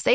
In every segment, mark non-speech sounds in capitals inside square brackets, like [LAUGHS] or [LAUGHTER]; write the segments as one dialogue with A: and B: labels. A: Say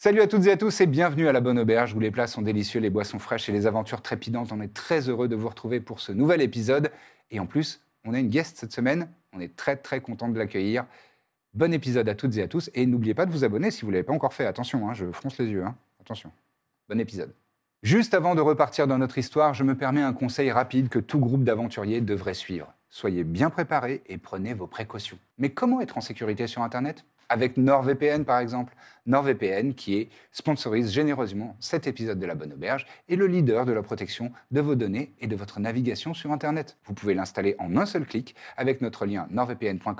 B: Salut à toutes et à tous et bienvenue à la Bonne Auberge où les plats sont délicieux, les boissons fraîches et les aventures trépidantes. On est très heureux de vous retrouver pour ce nouvel épisode. Et en plus, on a une guest cette semaine. On est très très content de l'accueillir. Bon épisode à toutes et à tous. Et n'oubliez pas de vous abonner si vous ne l'avez pas encore fait. Attention, hein, je fronce les yeux. hein. Attention. Bon épisode. Juste avant de repartir dans notre histoire, je me permets un conseil rapide que tout groupe d'aventuriers devrait suivre. Soyez bien préparés et prenez vos précautions. Mais comment être en sécurité sur Internet Avec NordVPN par exemple. NordVPN qui est sponsorise généreusement cet épisode de la Bonne Auberge et le leader de la protection de vos données et de votre navigation sur Internet. Vous pouvez l'installer en un seul clic avec notre lien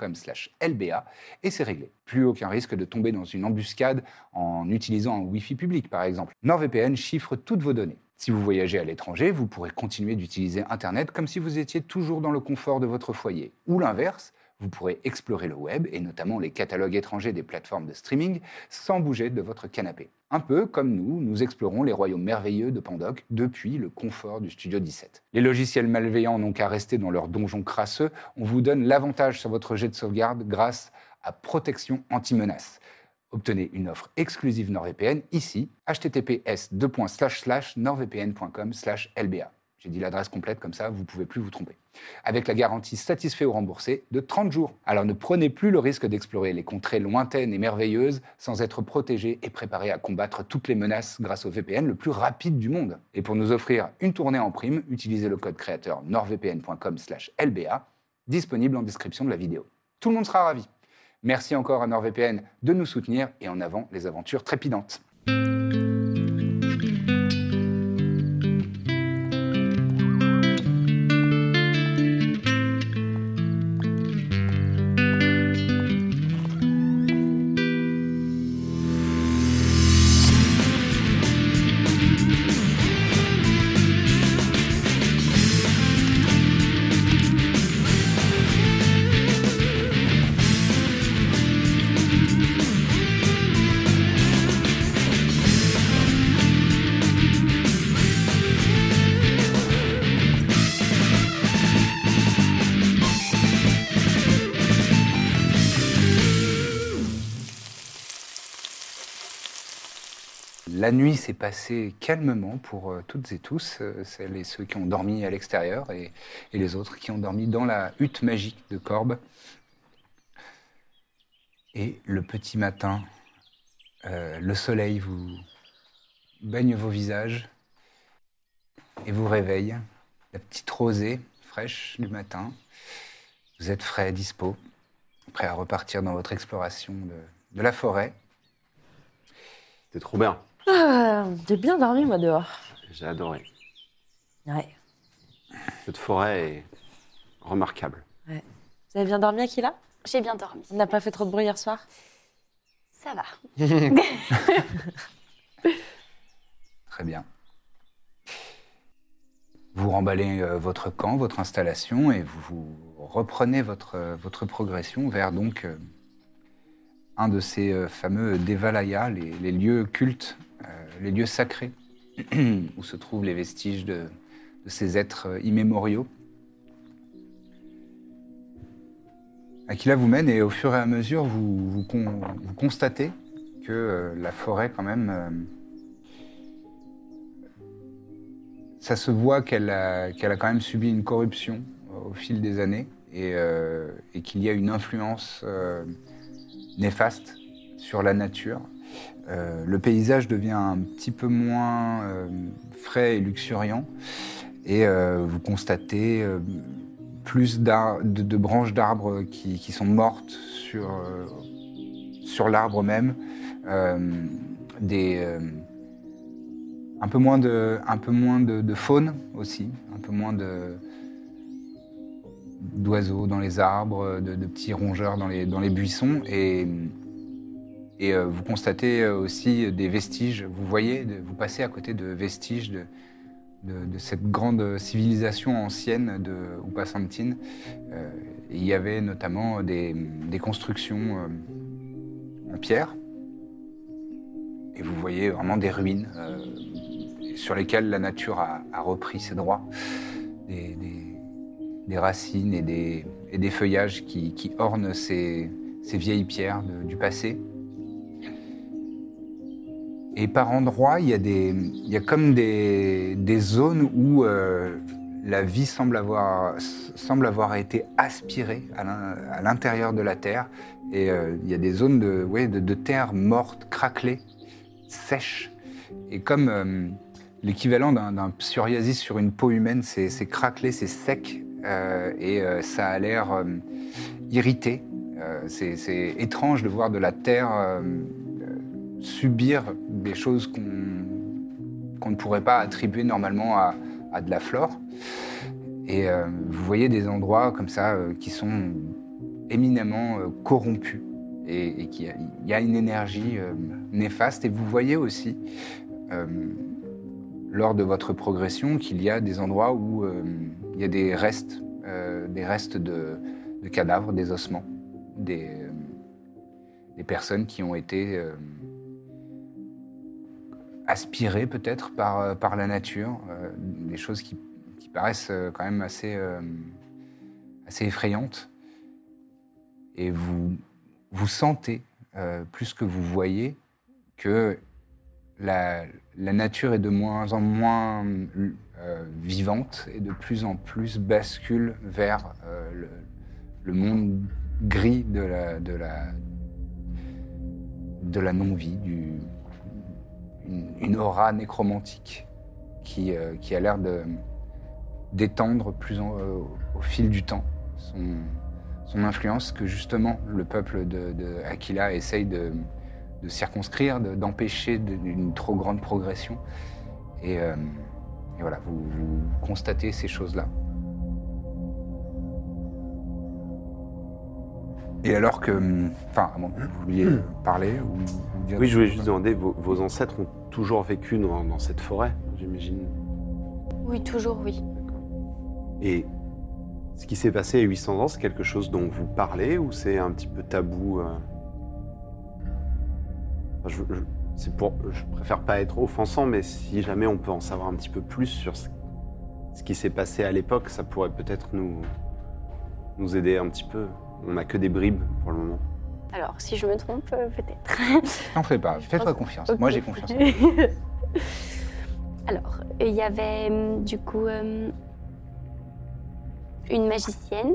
B: nordvpn.com/lba et c'est réglé. Plus aucun risque de tomber dans une embuscade en utilisant un Wi-Fi public, par exemple. NordVPN chiffre toutes vos données. Si vous voyagez à l'étranger, vous pourrez continuer d'utiliser Internet comme si vous étiez toujours dans le confort de votre foyer. Ou l'inverse, vous pourrez explorer le web et notamment les catalogues étrangers des plateformes de streaming sans bouger de votre canapé. Un peu comme nous, nous explorons les royaumes merveilleux de Pandoc depuis le confort du Studio 17. Les logiciels malveillants n'ont qu'à rester dans leur donjon crasseux, on vous donne l'avantage sur votre jet de sauvegarde grâce à Protection Anti-Menace. Obtenez une offre exclusive NordVPN ici, https nordvpn.com lba. J'ai dit l'adresse complète, comme ça vous ne pouvez plus vous tromper. Avec la garantie satisfait ou remboursé de 30 jours. Alors ne prenez plus le risque d'explorer les contrées lointaines et merveilleuses sans être protégé et préparé à combattre toutes les menaces grâce au VPN le plus rapide du monde. Et pour nous offrir une tournée en prime, utilisez le code créateur nordvpn.com lba, disponible en description de la vidéo. Tout le monde sera ravi. Merci encore à NordVPN de nous soutenir et en avant les aventures trépidantes. La nuit s'est passée calmement pour euh, toutes et tous, euh, celles et ceux qui ont dormi à l'extérieur et, et les autres qui ont dormi dans la hutte magique de Corbe. Et le petit matin, euh, le soleil vous baigne vos visages et vous réveille. La petite rosée fraîche du matin. Vous êtes frais, dispo, prêt à repartir dans votre exploration de- de la forêt.
C: C'était trop bien.
D: Ah, J'ai bien dormi, moi, dehors.
C: J'ai adoré.
D: Ouais.
C: Cette forêt est remarquable.
D: Vous avez bien dormi, Akila
E: J'ai bien dormi.
D: On n'a pas fait trop de bruit hier soir
E: Ça va.
B: Très bien. Vous remballez euh, votre camp, votre installation, et vous, vous reprenez votre, euh, votre progression vers donc euh, un de ces euh, fameux Devalaya, les, les lieux cultes, euh, les lieux sacrés, [CLEARS THROAT] où se trouvent les vestiges de, de ces êtres euh, immémoriaux. Akila vous mène, et au fur et à mesure, vous, vous, con- vous constatez que euh, la forêt, quand même, euh, ça se voit qu'elle a, qu'elle a quand même subi une corruption euh, au fil des années et, euh, et qu'il y a une influence euh, néfaste sur la nature. Euh, le paysage devient un petit peu moins euh, frais et luxuriant. Et euh, vous constatez euh, plus d'ar- de, de branches d'arbres qui, qui sont mortes sur, euh, sur l'arbre même. Euh, des, euh, un peu moins, de, un peu moins de, de faune aussi, un peu moins de d'oiseaux dans les arbres, de, de petits rongeurs dans les, dans les buissons. Et, et euh, vous constatez euh, aussi des vestiges, vous voyez, de- vous passez à côté de vestiges de, de- de cette grande civilisation ancienne de Upasantine. Euh, il y avait notamment des, des constructions euh, en pierre. Et vous voyez vraiment des ruines euh, sur lesquelles la nature a, a repris ses droits. Des, des- des racines et des, et des feuillages qui, qui ornent ces, ces vieilles pierres de- du passé. Et par endroits, il y a, des, il y a comme des, des zones où euh, la vie semble avoir, s- semble avoir été aspirée à l'in- à l'intérieur de la Terre. Et euh, il y a des zones de, ouais, de, de terre morte, craquelée, sèche. Et comme euh, l'équivalent d'un d'un psoriasis sur une peau humaine, c'est c'est craquelé, c'est sec, euh, et euh, ça a l'air euh, irrité. Euh, c'est c'est étrange de voir de la terre euh, euh, subir des choses qu'on qu'on ne pourrait pas attribuer normalement à, à de la flore. Et euh, vous voyez des endroits comme ça euh, qui sont éminemment euh, corrompus et, et qu'il y a- il y, a une énergie euh, néfaste. Et vous voyez aussi euh, lors de votre progression qu'il y a des endroits où euh, il y a des restes, euh, des restes de, de cadavres, des ossements, des, euh, des personnes qui ont été euh, aspirées peut-être par, euh, par la nature, euh, des choses qui, qui paraissent euh, quand même assez, euh, assez effrayantes. Et vous, vous sentez, euh, plus que vous voyez, que la, la nature est de moins en moins euh, vivante et de plus en plus bascule vers euh, le, le monde gris de la, de la, de la non-vie, du- une, une aura nécromantique qui, euh, qui a l'air de d'étendre plus en- euh, au fil du temps son, son influence que justement le peuple de, de Aquila essaye de, de circonscrire, de- d'empêcher de- d'une trop grande progression. Et, euh, et voilà, vous, vous constatez ces choses-là. Et alors que, hum, enfin, avant que vous vouliez euh, parler ou, ou dire-
C: Oui, je voulais juste demander, vos, vos ancêtres ont toujours vécu dans, dans cette forêt, j'imagine.
E: Oui, toujours oui.
C: Et ce qui s'est passé il y a 800 ans, c'est quelque chose dont vous parlez ou c'est un petit peu tabou euh Enfin, je, je- c'est pour, je préfère pas être offensant, mais si jamais on peut en savoir un petit peu plus sur ce, ce qui s'est passé à l'époque, ça pourrait peut-être nous, nous aider un petit peu. On n'a que des bribes pour le moment.
E: Alors, si je me trompe, euh, peut-être.
B: T'en fais pas, fais-toi
E: pense-
B: confiance. Moi,
E: [LAUGHS] Ok.
B: j'ai confiance.
E: [LAUGHS] Alors, il y avait hum, du coup hum, une magicienne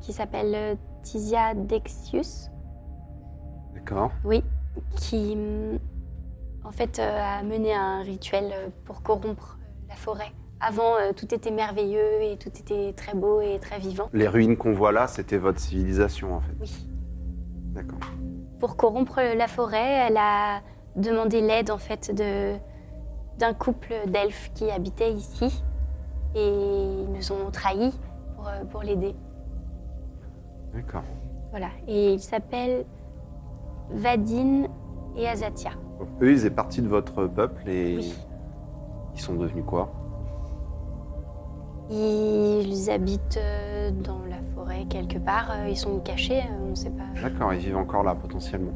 E: qui s'appelle euh, Tisia Dexius.
C: D'accord
E: Oui, qui hum, en fait euh, a mené un rituel euh, pour corrompre euh, la forêt. Avant, euh, tout était merveilleux et tout était très beau et très vivant.
C: Les ruines qu'on voit là, c'était votre civilisation en fait.
E: Oui.
C: D'accord.
E: Pour corrompre la forêt, elle a demandé l'aide en fait de d'un couple d'elfes qui habitait ici et ils nous ont trahis pour, euh, pour l'aider.
C: D'accord.
E: Voilà. Et ils s'appellent Vadine et Azatia.
C: Donc, eux, ils faisaient partie de votre peuple et
E: Oui.
C: ils sont devenus quoi
E: Ils habitent euh, dans la forêt quelque part. euh, Ils sont cachés, euh, on ne sait pas.
C: D'accord, ils vivent encore là potentiellement.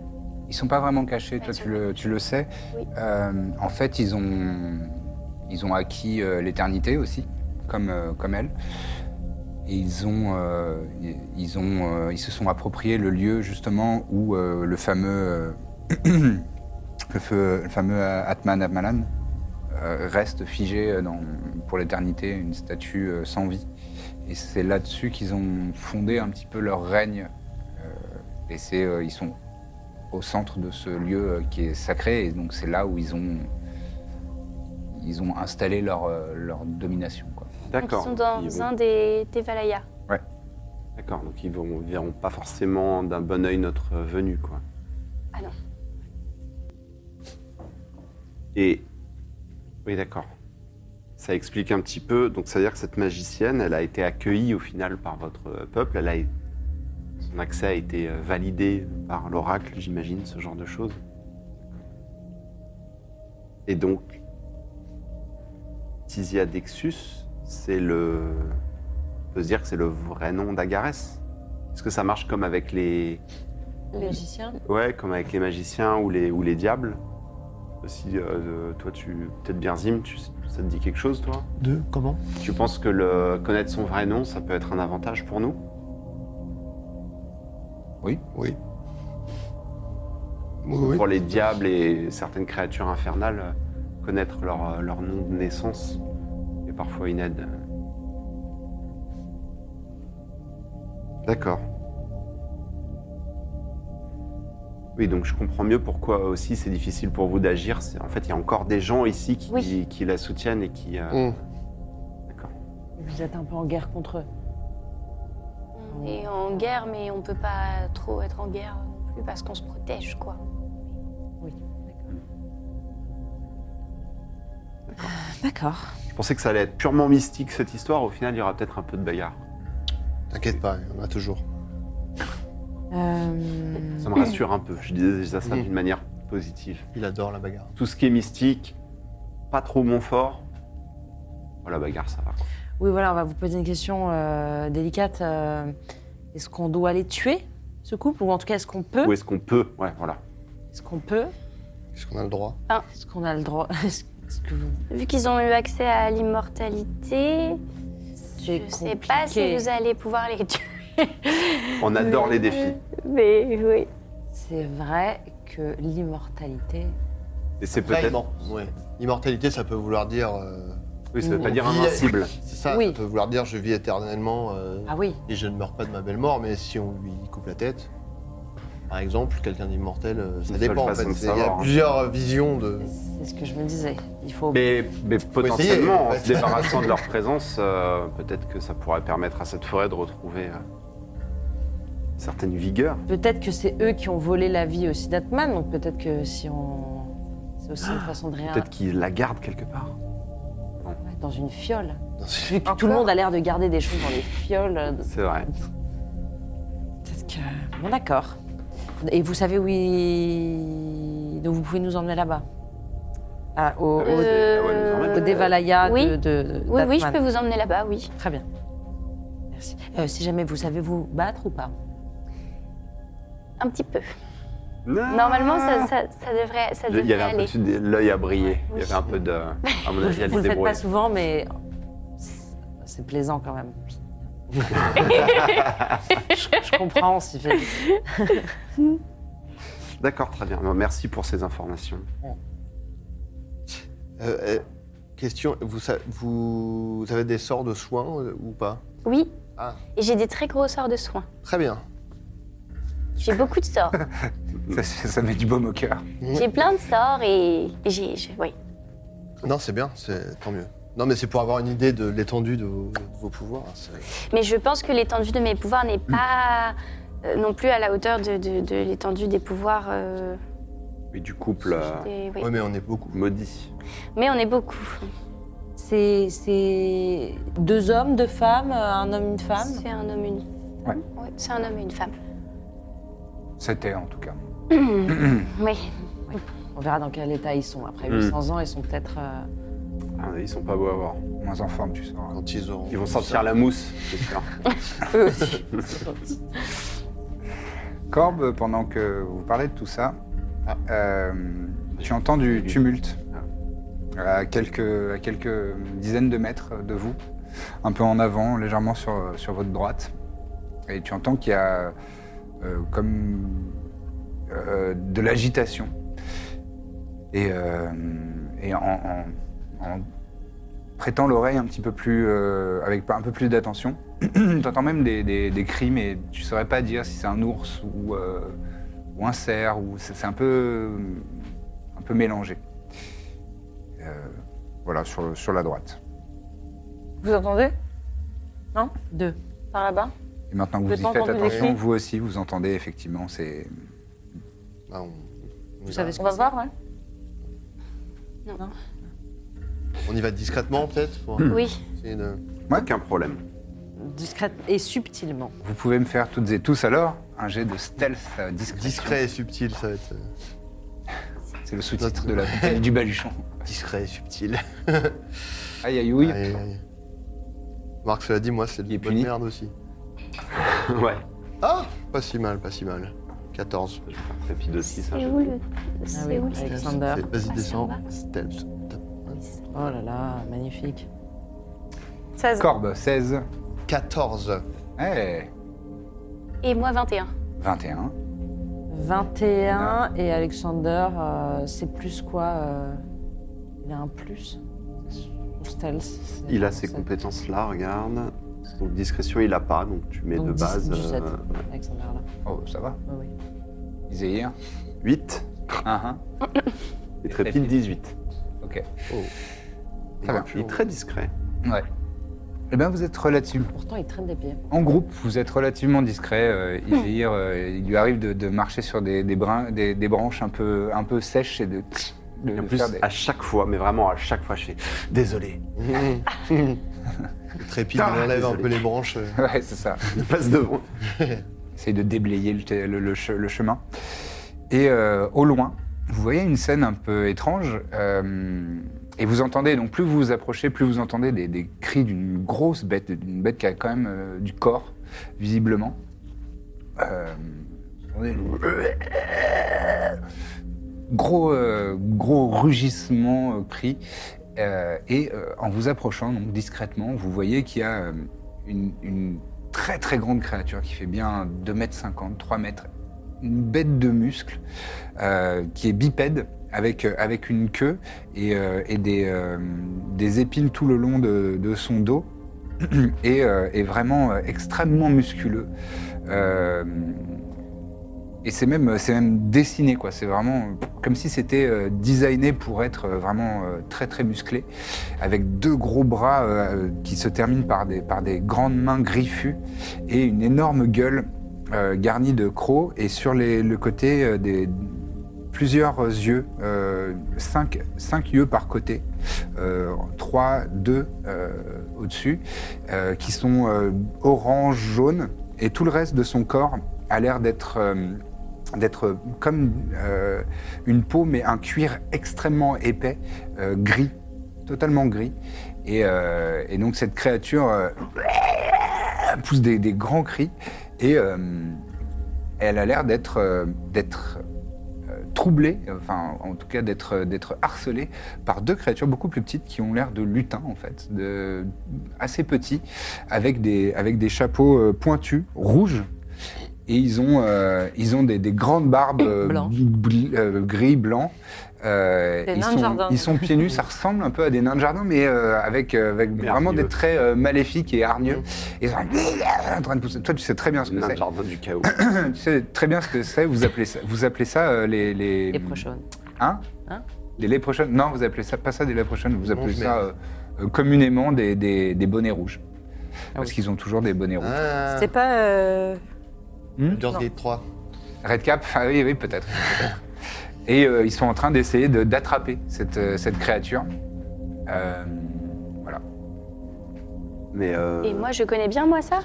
B: Ils sont pas vraiment cachés,
E: Ouais,
B: toi
E: ils
B: tu
E: sont
B: le, tu le sais.
E: Oui.
B: Euh, en fait, ils ont, ils ont acquis euh, l'éternité aussi, comme, euh, comme elle. Et ils, ont, euh, ils- ils, ont, euh, ils se sont approprié le lieu justement où euh, le fameux, euh, [CLEARS THROAT] le, feu- le fameux Atman Amalan euh, reste figé dans- pour l'éternité, une statue euh, sans vie. Et c'est là-dessus qu'ils ont fondé un petit peu leur règne. euh, et c'est, euh, ils sont au centre de ce lieu euh, qui est sacré. Et donc c'est là où ils ont, ils ont installé leur, euh, leur domination. quoi.
E: Donc, ils
C: D'accord.
E: sont dans
C: Ils vont-
E: un des, des Valaya.
C: D'accord, donc ils vont, verront pas forcément d'un bon œil notre euh, venue, quoi.
E: Ah non.
C: Et. Oui, d'accord. Ça explique un petit peu. Donc, ça veut dire que cette magicienne, elle a été accueillie au final par votre euh, peuple. Elle a... Son accès a été euh, validé par l'oracle, j'imagine, ce genre de choses. Et donc, Tizia Dexus, c'est le peut se dire que c'est le vrai nom d'Agarès. Est-ce que ça marche comme avec les,
D: Magicien.
C: ouais, comme avec les magiciens ou les, ou les diables Si euh, toi, tu peut-être bien Zim, tu- ça te dit quelque chose, toi
F: Deux, comment
C: Tu penses que le connaître son vrai nom, ça peut être un avantage pour nous
F: Oui. Oui,
C: Pour les diables et certaines créatures infernales, euh, connaître leur, euh, leur nom de naissance est parfois une aide. D'accord. Oui, donc je comprends mieux pourquoi aussi c'est difficile pour vous d'agir. C'est- En fait, il y a encore des gens ici qui,
E: Oui.
C: qui la soutiennent et qui... euh,
F: oui. Mmh.
C: D'accord.
D: Vous êtes un peu en guerre contre eux.
E: On est en guerre, mais on peut pas trop être en guerre non plus parce qu'on se protège, quoi.
D: Oui. D'accord.
C: Je pensais que ça allait être purement mystique cette histoire. Au final, il y aura peut-être un peu de bagarre.
F: T'inquiète pas, on a toujours.
D: Euh,
C: Ça me rassure un peu. Je disais ça, ça
F: Mm.
C: d'une manière positive.
F: Il adore la bagarre.
C: tout ce qui est mystique, pas trop mon fort. Oh, la bagarre, ça va. quoi.
D: Oui, voilà, on va vous poser une question euh, délicate. euh, est-ce qu'on doit les tuer, ce couple Ou en tout cas, est-ce qu'on peut
C: Où est-ce qu'on peut Ouais, voilà.
D: Est-ce qu'on peut
F: Est-ce qu'on a le droit
D: Est-ce qu'on a le droit Est-ce que vous...
E: Vu qu'ils ont eu accès à l'immortalité,
D: C'est
E: je sais pas si
D: compliqué.
E: vous allez pouvoir les tuer.
C: On adore les défis.
E: [LAUGHS] Mais oui.
D: C'est vrai que l'immortalité...
C: Et c'est
F: Après,
C: peut-être.
F: immo- ouais. Immortalité, ça peut vouloir dire. euh,
C: Oui, ça veut pas
F: on
C: dire
F: vit-
C: invincible.
F: C'est ça,
D: Oui.
F: ça peut vouloir dire je vis éternellement euh,
D: Ah oui,
F: et je ne meurs pas de ma belle mort, mais si on lui coupe la tête, par exemple, quelqu'un d'immortel, euh, ça
C: Une seule
F: dépend en
C: façon
F: fait.
C: de
F: C'est- Il y a
C: savoir, hein.
F: plusieurs euh, visions de.
D: c'est ce que je me disais. Il faut...
C: Mais, mais potentiellement,
F: essayer, en
C: en
F: fait.
C: se débarrassant de leur présence, euh, peut-être que ça pourrait permettre à cette forêt de retrouver euh, certaine vigueur.
D: Peut-être que c'est eux qui ont volé la vie aussi d'Atman, donc peut-être que si on... C'est aussi une façon de rien...
E: Ah.
C: Peut-être qu'ils la gardent quelque part.
D: Dans une fiole.
F: Dans ce-
D: Vu que tout le monde a l'air de garder des choses dans les fioles... euh,
C: C'est vrai.
D: Peut-être que. Bon, d'accord. Et vous savez où il. Donc vous pouvez nous emmener là-bas. Ah, au,
C: Ah oui,
D: au,
C: c'est- ah ouais, nous emmène.
D: au Devalaya
E: Euh, oui.
D: de, de-
E: Oui, oui, je
D: d'Atman.
E: peux vous emmener là-bas, oui.
D: Très bien. Merci. Euh, si jamais vous savez vous battre ou pas.
E: Un petit peu. Normalement, ça, ça- ça devrait, ça
C: Il y
E: devrait
C: avait un peu
E: aller.
C: dessus de- l'œil à briller. Il
E: Oui.
C: y avait un peu de. À mon avis,
D: Vous,
C: elle
D: vous
C: se
D: le faites
C: débrouille.
D: pas souvent, mais c'est- c'est plaisant quand
G: [LAUGHS]
D: même. je, je comprends. si fait-
C: D'accord, très bien. Bon, Merci pour ces informations.
F: Euh, euh, question, vous, sa- vous, vous avez des sorts de soins euh, ou pas
E: Oui.
F: Ah.
E: Et j'ai des très gros sorts de soins.
F: Très bien.
E: J'ai beaucoup
C: [LAUGHS]
E: de sorts.
B: Ça, ça met du baume au cœur.
E: j'ai plein de sorts et et j'ai. je- Oui.
F: Non, c'est bien, c'est tant mieux. Non, mais c'est pour avoir une idée de l'étendue de, vos- de vos pouvoirs. hein, c'est-
E: Mais je pense que l'étendue de mes pouvoirs n'est pas euh, non plus à la hauteur de, de- de l'étendue des pouvoirs. euh,
C: Et du couple euh,
E: des- oui.
F: Ouais, mais on est beaucoup.
C: maudit.
E: Mais on est beaucoup.
D: C'est c'est deux hommes, deux femmes, un homme, une femme.
E: C'est un homme et une femme. Oui, c'est un homme et une femme.
B: C'était en tout cas.
E: Oui.
D: On verra dans quel état ils sont. Après
C: Hmm.
D: 800 ans, ils sont peut-être. euh,
C: Ah, ils sont pas beaux à voir.
B: Moins en forme, tu sors.
F: Quand ils auront.
C: Ils vont sortir la mousse, c'est sûr. [LAUGHS]
D: Eux aussi.
B: Corbe, pendant que vous parlez de tout ça,
F: Ah.
B: euh, tu entends du tumulte à quelques, à quelques dizaines de mètres de vous, un peu en avant, légèrement sur, sur votre droite. Et tu entends qu'il y a euh, comme euh, de l'agitation. Et, euh, et en, en- en prêtant l'oreille un petit peu plus, euh, avec un peu plus d'attention, [CLEARS THROAT] T'entends même des, des- des cris, mais tu saurais pas dire si c'est un ours ou, euh, ou un cerf, ou c'est c'est un peu, un peu mélangé. Euh, voilà, sur, le- sur la droite.
G: Vous entendez
D: Deux.
G: Par là-bas
B: Et maintenant que vous y
G: Peut-on
B: faites
G: entendre des
B: attention,
G: cris
B: vous aussi, vous entendez effectivement ces...
F: Bah, on, on y va,
D: savez ce
G: On va voir, ouais.
F: on y va discrètement, peut-être pour
E: Oui,
F: essayer de-
C: Aucun problème.
D: Discrète et subtilement.
B: Vous pouvez me faire toutes et tous alors un jet de stealth euh, discrétion.
F: Discret et subtil, ça va être. euh,
B: C'est le sous-titre de la compagnie du baluchon.
F: Discret et subtil.
B: Aïe aïe
F: [LAUGHS]
B: ouïe.
F: Aïe, aïe. Marc, cela dit, moi, c'est
B: Il est
F: de bonne
B: puni.
F: merde aussi.
C: ouais.
F: Ah Pas si mal, pas si mal. 14.
C: Je vais faire tapis de 6.
E: c'est où le. C'est
D: Ah oui.
E: où le.
D: Avec-
E: stealth
D: Alexander.
F: C'est- Vas-y,
E: Ah,
F: descends.
E: c'est en bas.
F: Stealth. Top.
D: Oh là là, magnifique.
G: 16.
B: Corbe, 16.
F: 14.
B: Eh,
E: Et moi, 21.
B: 21.
D: 21 et Alexander, euh, c'est plus quoi euh, Il a un plus Ou stealth c'est-
C: Il a ses
D: c'est-
C: compétences là, regarde. Donc discrétion, il a pas, donc tu mets
D: Donc
C: de
D: 10,
C: base. euh,
D: 17. Alexander là.
B: Oh, ça va.
D: Oui, oui.
B: Iséir.
C: 8
B: 1
C: et trépide 18.
B: Ok.
C: Et
B: Ça va.
C: puis, très discret.
B: Ouais. Eh bien, vous êtes relativement.
D: Pourtant, il traîne des pieds.
B: En groupe, vous êtes relativement discret. euh, Iséir, euh, il lui arrive de, de marcher sur des, des, brins- des- des branches un peu, un peu sèches et de. de-
C: Et en
B: de
C: plus,
B: faire des-
C: à chaque fois, mais vraiment à chaque fois, je fais désolé. [LAUGHS]
F: Le Trépide, on enlève un peu les branches. euh,
B: [LAUGHS] Ouais, c'est ça.
C: Il passe devant.
B: Essaye de déblayer le, te- le- le che- le chemin. Et euh, au loin, vous voyez une scène un peu étrange. euh, et vous entendez, donc plus vous vous approchez, plus vous entendez des, des cris d'une grosse bête, d'une bête qui a quand même euh, du corps, visiblement. Euh, vous entendez le- gros, euh, gros rugissement, euh, cri. Euh, et euh, en vous approchant, donc discrètement, vous voyez qu'il y a euh, une, une très très grande créature qui fait bien 2,50 m, 3 mètres, une bête de muscles euh, qui est bipède avec, euh, avec une queue et, euh, et des, euh, des épines tout le long de, de son dos [CLEARS THROAT] et euh, est vraiment euh, extrêmement musculeux. Euh, et c'est même, c'est même dessiné, quoi. C'est vraiment comme si c'était euh, designé pour être euh, vraiment euh, très très musclé, avec deux gros bras euh, qui se terminent par des, par des grandes mains griffues et une énorme gueule euh, garnie de crocs et sur les- le côté euh, des plusieurs euh, yeux, euh, cinq, cinq yeux par côté, euh, trois, deux euh, au-dessus, euh, qui sont euh, orange, jaune, et tout le reste de son corps a l'air d'être euh, d'être comme euh, une peau, mais un cuir extrêmement épais, euh, gris, totalement gris. Et, euh, et donc cette créature euh, pousse des, des grands cris et euh, elle a l'air d'être euh, d'être euh, troublée, enfin en tout cas d'être euh, d'être harcelée par deux créatures beaucoup plus petites qui ont l'air de lutins en fait, de, assez petits, avec des avec des chapeaux euh, pointus rouges et ils ont euh, ils ont des, des grandes barbes euh,
D: Blanches.
B: bl- euh, gris blanc. Euh,
G: Des
B: ils,
G: nains de
B: sont,
G: jardin.
B: ils sont pieds nus,
C: [LAUGHS]
B: ça ressemble un peu à des nains de jardin, mais euh, avec, euh, avec
C: Mais
B: vraiment des
C: hargneux.
B: traits euh, maléfiques et hargneux. Et ils sont en train de pousser. Toi, tu sais très bien ce que
C: Nain Mm. de
B: c'est.
C: jardin du chaos.
B: Tu sais très bien ce que c'est. Vous appelez ça, vous appelez ça euh, les, les.
D: Les prochaines.
B: Hein
D: Hein
B: Des léprochons. Non, vous appelez ça pas ça des léprochons. Vous appelez
F: je
B: ça euh, euh, communément des, des, des bonnets rouges. Parce qu'ils ont toujours des bonnets rouges.
F: Ah,
G: C'était pas. euh,
F: Baldur's Gate 3.
B: Red Cap, ah oui, oui, peut-être. peut-être. Et euh, ils sont en train d'essayer de- d'attraper cette, euh, cette créature. Euh, voilà.
C: Mais euh,
E: Et moi, je connais bien, moi, ça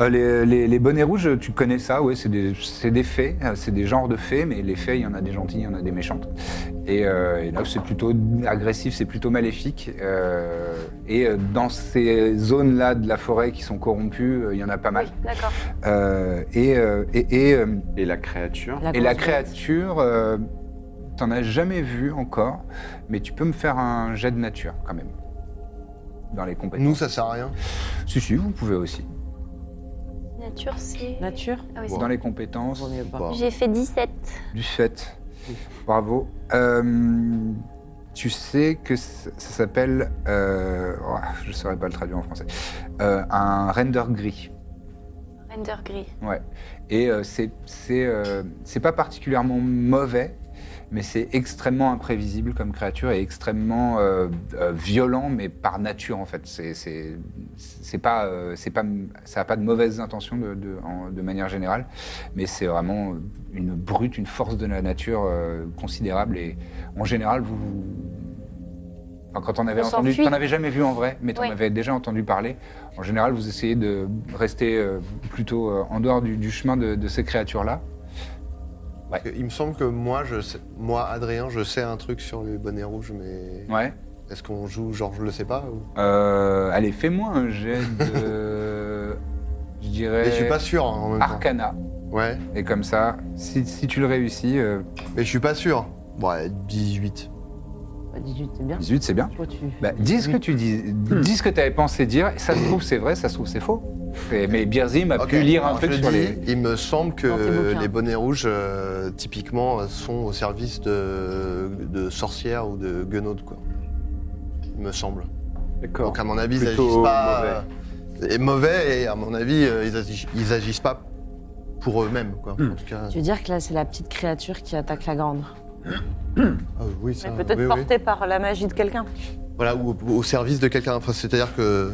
B: Euh, les, les- les bonnets rouges, tu connais ça, oui, c'est des, c'est des fées, euh, c'est des genres de fées, mais les fées, il y en a des gentilles, il y en a des méchantes. Et, euh, et là, c'est plutôt agressif, c'est plutôt maléfique. euh, et euh, dans ces zones-là de la forêt qui sont corrompues, euh, il y en a pas mal.
E: Oui, d'accord.
B: Euh, et euh, et- et, euh,
C: et la créature.
B: et la
D: grosse
B: créature, euh, t'en as jamais vu encore, mais tu peux me faire un jet de nature quand même. Dans les compétences.
F: Nous, ça sert à rien.
B: Si, si, vous pouvez aussi.
E: Nature, c'est.
D: bête. Nature
E: Ah oui,
B: Dans les compétences.
D: Vaut mieux pas.
F: Bah,
E: c'est- J'ai fait 17.
B: du fait. Bravo. Euh, tu sais que c- ça s'appelle, euh, oh, je ne saurais pas le traduire en français, Euh, un render gris.
E: Vandergree.
B: Ouais. Et euh, c'est c'est, euh, c'est pas particulièrement mauvais, mais c'est extrêmement imprévisible comme créature et extrêmement euh, euh, violent, mais par nature en fait. C'est c'est c'est pas euh, c'est pas ça a pas de mauvaises intentions de de, en- de manière générale, mais c'est vraiment une brute, une force de la nature euh, considérable et en général vous. vous- Enfin, quand on avait
E: On
B: entendu,
E: s'enfuit.
B: t'en avais jamais vu en vrai, mais t'en
E: Oui.
B: avais déjà entendu parler. En général, vous essayez de rester euh, plutôt euh, en dehors du, du chemin de, de ces créatures-là.
F: Parce que Il me semble que moi, je sais- moi, Adrien, je sais un truc sur les bonnets rouges, mais
B: Ouais.
F: est-ce qu'on joue genre je le sais pas ou-
B: Euh, allez, fais-moi un jet
F: [LAUGHS]
B: de. je dirais.
F: Mais je suis pas sûr hein, en même
B: Arcana.
F: temps. Ouais,
B: Et comme ça, si, si tu le réussis, euh,
F: mais je suis pas sûr. Ouais, 18.
D: Bah, 18, c'est bien.
B: 18, c'est bien.
D: Toi, tu-
B: Bah, dis ce que tu dis,
F: Hmm.
B: dis ce que tu avais pensé dire. Ça se trouve, c'est vrai, ça se trouve, c'est faux. Et- mais Birzim a
F: Ok,
B: pu lire un
F: non,
B: truc
F: je
B: sur
F: dis,
B: les.
F: Il me semble
D: Dans tes
F: que
D: bouquins.
F: les bonnets rouges, euh, typiquement, sont au service de, de sorcières ou de guenaudes, quoi. Il me semble.
C: D'accord.
F: Donc, à mon avis, ils
C: Plutôt
F: agissent pas. euh, et mauvais, et à mon avis, euh, ils, agissent, ils agissent pas pour eux-mêmes, quoi.
B: Hmm.
F: En tout cas.
D: Tu veux dire que là, c'est la petite créature qui attaque la grande
F: Ah, oui, ça.
G: Mais peut-être
F: oui, oui.
G: porté par la magie de quelqu'un.
F: Voilà, ou au- au service de quelqu'un. Enfin, C'est-à-dire que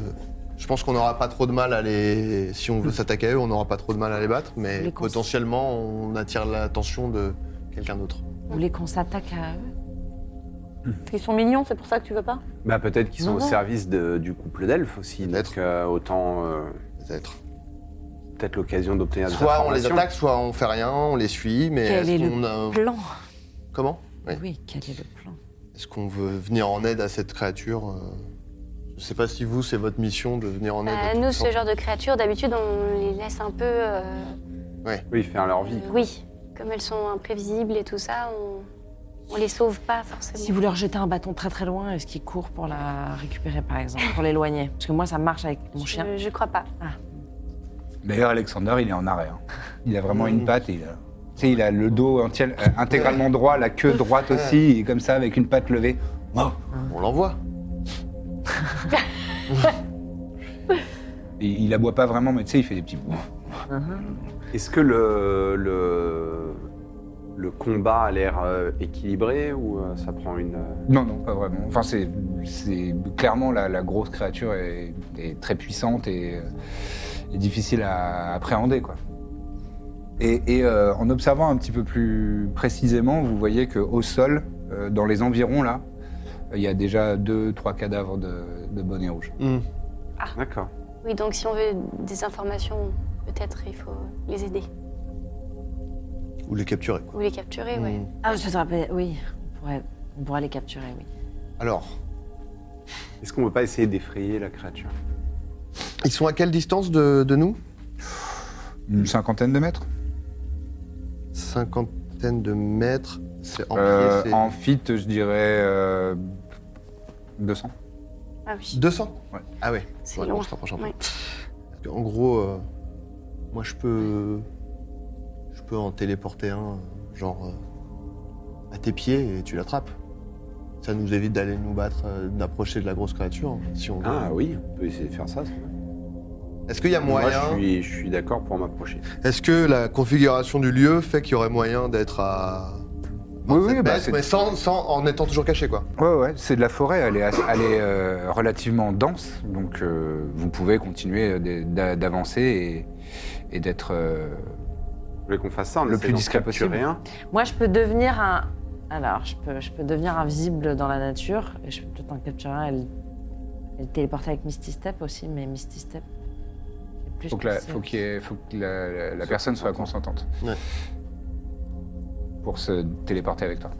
F: je pense qu'on n'aura pas trop de mal à les. Si on veut s'attaquer à eux, on n'aura pas trop de mal à les battre, mais
D: Les cons-
F: potentiellement, on attire l'attention de quelqu'un d'autre.
D: Vous voulez qu'on s'attaque à eux
G: Ils sont mignons, c'est pour ça que tu veux pas
C: Bah, peut-être qu'ils sont
D: Non,
C: au
D: non.
C: service de- du couple d'elfes aussi.
F: Peut-être.
C: Donc euh, autant euh,
F: Peut-être.
C: peut-être l'occasion d'obtenir des
F: Soit on les
C: informations.
F: attaque, soit on fait rien, on les suit, mais
D: Quel est
F: est-ce
D: le
F: qu'on a-
D: Plan
F: Comment Oui.
D: Oui, quel est le plan
F: Est-ce qu'on veut venir en aide à cette créature euh, Je sais pas si vous, c'est votre mission de venir en aide. à
E: Bah,
F: toute
E: nous, ce
F: sorte.
E: genre de créatures, d'habitude, on les laisse un peu. euh,
C: Oui, faire leur vie.
E: Oui, comme elles sont imprévisibles et tout ça, on, on les sauve pas forcément.
D: Si vous leur jetez un bâton très très loin, est-ce qu'ils courent pour la récupérer par exemple Pour l'éloigner Parce que moi, ça marche avec mon chien.
E: Je, je crois pas.
B: D'ailleurs, Alexander, il est en arrêt. hein. Il a vraiment une patte. et il a... Tu sais, il a le dos entier- euh, intégralement droit, la queue droite aussi, et comme ça, avec une patte levée. Oh
F: On l'envoie.
B: Et il aboie pas vraiment, mais tu sais, il fait des petits.
C: Est-ce que le, le, le combat a l'air euh, équilibré ou euh, ça prend une. euh,
B: Non, non, pas vraiment. Enfin, c'est, c'est clairement la, la grosse créature est, est très puissante et, euh, et difficile à appréhender, quoi. Et, et, euh, en observant un petit peu plus précisément, vous voyez que au sol, euh, dans les environs là, il y a déjà deux, trois cadavres de, de bonnets rouges.
D: Ah.
C: D'accord.
E: Oui, donc si on veut des informations, peut-être il faut les aider
F: Ou les capturer.
E: ou
F: quoi.
E: les capturer, ouais.
F: Mm.
D: Ah, je te rappelle, oui, on pourrait, on pourrait les capturer, oui.
F: Alors,
C: Est-ce qu'on peut pas essayer d'effrayer la créature
F: ils sont à quelle distance de, de nous
B: Une cinquantaine de mètres.
F: Cinquantaine de mètres. C'est en
B: Euh,
F: pied, c'est
B: en fit, je dirais euh, 200.
E: Ah oui,
F: 200
B: Ouais.
F: Ah ouais.
E: c'est
F: Voilà,
E: loin.
F: on se rapproche un peu.
E: Ouais.
F: Parce que, En gros, euh, moi je peux. Je peux en téléporter un, euh, genre. euh, à tes pieds et tu l'attrapes. Ça nous évite d'aller nous battre, euh, d'approcher de la grosse créature, hein, si on veut.
C: Ah oui, on peut essayer de faire ça. c'est vrai.
F: Est-ce qu'il y a
C: Moi,
F: moyen.
C: je suis, je suis d'accord pour m'approcher.
F: Est-ce que la configuration du lieu fait qu'il y aurait moyen d'être à.
B: Oui, oui,
F: 27
B: bah,
F: mètres,
B: c'est-
F: mais sans, sans- en étant toujours caché, quoi.
B: Ouais, ouais, c'est de la forêt, elle est, assez- elle est, euh, relativement dense, donc euh, vous pouvez continuer d'a- d'a- d'avancer et, et d'être... euh,
C: Vous voulez qu'on fasse ça on
B: Le
C: essaie
B: plus
C: d'en
B: discret
C: capturer
B: possible.
C: un
D: Moi, je peux devenir un. Alors, je peux, je peux devenir invisible dans la nature, et je peux peut-être en capturer un et le, et le téléporter avec Misty Step aussi, mais Misty Step. c'est plus
B: faut que la,
D: spécial.
B: faut qu'il y ait- faut que la- la- la personne soit consentante.
F: Ouais.
B: Pour se téléporter avec toi.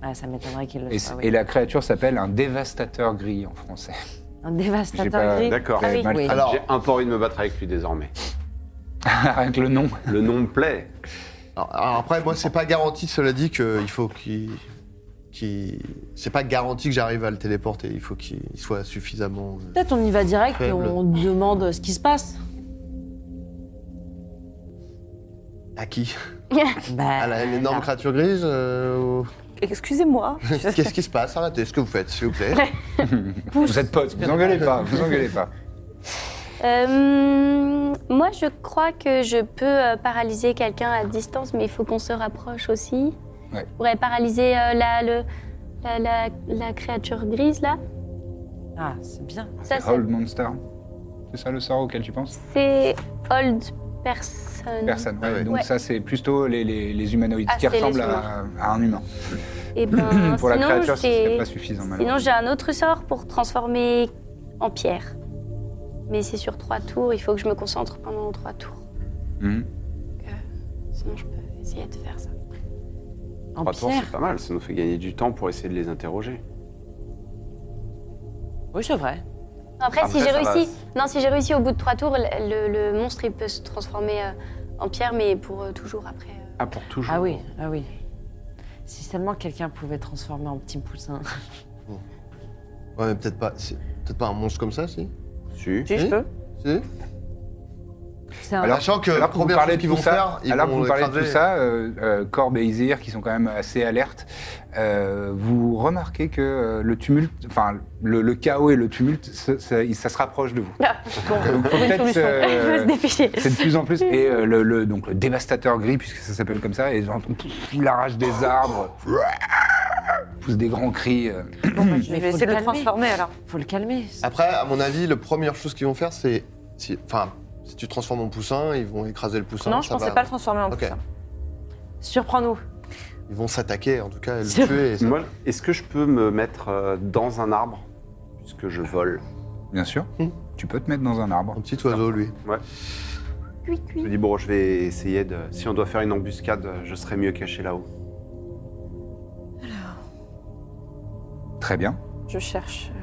D: Ah, ça m'étonnerait qu'il le
B: Et,
D: soit.
B: c-
D: oui.
B: et la créature s'appelle un dévastateur gris en français. [LAUGHS]
D: Un
B: J'ai
D: dévastateur
B: pas-
D: gris. Ah
C: D'accord.
B: j'avais
D: oui.
B: mal-
D: Oui.
F: Alors,
C: J'ai un peu envie de me battre avec lui désormais.
B: Rien que le nom.
C: Le nom me plaît.
F: Alors, alors après, moi, c'est pas garanti, cela dit, qu'il faut qu'il. qu'il- C'est pas garanti que j'arrive à le téléporter. Il faut qu'il soit suffisamment. euh,
D: Peut-être on y va direct et
F: Faible.
D: on demande ce qui se passe.
F: acquis.
G: Ah,
D: Bah,
F: À la- l'énorme
D: là.
F: créature grise euh, au-
G: Excusez-moi.
F: [LAUGHS] Qu'est-ce qui se passe
G: [LAUGHS]
F: Arrêtez ce que vous faites, s'il vous plaît. [LAUGHS]
B: Vous êtes potes, vous engueulez pas, vous engueulez pas.
E: Euh, moi, je crois que je peux euh, paralyser quelqu'un à distance, mais il faut qu'on se rapproche aussi.
B: Ouais.
E: Je pourrais paralyser euh, la, le- la, la- la créature grise, là.
D: Ah, c'est bien.
E: Ça, c'est-
B: Old Monster. C'est ça le sort auquel tu penses
E: c'est Old Person.
B: Personne. ouais.
F: Ah ouais.
B: Donc
E: Ouais.
B: ça, c'est plutôt les, les- les humanoïdes
E: Ah,
B: qui
E: c'est les
B: ressemblent à, à un humain.
E: Et ben,
B: [CLEARS THROAT] Pour la
E: sinon,
B: créature, ce
E: j'ai-
B: serait pas suffisant,
E: Sinon,
B: malheureusement.
E: j'ai un autre sort pour transformer en pierre. Mais c'est sur trois tours, il faut que je me concentre pendant trois tours.
B: Mhm.
E: Sinon, je peux essayer de faire ça.
D: En
C: Trois tours,
D: pierre.
C: c'est pas mal, ça nous fait gagner du temps pour essayer de les interroger.
D: Oui, c'est vrai.
E: Après,
C: Après,
E: si j'ai
C: ça va.
E: réussi, non, si j'ai réussi au bout de trois tours, le, le monstre il peut se transformer euh, en pierre, mais pour euh, toujours après. euh.
C: Ah, pour toujours
D: Ah oui, ah oui. Si seulement quelqu'un pouvait transformer en petit poussin.
F: Ouais, mais peut-être pas, c'est peut-être pas un monstre comme ça, si.
C: Si.
D: [LAUGHS] Si je
F: Oui.
D: peux
F: Si.
G: Ah.
D: C'est un-
B: Alors-
F: Sachant que la
B: Alors, pour vous
F: première
B: parler
F: chose
B: de
F: qu'ils
B: tout
F: vont
B: ça,
F: faire, ils
B: alors,
F: vont
B: pour vous parler de tout
F: écraser-
B: ça, euh, euh, Corbe et Izir, qui sont quand même assez alertes, euh, vous remarquez que euh, le tumulte, enfin, le, le chaos et le tumulte, ça, ça- ça se rapproche de vous.
E: Ah,
B: Donc, faut peut-être,
D: [LAUGHS]
E: [LAUGHS]
B: euh, c'est de plus en plus. Et euh, le, le- donc, le dévastateur gris, puisque ça s'appelle comme ça, et genre, pff, il arrache des arbres, pousse des grands cris. euh.
D: Mais
G: Je vais
D: faut
G: essayer de le
D: calmer.
G: transformer alors.
D: Faut le calmer.
F: Après, à mon avis, la première chose qu'ils vont faire, c'est. Si... Enfin, si tu transformes en poussin, ils vont écraser le poussin.
G: non, je
F: ça
G: pensais
F: va-
G: pas le transformer en
F: Ok.
G: poussin.
D: Surprends-nous.
F: Ils vont s'attaquer, en tout cas, et le
D: C'est-
F: tuer. et ça-
C: Moi, est-ce que je peux me mettre euh, dans un arbre Puisque je vole.
B: Bien sûr,
D: Hmm.
F: Mhm.
B: tu peux te mettre dans un arbre.
F: Un petit oiseau, lui.
C: Je me dis, bon, je vais essayer de. Si on doit faire une embuscade, je serai mieux caché là-haut.
B: Très bien.
G: Je cherche. euh,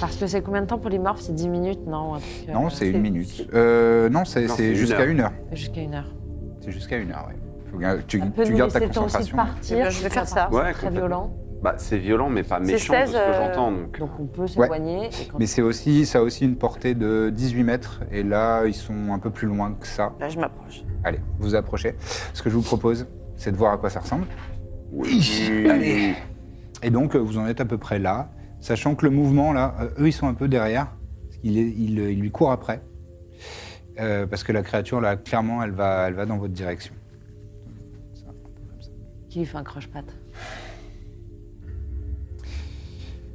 D: Parce que c'est combien de temps pour les morphes C'est 10 minutes, non ou un truc, euh,
B: Non, c'est
G: c'est-
B: une minute. Euh, non, c'est
C: Non,
B: c'est
C: c'est une
B: jusqu'à
C: heure.
B: une heure.
D: Jusqu'à une heure.
B: C'est jusqu'à une heure, ouais. Faut gar- tu
D: Ça peut
B: tu
D: nous
B: gardes ta
D: laisser le temps aussi de
B: concentration.
D: partir.
G: Eh bien, je vais faire ça.
D: C'est
C: Ouais,
D: très
C: complètement.
D: violent.
C: Bah, c'est violent, mais pas
G: C'est
C: méchant de
G: 16,
C: ce que
G: euh,
C: j'entends. Donc,
D: Donc on peut s'éloigner. et quand-
B: Mais c'est aussi, ça a aussi une portée de 18 mètres, et là, ils sont un peu plus loin que ça.
G: Là, je m'approche.
B: Allez, vous approchez. Ce que je vous propose, c'est de voir à quoi ça ressemble.
C: Oui.
B: Allez. Et donc, euh, vous en êtes à peu près là, sachant que le mouvement, là, euh, eux, ils sont un peu derrière, parce qu'il est- il, euh, il lui court après, Euh, parce que la créature, là, clairement, elle va, elle va dans votre direction.
D: Qui lui fait un croche-patte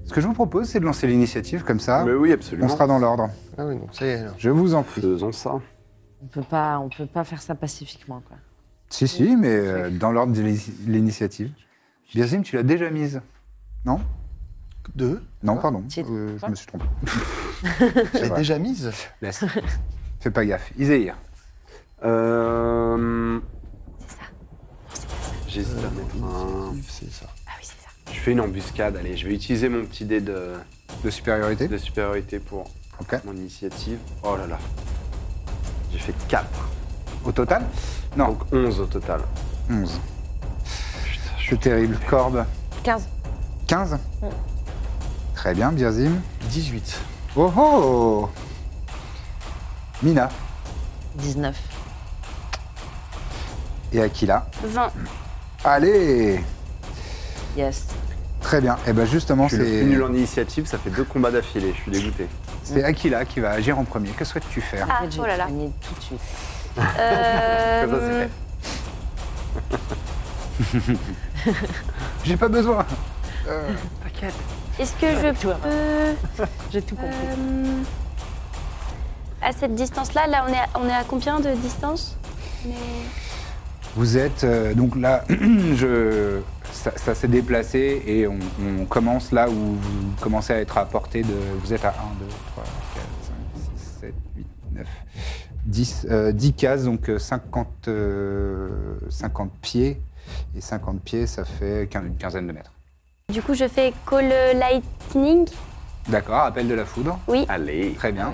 B: Ce que je vous propose, c'est de lancer l'initiative, comme ça,
C: Mais oui,
B: Ah, on
C: absolument.
B: sera dans l'ordre.
F: Ah oui, non, ça y est, là.
B: Je vous en prie.
C: Faisons ça.
D: On peut pas, on peut pas faire ça pacifiquement, quoi.
B: Si, si, mais euh, dans l'ordre de l'ini- l'initiative. Birzim, tu l'as déjà mise. Non
F: Deux
B: Non, pardon.
D: Si.
B: euh, je me suis trompé.
F: Elle est
B: vrai.
F: déjà mise
B: Laisse. Fais pas gaffe. Iséir.
C: Euh...
E: C'est ça.
C: J'hésite à mettre un.
F: C'est ça.
E: Ah oui, c'est ça.
C: Je fais une embuscade, allez, je vais utiliser mon petit dé de,
B: De supériorité
C: de supériorité pour
B: Ok.
C: mon initiative. Oh là là. J'ai fait 4,
B: Au total Non.
C: donc 11 au total.
B: 11. C'est terrible. Corbe.
G: 15.
B: 15 Très bien, Birzim.
F: 18.
B: Oh oh Mina
D: 19.
B: et Akila.
E: 20.
B: Allez
D: Yes.
B: Très bien. Et ben justement,
C: Je suis le plus
B: c'est
C: nul en initiative, ça fait deux combats d'affilée, je suis dégoûté.
B: c'est Akila qui va agir en premier. Que souhaites-tu faire
E: Ah,
D: J'ai
E: oh là là.
D: gagné tout de suite.
E: Euh,
C: Comme [LAUGHS] ça, c'est fait.
B: J'ai pas besoin.
D: T'inquiète.
E: euh, Est-ce que je
D: Toi,
E: peux.
D: J'ai tout compris.
E: euh, à cette distance-là, là, on est, à, on est à combien de distance Mais...
B: Vous êtes euh, donc là, [CLEARS THROAT] je, ça, ça s'est déplacé et on, on commence là où vous commencez à être à portée de. Vous êtes à 1, 2, 3, 4, 5, 6, 7, 8, 9, 10, euh, 10 cases, donc euh, 50, euh, 50 pieds. Et 50 pieds, ça fait quin- une quinzaine de mètres.
E: Du coup, je fais Call Lightning.
B: D'accord, appel de la foudre.
E: Oui.
C: Allez.
B: Très bien.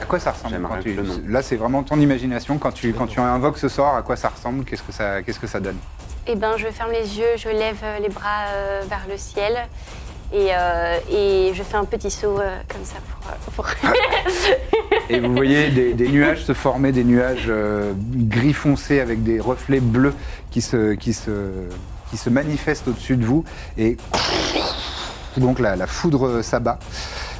B: À quoi ça ressemble
C: J'aimerais
B: quand tu-
C: que le nom.
B: Là, c'est vraiment ton imagination. Quand tu, quand tu invoques ce sort, à quoi ça ressemble Qu'est-ce que ça, qu'est-ce que ça donne
E: Eh ben, je ferme les yeux, je lève euh, les bras euh, vers le ciel et, euh, et je fais un petit saut euh, comme ça pour. euh, pour-
B: Et vous voyez des, des nuages se former, des nuages euh, gris foncé avec des reflets bleus qui se, qui se, qui se manifeste au-dessus de vous et donc la, la foudre euh, s'abat.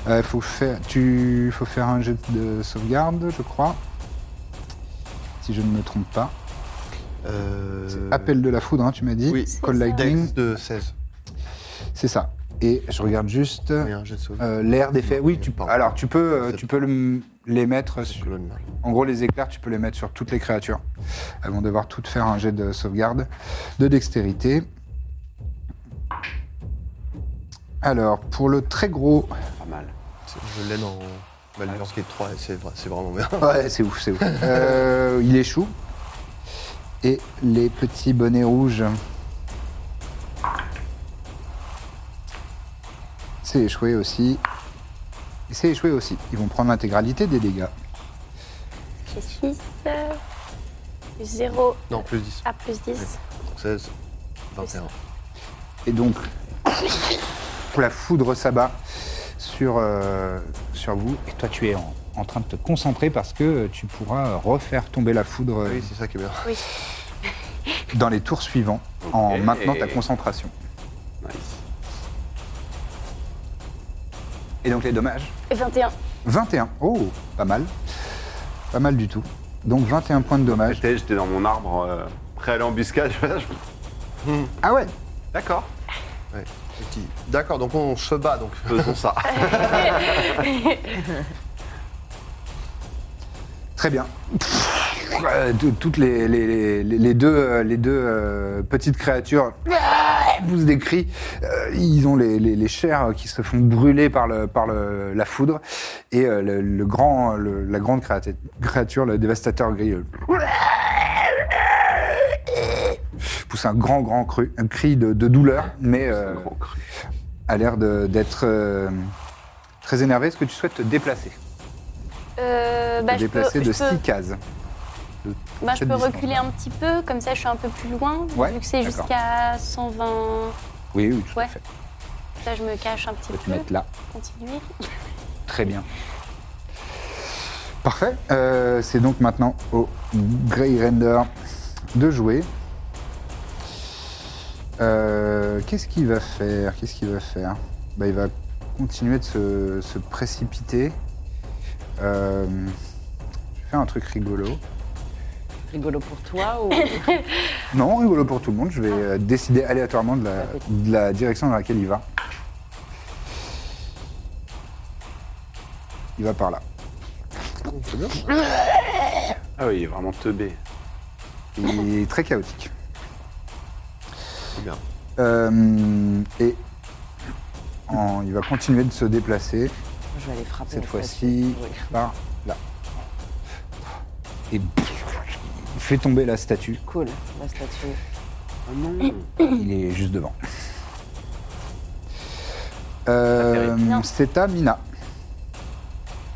B: Euh, faut faire, tu faut faire un jet de sauvegarde, je crois, si je ne me trompe pas.
F: Euh,
B: C'est appel de la foudre, hein, tu m'as dit.
F: Oui.
B: Cold
E: C'est ça.
B: lightning,
F: Dex de 16.
B: c'est ça. Et je regarde juste
F: Oui, un jet de sauve.
B: euh, l'air d'effet. Oui, tu
F: Pardon.
B: Alors tu peux, euh,
F: C'est-
B: tu peux le- les mettre
F: C'est
B: sur,
F: colonne mal.
B: En gros, les éclairs, tu peux les mettre sur toutes les créatures. Elles vont devoir toutes faire un jet de sauvegarde de dextérité. Alors, pour le très gros.
C: Pas mal.
F: C'est- Je l'ai dans Valvance qui est 3 et c'est vrai- c'est vraiment bien.
B: [LAUGHS] Ouais, c'est ouf, c'est ouf. Euh, il échoue. Et les petits bonnets rouges. C'est échoué aussi. Et c'est échoué aussi. Ils vont prendre l'intégralité des dégâts.
E: J'ai 6, plus 0
F: [LAUGHS] Non, plus 10.
E: à plus 10.
F: 16, 21.
B: Et donc, la foudre s'abat sur, euh, sur vous. Et toi, tu es en, en train de te concentrer parce que euh, tu pourras refaire tomber la foudre euh,
F: Oui, c'est ça qui est bien.
B: dans les tours suivants en
C: Ok.
B: maintenant ta concentration.
C: Nice.
B: Et donc, les dommages
E: 21.
B: 21. Oh, pas mal. Pas mal du tout. Donc, 21 points de dommages.
C: J'étais j'étais dans mon arbre, euh, prêt à l'embuscade. [LAUGHS] je-
B: Ah ouais
C: D'accord,
F: Ouais. Et qui- D'accord, donc on se bat donc.
C: faisons ça.
B: Très bien. Euh, tout- Toutes les, les- les- les deux, euh, les deux euh, petites créatures poussent des cris. Euh, Ils ont les, les- les chairs qui se font brûler par, le, par le- la foudre. Et euh, le, le grand, le- la grande créati- créature, le dévastateur gris, euh, pousse un grand, grand cru- un cri de, de douleur, mais euh,
C: [LAUGHS] Gros cru.
B: a l'air de- d'être euh, très énervé. Est-ce que tu souhaites te déplacer
E: Euh, bah,
B: Te
E: je peux,
B: déplacer de
E: je peux-
B: 6 cases.
E: bah, je
B: cette
E: peux
B: distance,
E: reculer un petit peu, comme ça je suis un peu plus loin,
B: Ouais,
E: vu que c'est
B: d'accord.
E: jusqu'à 120.
B: Oui, oui, tout à
E: Ouais.
B: fait.
E: Là, je me cache un petit
B: Tu peux te
E: peu.
B: mettre là.
E: Continuer.
B: Très bien. Parfait. Euh, c'est donc maintenant au Grey Render de jouer. Euh, Qu'est-ce qu'il va faire Qu'est-ce qu'il va faire Bah, Il va continuer de se, se précipiter. Euh, je vais faire un truc rigolo.
D: Rigolo pour [LAUGHS] toi ou
B: Non, rigolo pour tout le monde. Je vais euh, décider aléatoirement de la, de la direction dans laquelle il va. Il va par là.
C: Ah oui, il est vraiment teubé.
E: [LAUGHS]
B: Il est très chaotique.
F: C'est bien.
B: Euh, et en- il va continuer de se déplacer,
D: Je vais aller frapper.
B: cette
D: en fait.
B: fois-ci
D: Oui.
B: par là. Et il fait tomber la statue,
D: Cool, la statue.
C: Ah non
B: il est juste devant. Euh,
E: Non.
B: c'est à Mina.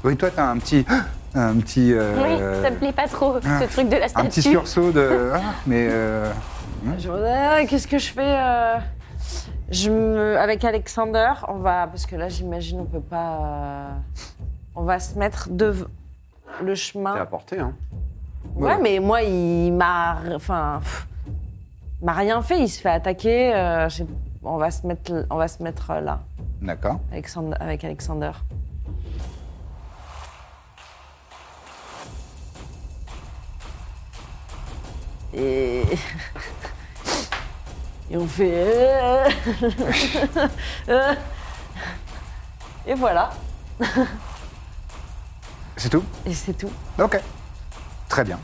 B: Oui, toi, t'as un petit. [GASPS] Un petit. euh,
E: Oui, ça me plaît pas trop,
B: ah,
E: ce truc de la
B: un
E: statue.
B: petit sursaut
E: [LAUGHS]
B: de. ah, mais. euh,
D: Je- Ah, Qu'est-ce que je fais euh, je me... Avec Alexander, on va. Parce que là, j'imagine, on peut pas. euh, On va se mettre devant le
F: Ah.
C: T'es à
D: chemin.
C: portée, hein
D: Ouais, mais moi, il m'a. Enfin. pff, il m'a rien fait, il se fait attaquer. euh, j'ai- on, va se mettre, on va se mettre euh, là,
B: D'accord.
D: Alexand- avec Alexander. Et. [LAUGHS] Et on [LAUGHS] fait. euh, Et voilà.
B: C'est tout
D: Et c'est tout.
B: Ok. Très bien.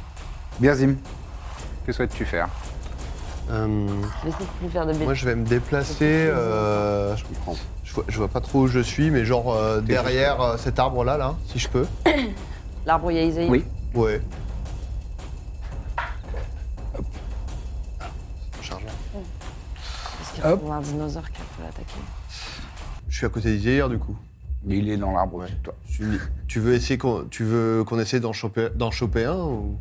B: Birzim, que souhaites-tu faire
F: Euh,
D: J'essaie de plus faire de
F: Moi,
D: bêtises.
F: je vais me déplacer. euh,
C: Je comprends.
F: je, vois, je vois pas trop où je suis, mais genre euh, derrière euh, cet arbre-là, là, si je peux.
D: L'arbre, il y a Isaïe.
B: Oui.
F: Ouais. Mon chargeur.
D: Parce qu'il
B: Hop.
D: y a un dinosaure qui faut l'attaquer.
F: Je suis à côté d'Isaïr, du coup.
B: Il est dans l'arbre,
F: Ouais.
B: c'est toi.
F: Tu, tu veux essayer qu'on tu veux qu'on essaie d'en choper, d'en choper un ou...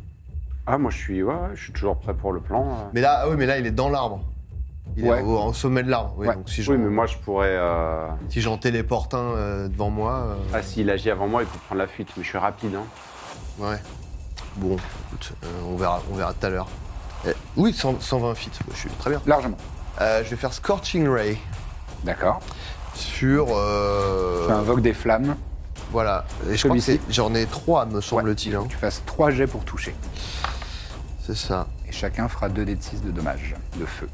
C: Ah, moi, je suis, ouais, ouais, je suis toujours prêt pour le plan. euh.
F: Mais là, ah oui, mais là, il est dans l'arbre. Il
B: Ouais.
F: est au, au sommet de l'arbre. Oui,
B: Ouais.
F: donc si j'en
C: Oui, mais moi, je pourrais... euh,
F: si j'en téléporte un euh, devant moi, euh,
C: Ah, s'il agit avant moi, il peut prendre la fuite, mais je suis rapide, hein.
F: ouais. Bon, écoute, euh, on verra, on verra tout à l'heure. Eh, oui, 100 120 feet. Ouais, je suis très bien.
B: Largement.
F: Euh, je vais faire Scorching Ray
B: D'accord.
F: sur. euh,
B: Tu invoques des flammes.
F: Voilà. Et je crois que
B: Celui-ci.
F: c'est- j'en ai trois, me semble-t-il. hein.
B: Tu fasses trois jets pour toucher.
F: C'est ça.
B: Et chacun fera 2 dés de 6 de dommages, de feu.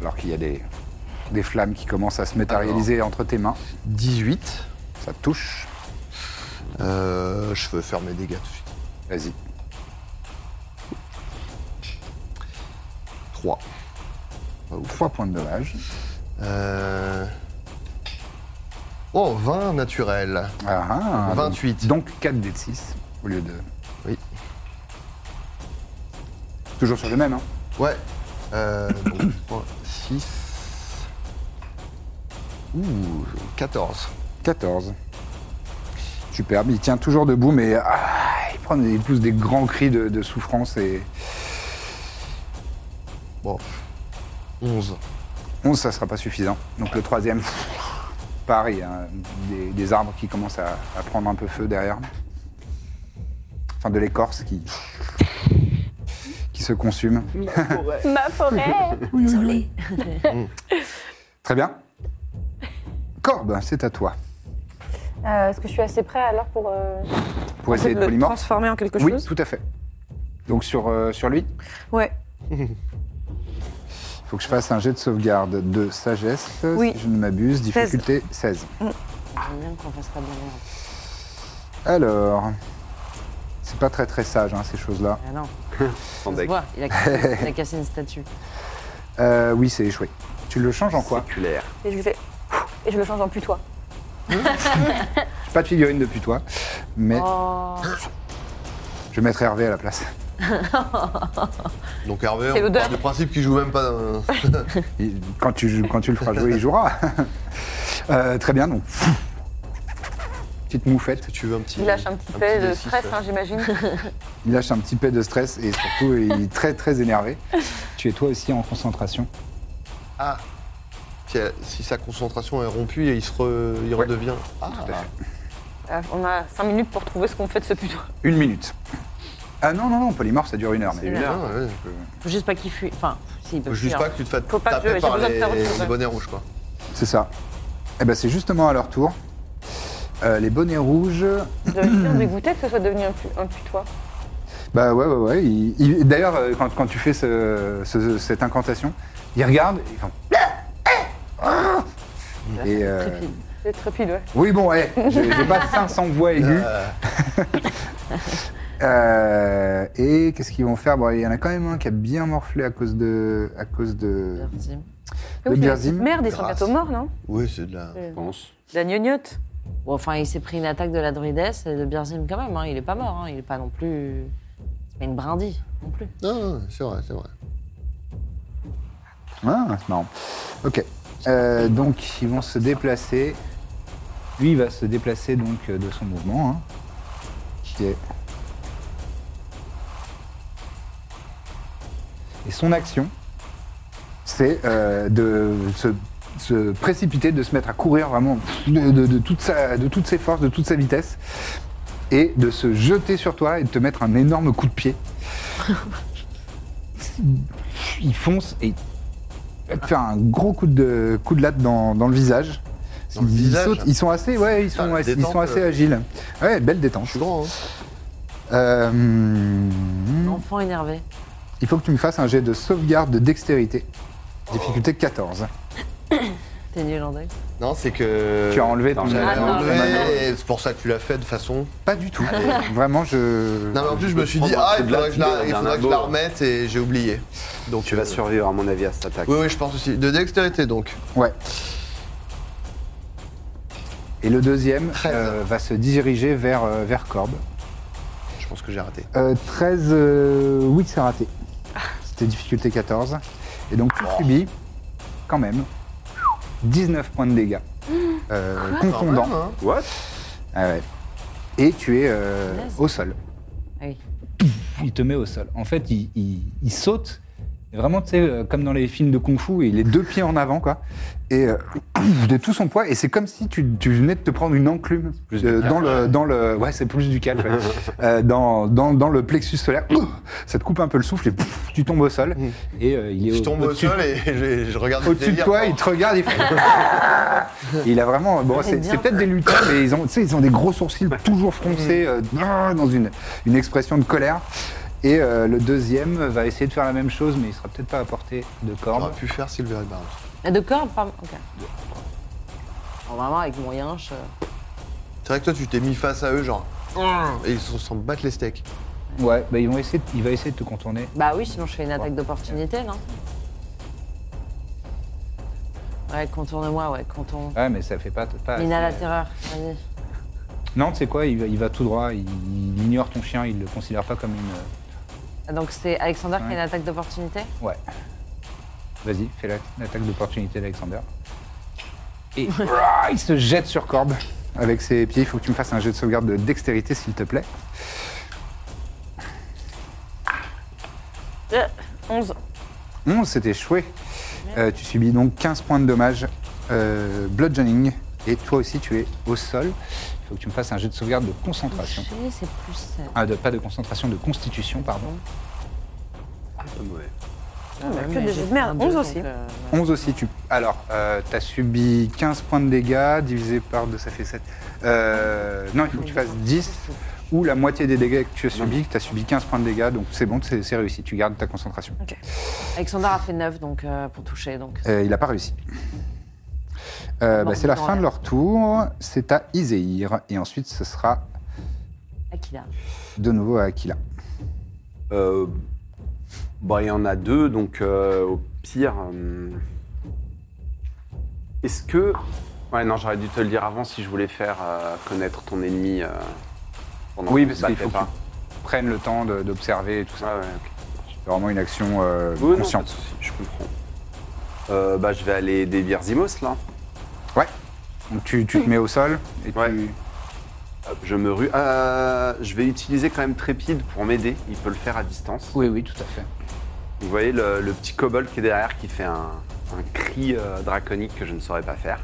B: Alors qu'il y a des, des flammes qui commencent à se matérialiser entre tes mains.
F: 18.
B: Ça te touche.
F: Euh, je veux faire mes dégâts tout de suite.
B: Vas-y.
F: 3. Pas ouf.
B: 3 points de dommage.
F: Euh... Oh, 20 naturel.
B: Ah, ah, donc-
F: 28.
B: Donc 4 dés de 6 au lieu de.
F: Oui.
B: Toujours sur le même, hein
F: Ouais. Euh, [COUGHS] donc, 3, 6. Ouh, 14.
B: 14. Superbe, il tient toujours debout, mais ah, il, prend, il pousse des grands cris de, de souffrance et
F: Bon. 11.
B: 11, ça sera pas suffisant. Donc le troisième, pff, pareil, il y a des, des arbres qui commencent à, à prendre un peu feu derrière. Enfin, de l'écorce qui, qui se consume.
G: Ma
B: [LAUGHS]
G: forêt
H: Désolé.
B: Très bien. Corbe, c'est à toi.
G: Euh, Est-ce que je suis assez prêt alors pour, euh,
B: Pour essayer de
G: le
B: polymorphe.
G: transformer en quelque
B: Oui,
G: chose
B: tout à fait. Donc sur, euh, sur lui,
G: Ouais.
B: il [LAUGHS] faut que je fasse un jet de sauvegarde de sagesse,
G: Oui.
B: si je ne m'abuse, difficulté 16.
D: J'aime bien qu'on fasse pas de merde.
B: Alors, c'est pas très très sage hein, ces choses-là.
D: Ah non,
C: Sans
D: ça se
C: deck.
D: voit, il a, cassé, il a cassé une statue.
B: Euh, oui, c'est échoué. Tu le changes en quoi
C: Séculaire.
G: Et je lui fais. Et je le change en putois.
B: J'ai Pas de figurine depuis toi, mais
D: Oh,
B: je mettrai Hervé à la place.
F: Donc Hervé,
G: C'est
F: on
G: l'odeur.
F: part du principe qu'il joue même pas. dans-
B: Il- quand, tu, quand tu le feras jouer, il jouera. [LAUGHS] Euh, très bien, donc. Petite moufette.
F: [LAUGHS] tu veux un petit.
G: [LAUGHS]
F: euh.
G: Il lâche un petit peu de
F: D6,
G: stress,
F: ouais.
G: hein, j'imagine.
B: Il lâche un petit peu de stress et surtout, il est très très énervé. Tu es toi aussi en concentration.
F: Ah si, elle- si sa concentration est rompue, il, se re- il
B: Ouais.
F: redevient. Ah,
B: Tout à fait.
G: Euh, on a 5 minutes pour trouver ce qu'on fait de ce putois.
B: Une minute. Ah non, non, non, polymorphe, ça dure une heure.
C: C'est
B: mais-
C: une heure.
F: Ah, ouais.
D: faut juste pas qu'il fuit. Enfin, s'il peut
F: Faut juste
D: fuir.
F: pas que tu te fasses
G: Faut pas que
F: taper
G: je- j'ai
F: par
G: besoin de
F: les,
G: faire autre chose, hein.
F: les
G: ouais.
F: bonnets rouges, quoi.
B: C'est ça. Et ben, c'est justement à leur tour. Euh, les bonnets rouges.
G: Je suis bien dégoûtée que ce soit devenu un, pu- un putois.
B: Bah ouais, ouais, ouais. il- il- D'ailleurs, euh, quand, quand tu fais ce- ce- cette incantation, ils regardent et ils font. Et euh,
D: Trépide.
G: C'est trépide, ouais.
B: oui, bon, ouais, j'ai j'ai pas 500 voix
F: [LAUGHS]
B: aiguës.
F: Euh,
B: Euh, et qu'est-ce qu'ils vont faire Bon, il y en a quand même un qui a bien morflé à cause de, à cause de,
D: Merci.
B: de Birzim.
G: Merde, ils sont
F: Grâce.
G: bientôt morts, non
F: oui, c'est de la.
C: Je pense.
G: De la gnognotte.
D: Bon, enfin, il s'est pris une attaque de la druidesse et de Birzim quand même. Hein. Il est pas mort. Hein. Il est pas non plus. C'est pas une brindille non plus.
F: Non, non, c'est vrai, c'est vrai.
B: Ah, c'est marrant. Ok. Euh, donc, ils vont se déplacer. Lui, il va se déplacer donc euh, de son mouvement, hein, qui est. Et son action, c'est euh, de se, se précipiter, de se mettre à courir vraiment de, de- de toute sa- de toutes ses forces, de toute sa vitesse, et de se jeter sur toi et de te mettre un énorme coup de
F: [LAUGHS]
B: pied. il fonce et il te fait un gros coup de, coup de latte dans, dans le visage.
F: Dans le
B: ils,
F: visage
B: sautent- ils sont assez, ouais, ils sont,
F: Putain, la
B: assez- ils
F: détente,
B: sont assez
F: euh.
B: agiles. Ouais, belle détente.
F: Je suis grand, hein.
B: Euh,
D: Enfant énervé.
B: il faut que tu me fasses un jet de sauvegarde de dextérité. Difficulté 14.
D: T'es nul en deck.
F: Non, c'est que.
B: tu as enlevé ton
C: non,
F: J'avais
C: Ah, non,
F: enlevé,
B: Maintenant,
F: et c'est pour ça que tu l'as fait de façon.
B: Pas du tout. Vraiment, je.
F: Non, mais en plus, je me suis
C: prendre
F: dit,
C: un
F: ah,
C: coup
F: il
C: de
F: faudrait
C: latte,
F: que je la,
C: il
F: il
C: y en a
F: faudrait que je
C: beau.
F: la remette et j'ai oublié. Donc,
C: Tu vas
F: euh,
C: survivre, à mon avis, à cette attaque.
F: Oui, oui, je pense aussi. De dextérité, donc.
B: Ouais. Et le deuxième
F: 13.
B: euh, va se diriger vers, euh, vers Corbe.
F: Je pense que j'ai raté.
B: Euh, 13, euh, oui, c'est raté. C'était difficulté 14. Et donc tu subis, quand même, 19 points de dégâts. Euh,
F: Quand
B: contondants.
F: même, hein.
C: What
B: Ah ouais. Et tu es euh,
D: Punaise.
B: au sol.
D: Ah oui.
B: Il te met au sol. En fait, il, il- il saute C'est Vraiment, tu sais, euh, comme dans les films de kung-fu, il est deux pieds en avant, quoi. Et euh, de tout son poids, et c'est comme si tu, tu venais de te prendre une enclume
C: Plus
B: euh,
C: du
B: dans le, dans le, ouais, c'est plus du calme,
C: [LAUGHS]
B: dans, dans, dans le plexus solaire. Ça te coupe un peu le souffle et pouf, tu tombes au sol.
C: Mm.
B: Et euh, il est
F: Je
B: au-
F: tombe au
B: au-dessus-
F: sol et [LAUGHS] je, je regarde le
B: au-dessus de
F: délire.
B: toi, il te regarde, il fait. Et [LAUGHS] il a vraiment. Bon, c'est
G: bien.
B: c'est peut-être des lutteurs, mais ils ont, tu sais, ils ont des gros sourcils toujours froncés, euh, dans une, une expression de colère. Et euh, le deuxième va essayer de faire la même chose, mais il sera peut-être pas à portée de corde.
F: J'aurais pu faire Silver et Barbe.
D: Ah, De corps, pardon. Ok. Alors, vraiment, avec mon yinche. euh,
F: C'est vrai que toi, tu t'es mis face à eux, genre. Et ils sont s'en battent les steaks.
B: Ouais, bah, ils vont essayer, de- il va essayer de te contourner.
D: Bah oui, sinon je fais une attaque d'opportunité, non Ouais, contourne-moi, ouais, contourne.
B: Ouais, mais ça fait pas. pas
D: Mina la
B: assez- euh,
D: terreur, vas-y.
B: Non, tu sais quoi, il va, il va tout droit, il, il ignore ton chien, il le considère pas comme une.
D: Ah, Donc c'est Alexander qui a
B: Ouais.
D: une attaque d'opportunité
B: Ouais. Vas-y, fais la- l'attaque d'opportunité d'Alexander. Et ah, il se jette sur corde avec ses pieds. Il faut que tu me fasses un jeu de sauvegarde de dextérité, s'il te plaît.
G: Euh, 11.
B: 11, c'est échoué. Euh, tu subis donc 15 points de dommage, euh, bludgeoning, et toi aussi tu es au sol. Il faut que tu me fasses un jeu de sauvegarde de concentration.
D: Touché, C'est plus. sept.
B: Ah, de, pas de concentration, de constitution, pardon.
C: Pas mauvais.
B: Ah,
G: mais
D: Ouais,
G: que
D: mais
G: des
D: j'ai
G: jeux de
D: fait
G: merde.
D: un deux,
G: 11
D: donc,
G: aussi.
D: euh,
B: 11 aussi, tu. Alors, tu as subi 15 points de dégâts, divisé par 2, ça fait 7. non, il faut que tu fasses 10 ou la moitié des dégâts que tu as subis, que tu as subi 15 points de dégâts, donc c'est bon, c'est c'est réussi, tu gardes ta concentration.
D: Alexander a fait 9 donc, euh, pour toucher, donc.
B: Euh, il n'a pas réussi. Euh, bah, c'est la fin de leur tour, c'est à Iséir, et ensuite ce sera
D: Akila.
B: de nouveau à Aquila.
C: Euh, bah, il y en a deux, donc euh, au pire. euh, Est-ce que. Ouais, non, j'aurais dû te le dire avant si je voulais faire euh, connaître ton ennemi. euh, pendant
B: Oui,
C: qu'on
B: parce
C: se
B: qu'il
C: battait
B: faut
C: pas.
B: Prennent le temps de- d'observer et tout ça.
C: Ouais, ouais, ok.
B: C'est vraiment une action euh,
C: Oui, non, pas de
B: consciente.
C: souci, je comprends. Euh, bah, je vais aller des Birzimos, là.
B: Donc tu, tu te mets au sol et
C: Ouais.
B: tu.
C: Hop, Je me rue. Euh, je vais utiliser quand même Trépide pour m'aider. Il peut le faire à distance.
B: Oui, oui, tout à fait.
C: Vous voyez le, le petit kobold qui est derrière qui fait un, un cri euh, draconique que je ne saurais pas faire.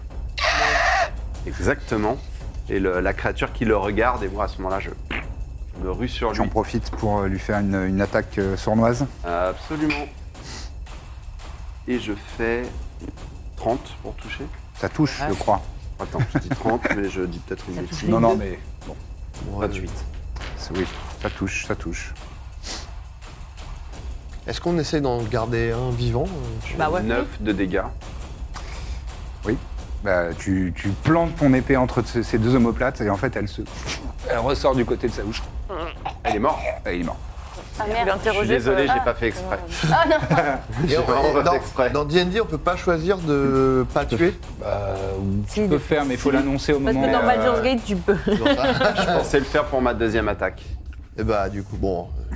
C: Exactement. Et le- la créature qui le regarde, et moi à ce moment-là, je, je me rue sur
B: J'en
C: lui.
B: profite pour euh, lui faire une, une attaque euh, sournoise.
C: Absolument. Et je fais 30 pour toucher.
B: Ça touche,
D: Ouais.
B: je crois.
C: Attends, je dis 30,
F: [LAUGHS]
C: mais je dis peut-être une bêtise.
B: Non, non, mais
F: Ouais.
C: 28.
B: c'est- oui, ça touche, ça touche.
F: Est-ce qu'on essaie d'en garder un vivant euh,
D: Bah ouais.
C: 9 de dégâts.
B: Bah, tu, tu plantes ton épée entre ce- ces deux omoplates et en fait elle se. Elle ressort du côté de sa bouche.
C: Elle est morte.
B: Et il est mort.
E: Ah
G: Je vais
E: merde.
C: Je suis
G: interroger euh,
C: désolé,
G: sur-
C: j'ai pas fait exprès.
F: Et on-
C: vraiment pas
F: dans-
C: fait exprès.
F: Dans D&D, on peut pas choisir de pas tuer.
G: Si,
B: Tu peux Bah, faire, mais il faut l'annoncer au
G: Parce
B: moment.
G: que dans
B: euh,
G: Baldur's Gate, tu peux.
C: Je pensais le faire pour ma deuxième attaque.
F: Et bah du coup, bon. euh,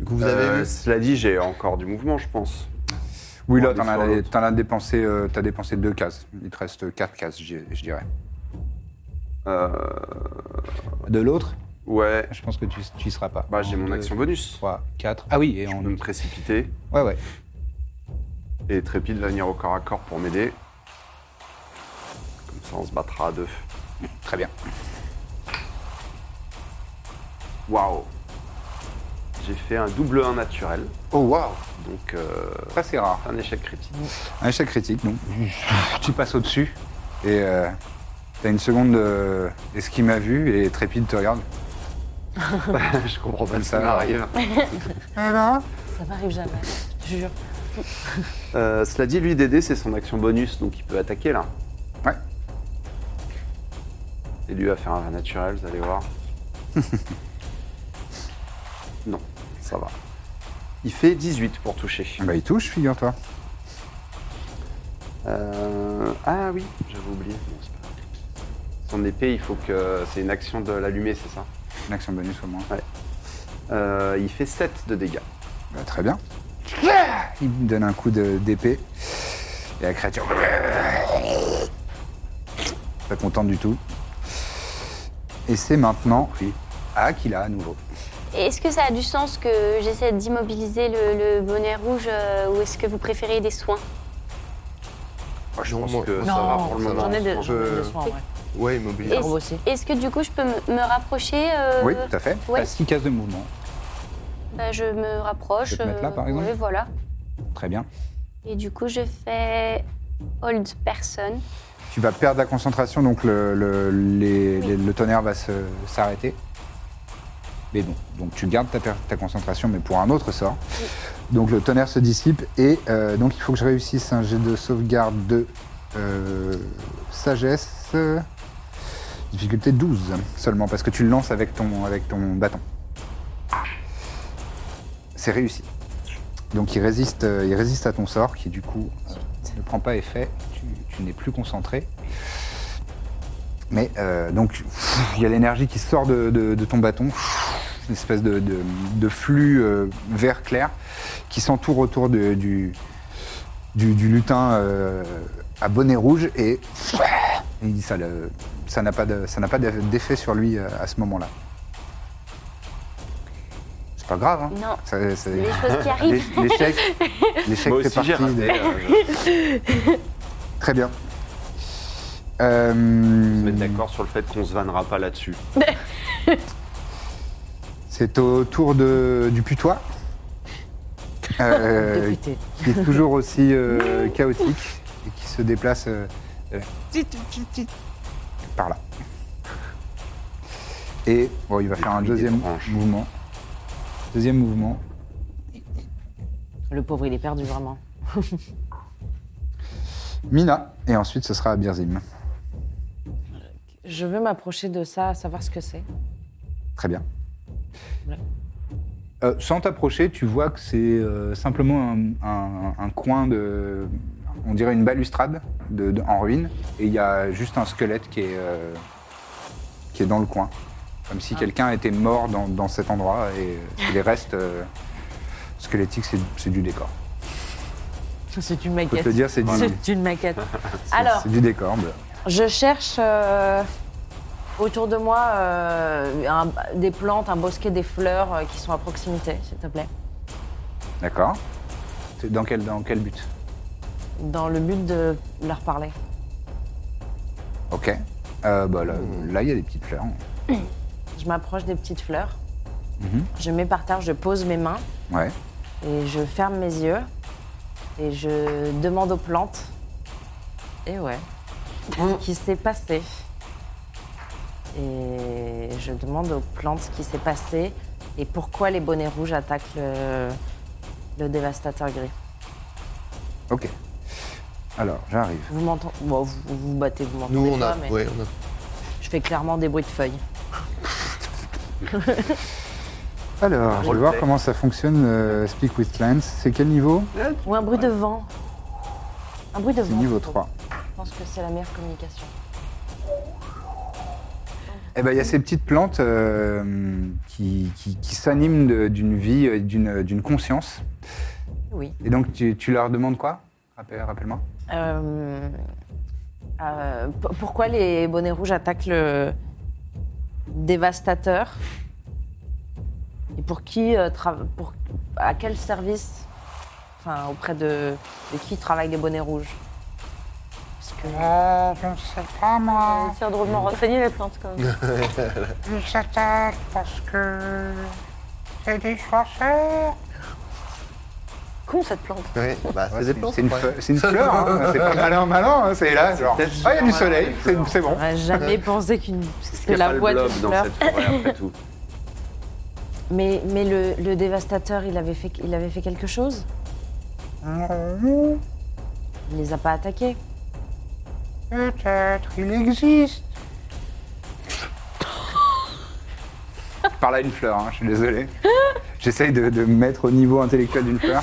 F: Du coup, vous avez
C: Euh,
F: vu
C: Cela dit, j'ai encore du mouvement, je pense.
B: Oui, là,
C: Ouais,
B: t'en
C: sur
B: as,
C: l'autre.
B: t'en as dépensé, euh, t'as dépensé deux cases. Il te reste quatre cases, je, je dirais.
C: Euh,
B: De l'autre,
C: ouais,
B: je pense que tu, tu y seras pas.
C: bah, j'ai
B: En
C: mon
B: deux,
C: action bonus.
B: Trois, quatre. Ah oui, et
C: Je
B: on.
C: peux me précipiter.
B: Ouais, ouais.
C: Et Trépide va venir au corps à corps pour m'aider. Comme ça, on se battra à deux.
B: Très bien.
C: Waouh J'ai fait un double 1 naturel.
B: Oh, waouh
C: Donc, euh,
B: Ça, c'est rare.
C: un échec critique.
B: Un échec critique, donc tu passes au-dessus et euh, t'as une seconde euh, esquime à vue et Trépide te regarde.
C: je comprends pas ce qui
B: Ça
C: m'arrive.
D: [LAUGHS] Ça m'arrive jamais, je te jure.
C: Euh, cela dit, lui, Dédé, c'est son action bonus, donc il peut attaquer là.
B: Ouais.
C: Et lui va faire un vin naturel, vous allez [LAUGHS] voir. non, ça va. Il fait 18 pour toucher.
B: Ah Bah, il touche, figure-toi.
C: Euh, Ah oui, j'avais oublié. Bon, c'est pas grave. Son épée, il faut que. C'est une action de l'allumer, c'est ça
B: Une action bonus au moins.
C: Euh, Il fait 7 de dégâts.
B: Bah, très bien. Il me donne un coup de- d'épée et la créature. Pas contente du tout. Et c'est maintenant à Aquila à nouveau.
E: Et Est-ce que ça a du sens que j'essaie d'immobiliser le, le bonnet rouge euh, ou est-ce que vous préférez des soins
C: Moi, je
F: Non,
C: pense
F: moi-
C: que ça va
D: Non,
C: pour le
F: ça
C: moment.
F: va.
D: j'en ai des,
C: Je pense
D: j'en ai
F: que-
D: des soins, ouais.
F: euh, Ouais, immobilier.
E: Et-
D: Barbe aussi.
E: Est-ce que du coup je peux me- me rapprocher euh,
B: Oui, tout à fait.
E: ouais.
B: T'as six cases de mouvement.
E: bah, Je me rapproche.
B: Tu
E: euh,
B: peux te mettre là, par exemple
E: oui, voilà.
B: Très bien.
E: Et du coup je fais hold person.
B: Tu vas perdre la concentration, donc le, le- les-
E: Oui.
B: les- le tonnerre va se- s'arrêter. Mais bon, donc tu gardes ta, per- ta concentration, mais pour un autre sort. Donc le tonnerre se dissipe et euh, donc il faut que je réussisse un jet de sauvegarde de euh, sagesse. euh, Difficulté 12 seulement, parce que tu le lances avec ton, avec ton bâton. C'est réussi. Donc il résiste, euh, il résiste à ton sort qui du coup euh, ne prend pas effet, tu, tu n'es plus concentré. Mais euh, donc [LAUGHS] pff, il y a l'énergie qui sort de, de- de ton bâton, pff, une espèce de, de- de flux euh, vert clair qui s'entoure autour de- du, du- du lutin euh, à bonnet rouge et [LAUGHS] pff, il- ça le- ça n'a pas de- ça n'a pas d'eff- d'effet sur lui euh, à ce moment-là. C'est pas grave, hein
E: Non,
B: Ça- ça-
E: c'est
C: [LAUGHS]
E: des choses qui arrivent.
B: L'é- L'échec, l'échec
C: Moi
B: fait
C: aussi, j'ai
B: partie.
C: raté.
B: des-
C: euh,
B: Très bien. Euh,
C: Je vais être d'accord sur le fait qu'on se vannera pas là-dessus.
B: C'est au tour de, du putois,
D: [LAUGHS]
B: euh,
D: Député.
B: qui est toujours aussi euh, chaotique et qui se déplace euh, euh, par là. Et bon, il va faire un
C: pluies
B: deuxième
C: d'étranges.
B: mouvement. Deuxième mouvement.
D: Le pauvre, il est perdu vraiment.
B: Mina, et ensuite ce sera à Birzim.
D: Je veux m'approcher de ça, savoir ce que c'est.
B: Très bien.
D: Ouais.
B: Euh, sans t'approcher, tu vois que c'est euh, simplement un, un- un coin de. On dirait une balustrade de- de- en ruine. Et il y a juste un squelette qui est, euh, qui est dans le coin. Comme
D: Ah.
B: si quelqu'un était mort dans, dans cet endroit. Et euh, les restes euh, squelettiques, c'est- c'est du décor.
D: [LAUGHS] C'est une
B: Je peux
D: maquette.
B: te le dire, c'est du, c'est-
D: C'est une maquette. Alors,
B: [LAUGHS] c'est du décor. ben, mais-
D: je cherche euh, autour de moi euh, un- des plantes, un bosquet, des fleurs euh, qui sont à proximité, s'il te plaît.
B: D'accord. C'est Dans quel, dans quel but
D: Dans le but de leur parler.
B: Ok. Euh, bah, là,
D: Hmm.
B: là, il y a des petites fleurs.
D: Je m'approche des petites fleurs.
B: Mhm.
D: Je mets par terre, je pose mes mains
B: Ouais.
D: et je ferme mes yeux et je demande aux plantes. Et ouais,
F: Mm.
D: ce qui s'est passé. Et je demande aux plantes ce qui s'est passé et pourquoi les bonnets rouges attaquent le, le dévastateur gris.
B: Ok. Alors, j'arrive.
D: Vous m'entendez bon, vous, vous vous battez, vous m'entendez
F: Nous, on
D: pas,
F: a.
D: mais
F: Ouais, on a.
D: je fais clairement des bruits de feuilles.
B: Alors, je vais
C: Roleplay.
B: voir comment ça fonctionne euh, Speak with Clients. C'est quel niveau
D: Ou un bruit de vent. Un bruit de
B: C'est
D: vent.
B: niveau
D: plutôt.
B: 3.
D: Je pense que c'est la meilleure communication.
B: Eh ben, il y a ces petites plantes euh, qui, qui- qui s'animent de- d'une vie, euh, d'une d'une conscience.
D: Oui.
B: Et donc, tu, tu leur demandes quoi Rappelle- Rappelle-moi.
D: Euh, euh, p- pourquoi les bonnets rouges attaquent le dévastateur Et pour qui euh, tra- pour, À quel service Enfin, auprès de, de qui travaillent les bonnets rouges Parce que
H: Euh, je ne sais pas moi,
G: C'est drôlement renseigné les plantes quand même.
H: ils s'attaquent parce que c'est des chasseurs.
G: Con cette plante.
F: Ouais, bah, c'est
B: Ouais,
F: des plantes.
B: C'est une,
F: ouais.
B: feu- c'est une fleur, hein. c'est pas malin, malin, hein. c'est là, genre. Ah,
C: peut-être
B: il y a du soleil, c'est c'est bon.
D: j'aurais jamais pensé qu'une
C: Est-ce
D: que
C: qu'il y a
D: la
C: pas le
D: voix d'une
C: blob dans
D: fleur.
C: cette forêt après tout
D: Mais, mais le, le dévastateur, il avait fait, il avait fait quelque chose
H: Non,
D: Il les a pas attaqués
H: peut-être il existe.
B: Par là, une fleur, hein, je suis désolé. [LAUGHS] J'essaye de, de me mettre au niveau intellectuel d'une fleur.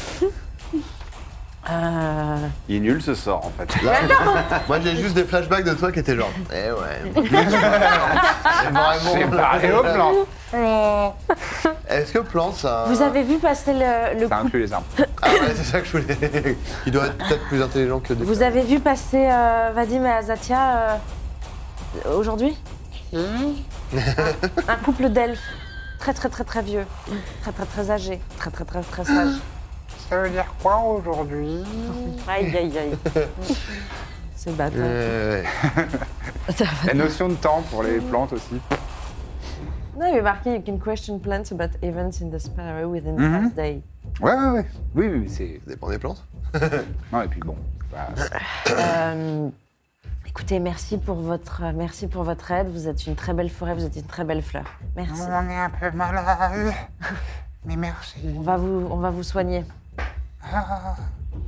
D: Euh,
C: Il est nul ce sort en
B: [LAUGHS]
C: fait.
F: Là, moi, j'ai juste des flashbacks de toi qui étais genre. Eh
B: [LAUGHS]
F: ouais.
B: J'ai parlé aux
F: Vraiment.
B: plantes.
H: Oh,
F: Est-ce que plante, ça.
D: Vous avez vu passer le, le
B: Ça
D: coup
B: inclut les arbres.
F: Ah ouais, c'est ça que je voulais. Il doit être peut-être plus intelligent que des.
D: Vous avez vu passer euh, Vadim et Hmm? [LAUGHS] Azatia euh, aujourd'hui Un couple d'elfes. Très, très, très, très vieux. Très, très, très âgé. Très, très, très, très sage.
H: Ça veut dire quoi aujourd'hui
D: [GASPS] Aïe, aïe, aïe. [LAUGHS] C'est hein? bâtard.
F: Euh,
B: La notion de temps pour les plantes aussi.
D: Non, mais marqué, you can question plants about events in the sparrow within the
B: Mhm.
D: past day.
B: Ouais, ouais, ouais. Oui, oui, oui, c'est.
F: ça dépend des plantes.
B: Non, et puis bon. bah,
D: Euh, écoutez, merci pour, votre, merci pour votre aide. Vous êtes une très belle forêt, vous êtes une très belle fleur. Merci.
H: On est un peu malade. Mais merci.
D: On va vous, on va vous soigner.
G: Ah.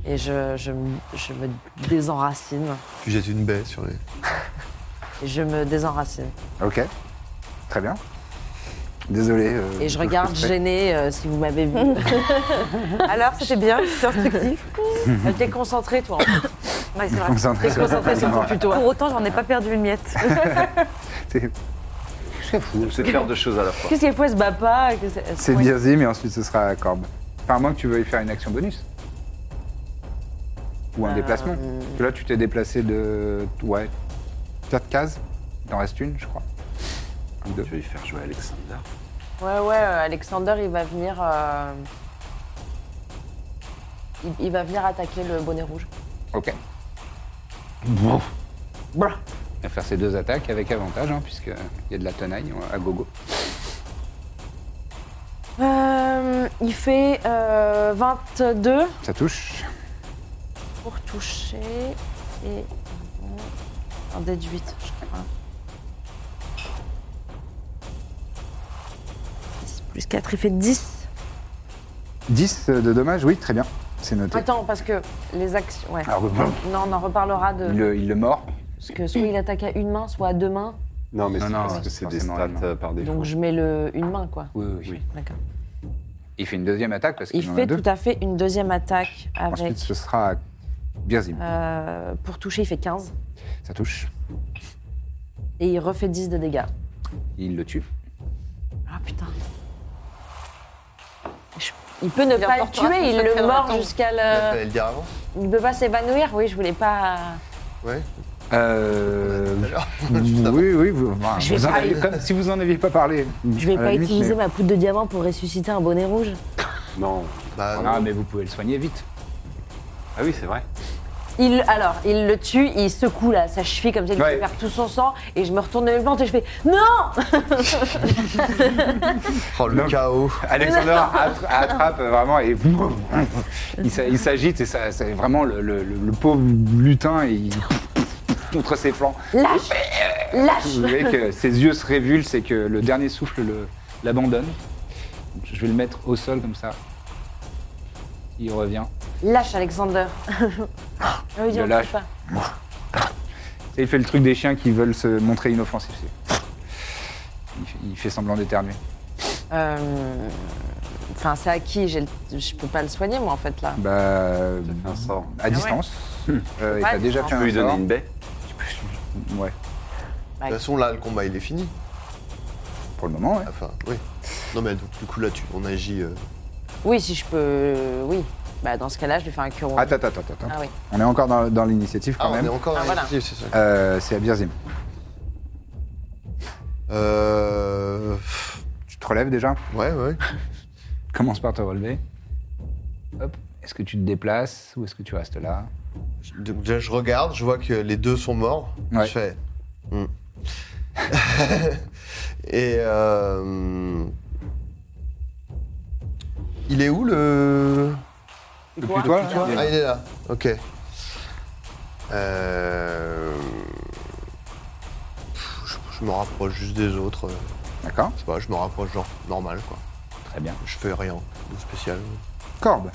D: Et je, je, me- je me désenracine.
F: Tu jettes une baie
D: Euh.
F: sur les.
D: Et je me désenracine.
B: ok. Très bien. Désolé. euh,
D: Et je
B: tout ce que
D: regarde
B: fais.
D: gênée euh, si vous m'avez vu.
G: [LAUGHS]
D: Alors, c'était bien, c'était instructif. Euh, T'es concentrée, toi. en fait.
G: Ouais, c'est vrai.
B: Concentré
D: T'es
B: sur-
D: concentrée sur ton
B: Ouais.
D: tuto.
G: Pour autant, j'en ai pas perdu une miette.
B: C'est- C'est fou.
C: C'est faire deux choses à la fois.
D: Qu'est-ce qu'elle fait Elle se bat pas que
B: C'est
D: Ouais.
B: Birzim mais ensuite ce sera Corbe. Enfin, à moins que tu veuilles faire une action bonus. Ou un
D: Euh,
B: déplacement. Parce que là, tu t'es déplacé de. Ouais. 4 cases. Il en reste une, je crois. Ou deux.
C: Je vais lui faire jouer Alexander.
D: Ouais, ouais, euh, Alexander, il va venir. euh, Il, il va venir attaquer le bonnet rouge.
B: Ok. Bah.
D: Brr.
B: On va faire ces deux attaques avec avantage, hein, puisqu'il y a de la tenaille on- à gogo.
D: Euh, il fait euh, 22
B: Ça touche.
D: pour toucher et euh, un déduite, je crois. 10 plus 4, il fait 10.
B: 10 de dommages, oui, très bien. C'est noté.
D: Attends, parce que les actions. Ouais.
B: Alors, bon,
D: Non, on en reparlera de.
B: il, Ah. le, il le mord.
D: Parce que soit il attaque à une main, soit à deux mains.
C: Non, mais
B: Non,
C: c'est
B: non,
C: parce
B: ouais,
C: que c'est des
B: forcément,
C: stats
B: non.
C: euh, par défaut.
D: Donc je mets le une main, quoi.
B: Oui, oui, oui.
D: D'accord.
B: Il fait une deuxième attaque parce
D: Il
B: qu'il en a
D: fait
B: deux.
D: tout à fait une deuxième attaque avec.
B: Ensuite, ce sera Birzim.
D: euh, pour toucher, il fait 15.
B: Ça touche.
D: Et il refait 10 de dégâts.
B: Il le tue.
D: Ah putain. Je- Il peut ne pas le
G: encore tué,
D: tuer, il
G: ça fait
D: le mord
G: longtemps.
D: jusqu'à
F: Elle
D: le.
F: le dire avant
D: Il ne peut pas s'évanouir, oui, je voulais pas.
F: Ouais.
B: Euh,
F: tout à
B: [LAUGHS]
F: l'heure.
B: oui, oui, vous, enfin,
D: Je vais
B: vous en
D: pas-
B: aviez- comme si vous en aviez pas parlé.
D: Je vais
B: à la
D: pas
B: limite,
D: utiliser
B: mais-
D: ma poudre de diamant pour ressusciter un bonnet rouge.
C: Non.
F: Bah,
B: Ah, mais vous pouvez le soigner vite.
C: Ah oui, c'est vrai.
D: Il, alors, il le tue, il secoue là, sa cheville comme ça, il
B: Ouais.
D: perd tout son sang, et je me retourne de mes plantes et je fais Non
F: Oh, le
B: Non.
F: chaos.
B: Alexander attra- attrape vraiment et il s'a- il s'agite et ça, c'est vraiment le, le- le- le pauvre lutin il [LAUGHS] contre ses flancs.
D: Lâche Lâche
B: Vous voyez que ses yeux se révulsent et que le dernier souffle le- l'abandonne. Donc, Je vais le mettre au sol comme ça. Il revient. [LAUGHS]
D: Lâche, Alexander Ah oui,
B: Il le
D: on
B: lâche.
D: touche pas.
B: Et il fait le truc des chiens qui veulent se montrer inoffensifs. c'est- Il fait- il fait semblant d'éternuer.
D: Euh, Enfin, c'est à qui J'ai le- Je peux pas le soigner, moi, en fait, là.
B: Bah, euh,
C: J'ai fait un Ah sort.
B: à distance. Euh, et
D: Ouais,
B: t'as déjà fait
C: Tu
D: distance.
C: peux
B: un
C: lui donner
B: sort.
C: une baie
B: Ouais,
F: De toute façon, là, le combat, il est fini.
B: pour le moment, ouais.
F: Enfin, oui. Non, mais donc, du coup, là, tu, on agit. euh,
D: Oui, si je peux. Oui. Bah, dans ce cas-là, je vais faire un cure wound.
B: Attends, attends, attends, attends.
D: Ah oui.
B: On est encore dans, dans l'initiative
F: Ah,
B: quand
F: on est
B: même.
F: encore
D: Ah,
F: à
D: voilà.
F: l'initiative, c'est ça.
B: Euh, c'est à Birzim.
F: Euh. pff,
B: Tu te relèves déjà
F: Ouais, ouais.
B: Commence par te relever. Hop. Est-ce que tu te déplaces ou est-ce que tu restes là
F: Je- donc, déjà, je regarde, je vois que les deux sont morts.
B: Ouais.
F: Je fais. hmm. [LAUGHS] Et. Euh... Il est où le.
B: Depuis toi, là
F: Ah, il est là. Ok. Euh... pff, Je, je me rapproche juste des autres. euh,
B: D'accord,
F: Je sais pas, je me rapproche genre normal quoi.
B: très bien.
F: Je fais rien de spécial.
B: Corbe.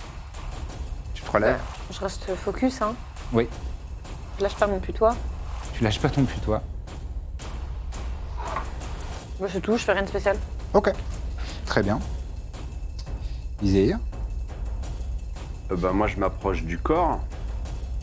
B: Tu te relèves.
G: Euh, Je reste focus, hein.
B: Oui.
G: Je lâche pas mon putois.
B: Tu lâches pas ton putois.
G: Moi, je touche, je fais rien de spécial.
B: Ok. Très bien. Iséir.
C: Euh, bah, Moi, je m'approche du corps.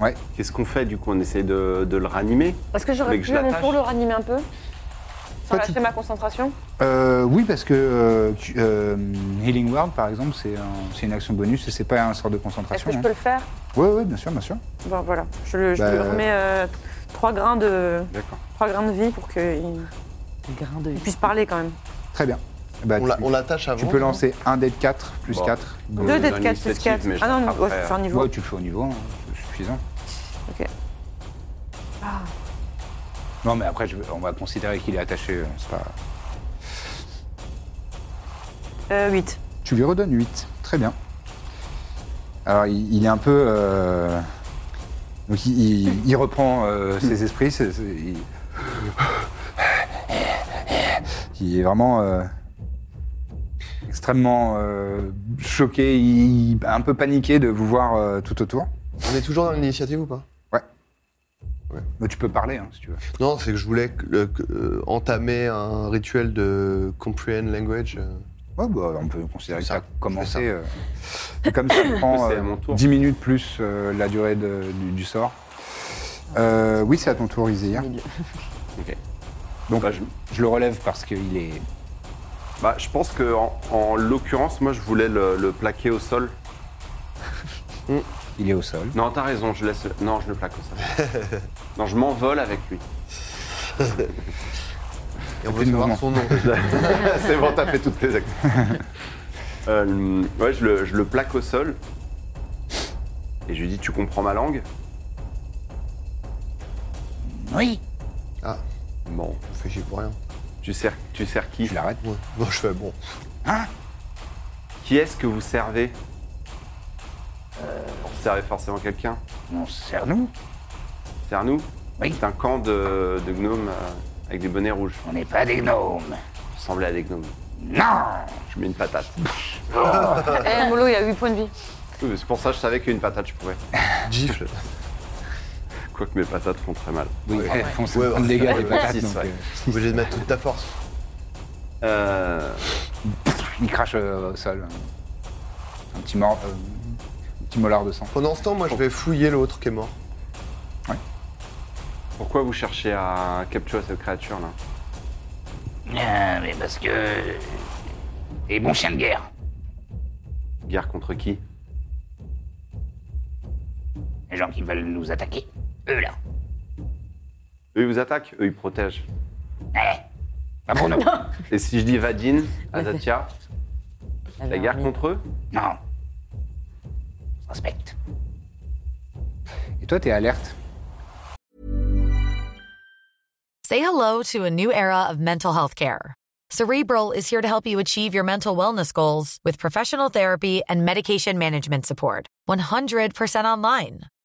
B: Ouais.
C: Qu'est-ce qu'on fait du coup On essaie de, de le ranimer
G: Est-ce que j'aurais
C: Mec, je
G: pu, à mon
C: l'attache.
G: tour, le ranimer un peu Sans
B: Toi, tu-
G: lâcher ma concentration
B: Euh, oui, parce que euh, tu- euh, Healing World, par exemple, c'est un- c'est une action bonus et c'est pas un sort de
G: Est-ce
B: concentration.
G: que je peux le faire
B: Oui, oui, bien sûr, bien sûr.
G: Bon, voilà. Je, le- je
B: hein. Bah,
G: lui remets euh, trois, grains de,
C: D'accord.
G: trois grains de vie pour qu'il
D: Grain de
G: puisse parler quand même.
B: Très bien. Bah,
F: On
B: tu-
F: la- on l'attache avant.
B: Tu peux lancer un dé de 4 plus
C: Bon.
B: 4.
C: Bon.
G: Deux
C: Dans
G: dés de 4 plus
C: l'initiative,
G: 4.
C: mais je
G: Ah non,
C: frappe
G: ouais,
C: après.
G: c'est sur un niveau.
B: Ouais, tu le fais au niveau, hein, c'est suffisant.
G: Ah.
B: Non, mais après, je- on va considérer qu'il est attaché. euh, c'est pas-
G: Euh, 8.
B: Tu lui redonnes 8. Très bien. Alors, il, il est un peu. euh, Donc, il, il- il reprend euh, ses esprits. c'est- c'est- il... il est vraiment euh, extrêmement euh, choqué, il- un peu paniqué de vous voir euh, tout autour.
F: On est toujours dans l'initiative ou pas
B: Mais tu peux parler hein, si tu veux.
F: Non, c'est que je voulais que- le- que- euh, entamer un rituel de comprehend language. euh,
B: Ouais, bah, on peut considérer que
F: Ça,
B: ça a
F: je
B: commencé.
F: fais
B: euh, comme [LAUGHS] ça prend
C: C'est à
B: euh,
C: mon tour.
B: 10 minutes plus euh, la durée de- du, du sort. Euh, oui, c'est à ton tour, Izir.
C: Donc, bah, je,
B: Je le relève parce qu'il est.
C: bah, je pense que en, en l'occurrence, moi, je voulais le, le plaquer au sol.
B: Il est au sol.
C: Non, t'as raison, je laisse. Non, je le plaque au [LAUGHS] sol. non, je m'envole avec lui.
F: Et
B: Plus
F: on veut
B: de
F: savoir
B: mouvement.
F: son nom. [LAUGHS]
C: [LAUGHS] C'est bon, t'as fait toutes tes actions. Euh, ouais, je le, je le plaque au sol. Et je lui dis, tu comprends ma langue
H: Oui.
F: Ah,
C: Bon.
F: on fait chier pour rien.
C: Tu sers, tu sers qui
B: Je l'arrête.
F: Ouais. Non, je fais bon.
C: Qui est-ce que vous servez Euh, Vous servez forcément quelqu'un
B: On se sert nous.
C: Vers nous
H: Oui.
C: C'est un camp de, de gnomes euh, avec des bonnets rouges.
H: On n'est pas des gnomes.
C: Semblé à des gnomes.
H: Non.
C: Je mets une patate.
G: Eh, Molo, il a 8 points de vie.
C: Oui, mais C'est pour ça que je savais qu'une patate, je pouvais.
F: Gifle.
C: Quoique mes patates font très mal.
B: Oui, [LAUGHS] elles font
F: Ouais,
B: 50
F: ouais.
B: dégâts
C: Ouais,
B: des patates.
C: six,
B: donc,
C: ouais.
B: euh,
F: T'es obligé de mettre toute ta force.
C: Euh,
B: il crache euh, au sol. Un petit mort. euh, un petit molar de sang.
F: Pendant ce temps, moi, je vais fouiller l'autre qui est mort.
C: pourquoi vous cherchez à capturer cette créature là
H: Ah, mais parce que. T'es bon chien de guerre.
C: Guerre contre qui
H: Les gens qui veulent nous attaquer. Eux là.
C: Eux ils vous attaquent, eux ils protègent.
H: Eh.
B: Ah
C: [LAUGHS]
H: Pas pour nous.
C: Et si je dis Vadine, Azatia, la guerre contre eux
H: Non. On se respecte.
B: Et toi, t'es alerte.
A: Say hello to a new era of mental health care. Cerebral is here to help you achieve your mental wellness goals with professional therapy and medication management support. 100% online.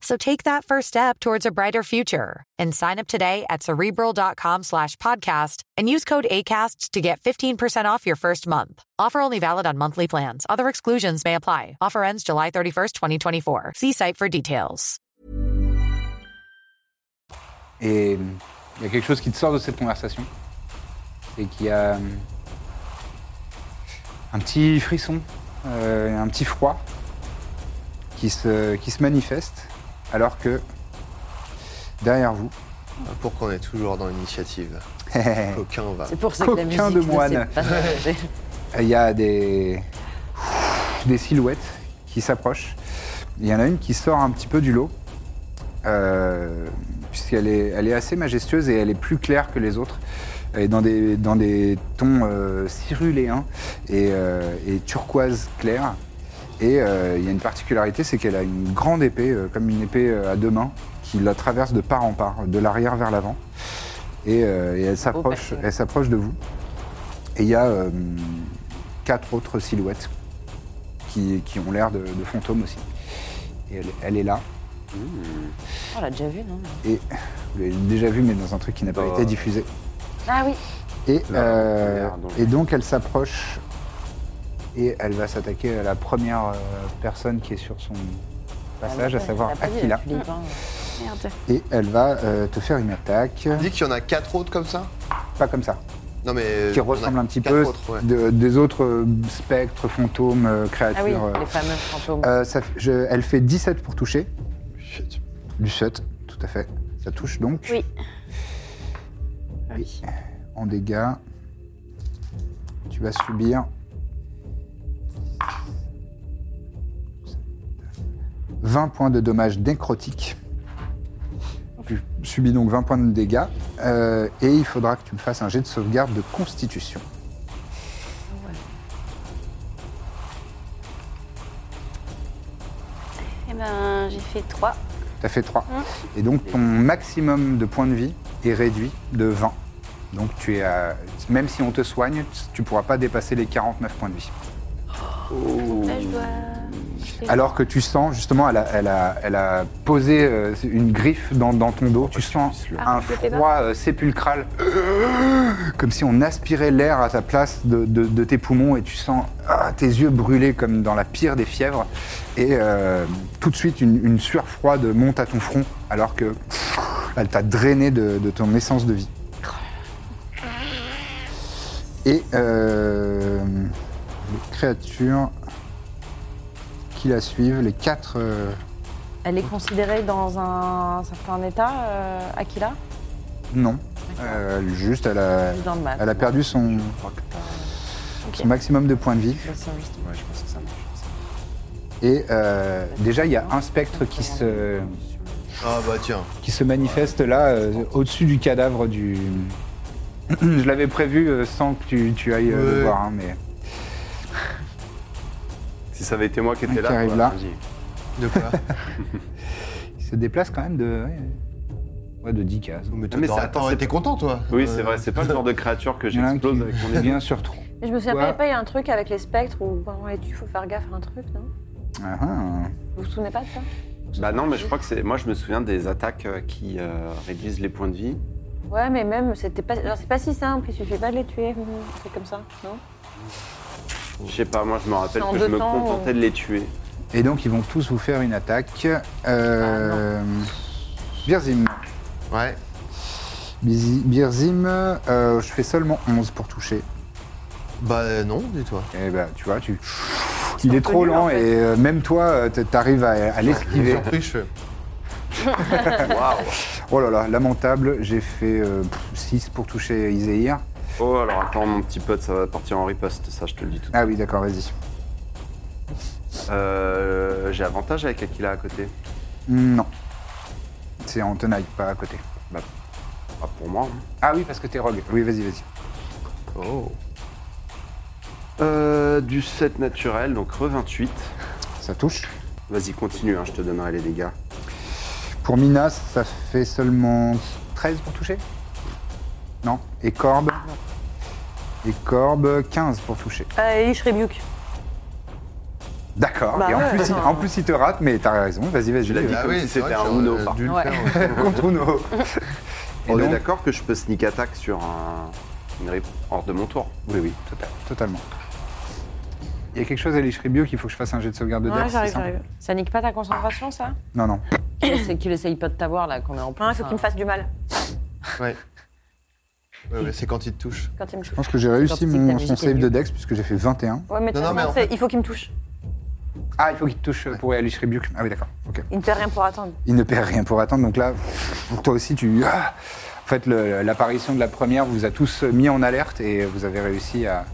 A: So take that first step towards a brighter future and sign up today at cerebral.com slash podcast and use code ACAST to get 15% off your first month. Offer only valid on monthly plans. Other exclusions may apply. Offer ends July 31st, 2024. See site for details.
B: Et euh, il y a quelque chose qui te sort de cette conversation. Et qui a euh, un petit frisson, euh, un petit froid qui se, qui se manifeste alors que derrière vous, [LAUGHS]
F: Pour qu'on est toujours dans l'initiative. Aucun va.
D: C'est pour ça que la musique
B: Coquin de
D: ne
B: moine.
D: s'est [LAUGHS] pas changée.
B: il y a des, des silhouettes qui s'approchent. Il y en a une qui sort un petit peu du lot, euh, puisqu'elle est, elle est assez majestueuse et elle est plus claire que les autres, et dans des, dans des tons euh, ciruléens et, euh, et turquoise clair. Et euh, il y a une particularité, c'est qu'elle a une grande épée, euh, comme une épée euh, à deux mains, qui la traverse de part en part, de l'arrière vers l'avant. Et, euh, et elle s'approche,
D: personnage.
B: elle s'approche de vous. Et il y a euh, quatre autres silhouettes qui, qui ont l'air de, de fantômes aussi. Et elle, elle est là.
D: On l'a déjà vu, non
B: Vous l'avez déjà vue, mais dans un truc qui n'a pas
C: Dans-
B: été diffusé.
D: Ah oui.
B: Et,
C: Là,
B: euh,
C: la première, donc.
B: et donc elle s'approche et elle va s'attaquer à la première euh, personne qui est sur son
D: Ah
B: passage, à savoir Aquila.
E: Ah, Merde.
B: Et elle va euh, te faire une attaque,
F: Tu dis qu'il y en a quatre autres comme ça
B: pas comme ça.
F: Non, mais. euh,
B: qui
F: on a
B: ressemble un petit
F: quatre
B: peu
F: autres, ouais.
B: de- des autres euh, spectres, fantômes, euh,
D: Ah oui,
B: créatures. euh.
D: les fameux fantômes.
B: Euh, ça f- je- elle fait 17 pour toucher.
F: Shit.
B: Du shut, tout à fait. Ça touche donc.
E: Oui.
B: Oui. En dégâts, tu vas subir. 20 points de dommages nécrotiques. Tu subis donc 20 points de dégâts. euh, et il faudra que tu me fasses un jet de sauvegarde de constitution.
E: Eh ben, j'ai fait 3.
B: Tu as fait 3.
E: Mm.
B: Et donc ton maximum de points de vie est réduit de 20. Donc tu es à- même si on te soigne, tu ne pourras pas dépasser les 49 points de vie.
E: Là, je dois.
B: Alors que tu sens, justement, elle a, elle a- elle a posé euh, une griffe dans, dans ton dos. Tu sens
E: Ah,
B: un
E: je le fais pas.
B: froid euh, sépulcral. [GASPS] Comme si on aspirait l'air à ta place de, de- de tes poumons et tu sens ah, tes yeux brûlés comme dans la pire des fièvres. Et euh, tout de suite, une, une sueur froide monte à ton front alors que pff, elle t'a drainé de, de ton essence de vie. Et euh, les créatures qui la suivent, les quatre. euh,
D: Elle est considérée dans un certain état, euh, Aquila
B: non. Euh, juste, elle a,
D: Juste dans le mal.
B: elle a perdu son, son maximum de points de vie.
C: Ouais, je pense que ça marche.
B: Et euh, déjà, il y a un spectre qui se,
F: Ah, bah tiens.
B: qui se manifeste là, euh, au-dessus du cadavre du. [CLEARS THROAT] Je l'avais prévu euh, sans que tu, tu ailles euh, le
F: Ouais.
B: voir, hein, mais.
C: Si ça avait été moi qui étais
B: Qui
C: là, bah,
B: arrive
C: j'aurais
B: là.
C: rien dit.
F: De quoi
B: Il se déplace quand même de. ouais, Ouais, de 10 cases.
F: Mais
C: Mais
F: t'aurais-
C: ça, attends,
F: t'aurais
C: c'est-
F: été content, toi
C: Oui, c'est vrai, c'est pas le genre de créature que
B: Il y en a un qui
C: j'explose avec mon
B: revient
C: épée.
B: sur trop.
G: Mais je me souviens
B: Ouais.
G: pas, il y a pas eu un truc avec les spectres où quand on les tue, faut faire gaffe à un truc, non
B: Ah, ah.
G: Vous vous souvenez pas de ça
C: Bah non, mais je crois que c'est. Moi, je me souviens des attaques euh, qui euh, réduisent les points de vie.
G: Ouais, mais même, c'était pas... genre, c'est pas si simple, il suffit pas de les tuer, hum, hum, c'est comme ça, non
C: Je sais pas, moi, je me rappelle
G: C'est en
C: que je
G: deux
C: me
G: temps,
C: contentais de euh. les tuer.
B: Et donc, ils vont tous vous faire une attaque. Euh, Birzim.
F: Ouais.
B: Bizi- Birzim, euh, je fais seulement 11 pour toucher.
F: Bah euh, non, dis-toi.
B: Et ben, tu vois, tu... il est trop lent et euh, même toi, euh, t- t'arrives à, à l'esquiver.
F: Surpris, je fais.
C: Waouh
B: Oh là là, lamentable, j'ai fait 6 pour toucher Iséir.
C: Oh, alors attends, mon petit pote, ça va partir en riposte, ça, je te le dis tout de
B: Ah oui, d'accord, vas-y.
C: suite. Euh, J'ai avantage avec Aquila à côté.
B: Hmm, Non. C'est en tenaille, pas à côté.
C: Pas pour moi. hein.
B: Ah oui, parce que t'es rogue. Oui, vas-y, vas-y.
F: Oh.
C: Euh, du 7 naturel, donc re 28.
B: Ça touche.
C: Vas-y, continue, hein, je te donnerai les dégâts.
B: Pour Minas, ça fait seulement 13 pour toucher Non. Et Corbe Et Corbe, 15 pour toucher.
G: Euh, et je rebuke.
B: D'accord.
G: Bah
B: et en,
G: ouais,
B: plus, il-
G: non.
B: en plus, il te rate, mais t'as raison. Vas-y, vas-y.
C: Tu l'as dit
F: Bah
C: comme
F: oui,
C: si
F: c'est
C: c'était
F: vrai
C: un
F: que j'aurais
C: Uno,
F: dû
C: par
F: le
D: Ouais.
F: faire, ouais.
B: [LAUGHS] contre Uno. Et
C: On est
B: donc-
C: d'accord que je peux sneak attack sur un... une rip hors de mon tour.
B: Oui, oui, total- totalement. Il y a quelque chose à l'Ishribio qu'il faut que je fasse un jet de sauvegarde de
G: Ouais,
B: dex,
G: j'arrive,
B: c'est ça
G: j'arrive.
D: Ça nique pas ta concentration, ça
B: Non, non.
D: C'est qu'il essaye pas de t'avoir, là, qu'on est en plein.
G: Ouais, faut qu'il me fasse du mal
F: Ouais. Ouais, ouais, c'est quand il te touche.
G: quand il me
B: Je
G: touche.
B: pense que j'ai
D: Sorti
B: réussi
D: de
B: mon,
D: ta
B: son
D: musique,
B: save
D: elle est
B: de dex puisque j'ai fait 21.
G: Ouais, mais de
F: Non,
G: toute
F: non, mais
G: façon,
F: en
G: c'est- il faut qu'il me touche.
B: Ah, il faut qu'il te touche pour aller à l'Ishribio. Ah oui, d'accord. Ok.
G: Il ne fait rien pour attendre.
B: Il ne perd rien pour attendre, donc là, toi aussi, tu... ah en fait, le- l'apparition de la première vous a tous mis en alerte et vous avez réussi à,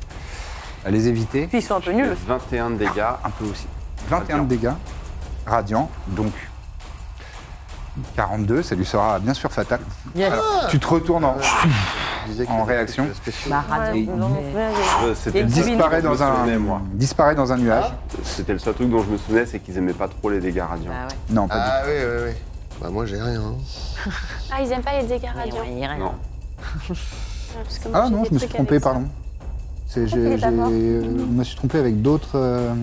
B: à les éviter.
G: Puis ils sont un peu nuls.
C: 21 de dégâts.
B: Un peu aussi. 21 de dégâts, radiant, donc 42, ça lui sera bien sûr fatal.
D: Yes.
B: Alors, tu te retournes en...
F: Je disais que
B: En
F: c'était
B: réaction.
F: quelque chose de spécial.
D: La radio.
B: Et-
G: Non,
D: Ah, mais-
G: mais- mais-
C: Euh, C'était
D: Bah, Il
C: le seul
B: disparaît
C: truc dont
B: dans
C: je me souvenais,
B: un
C: moi. Ah.
B: disparaît dans un nuage.
C: C'était le seul truc dont je me souvenais, c'est qu'ils aimaient pas trop les dégâts radiants.
D: Bah ouais.
B: Non, pas
F: Ah oui, oui, oui. Bah moi j'ai rien. hein.
E: Ah, ils aiment pas les dégâts radiants.
D: Il y a rien.
C: Non.
E: Parce que
B: du tout.
E: moi,
B: Ah
E: j'ai
B: non,
E: des
B: je me suis
E: trucs avec
B: trompé,
E: ça.
B: pardon. C'est,
G: qu'il
B: j'ai,
G: est pas
B: j'ai-
G: mort.
B: euh, je me suis trompé avec d'autres, euh,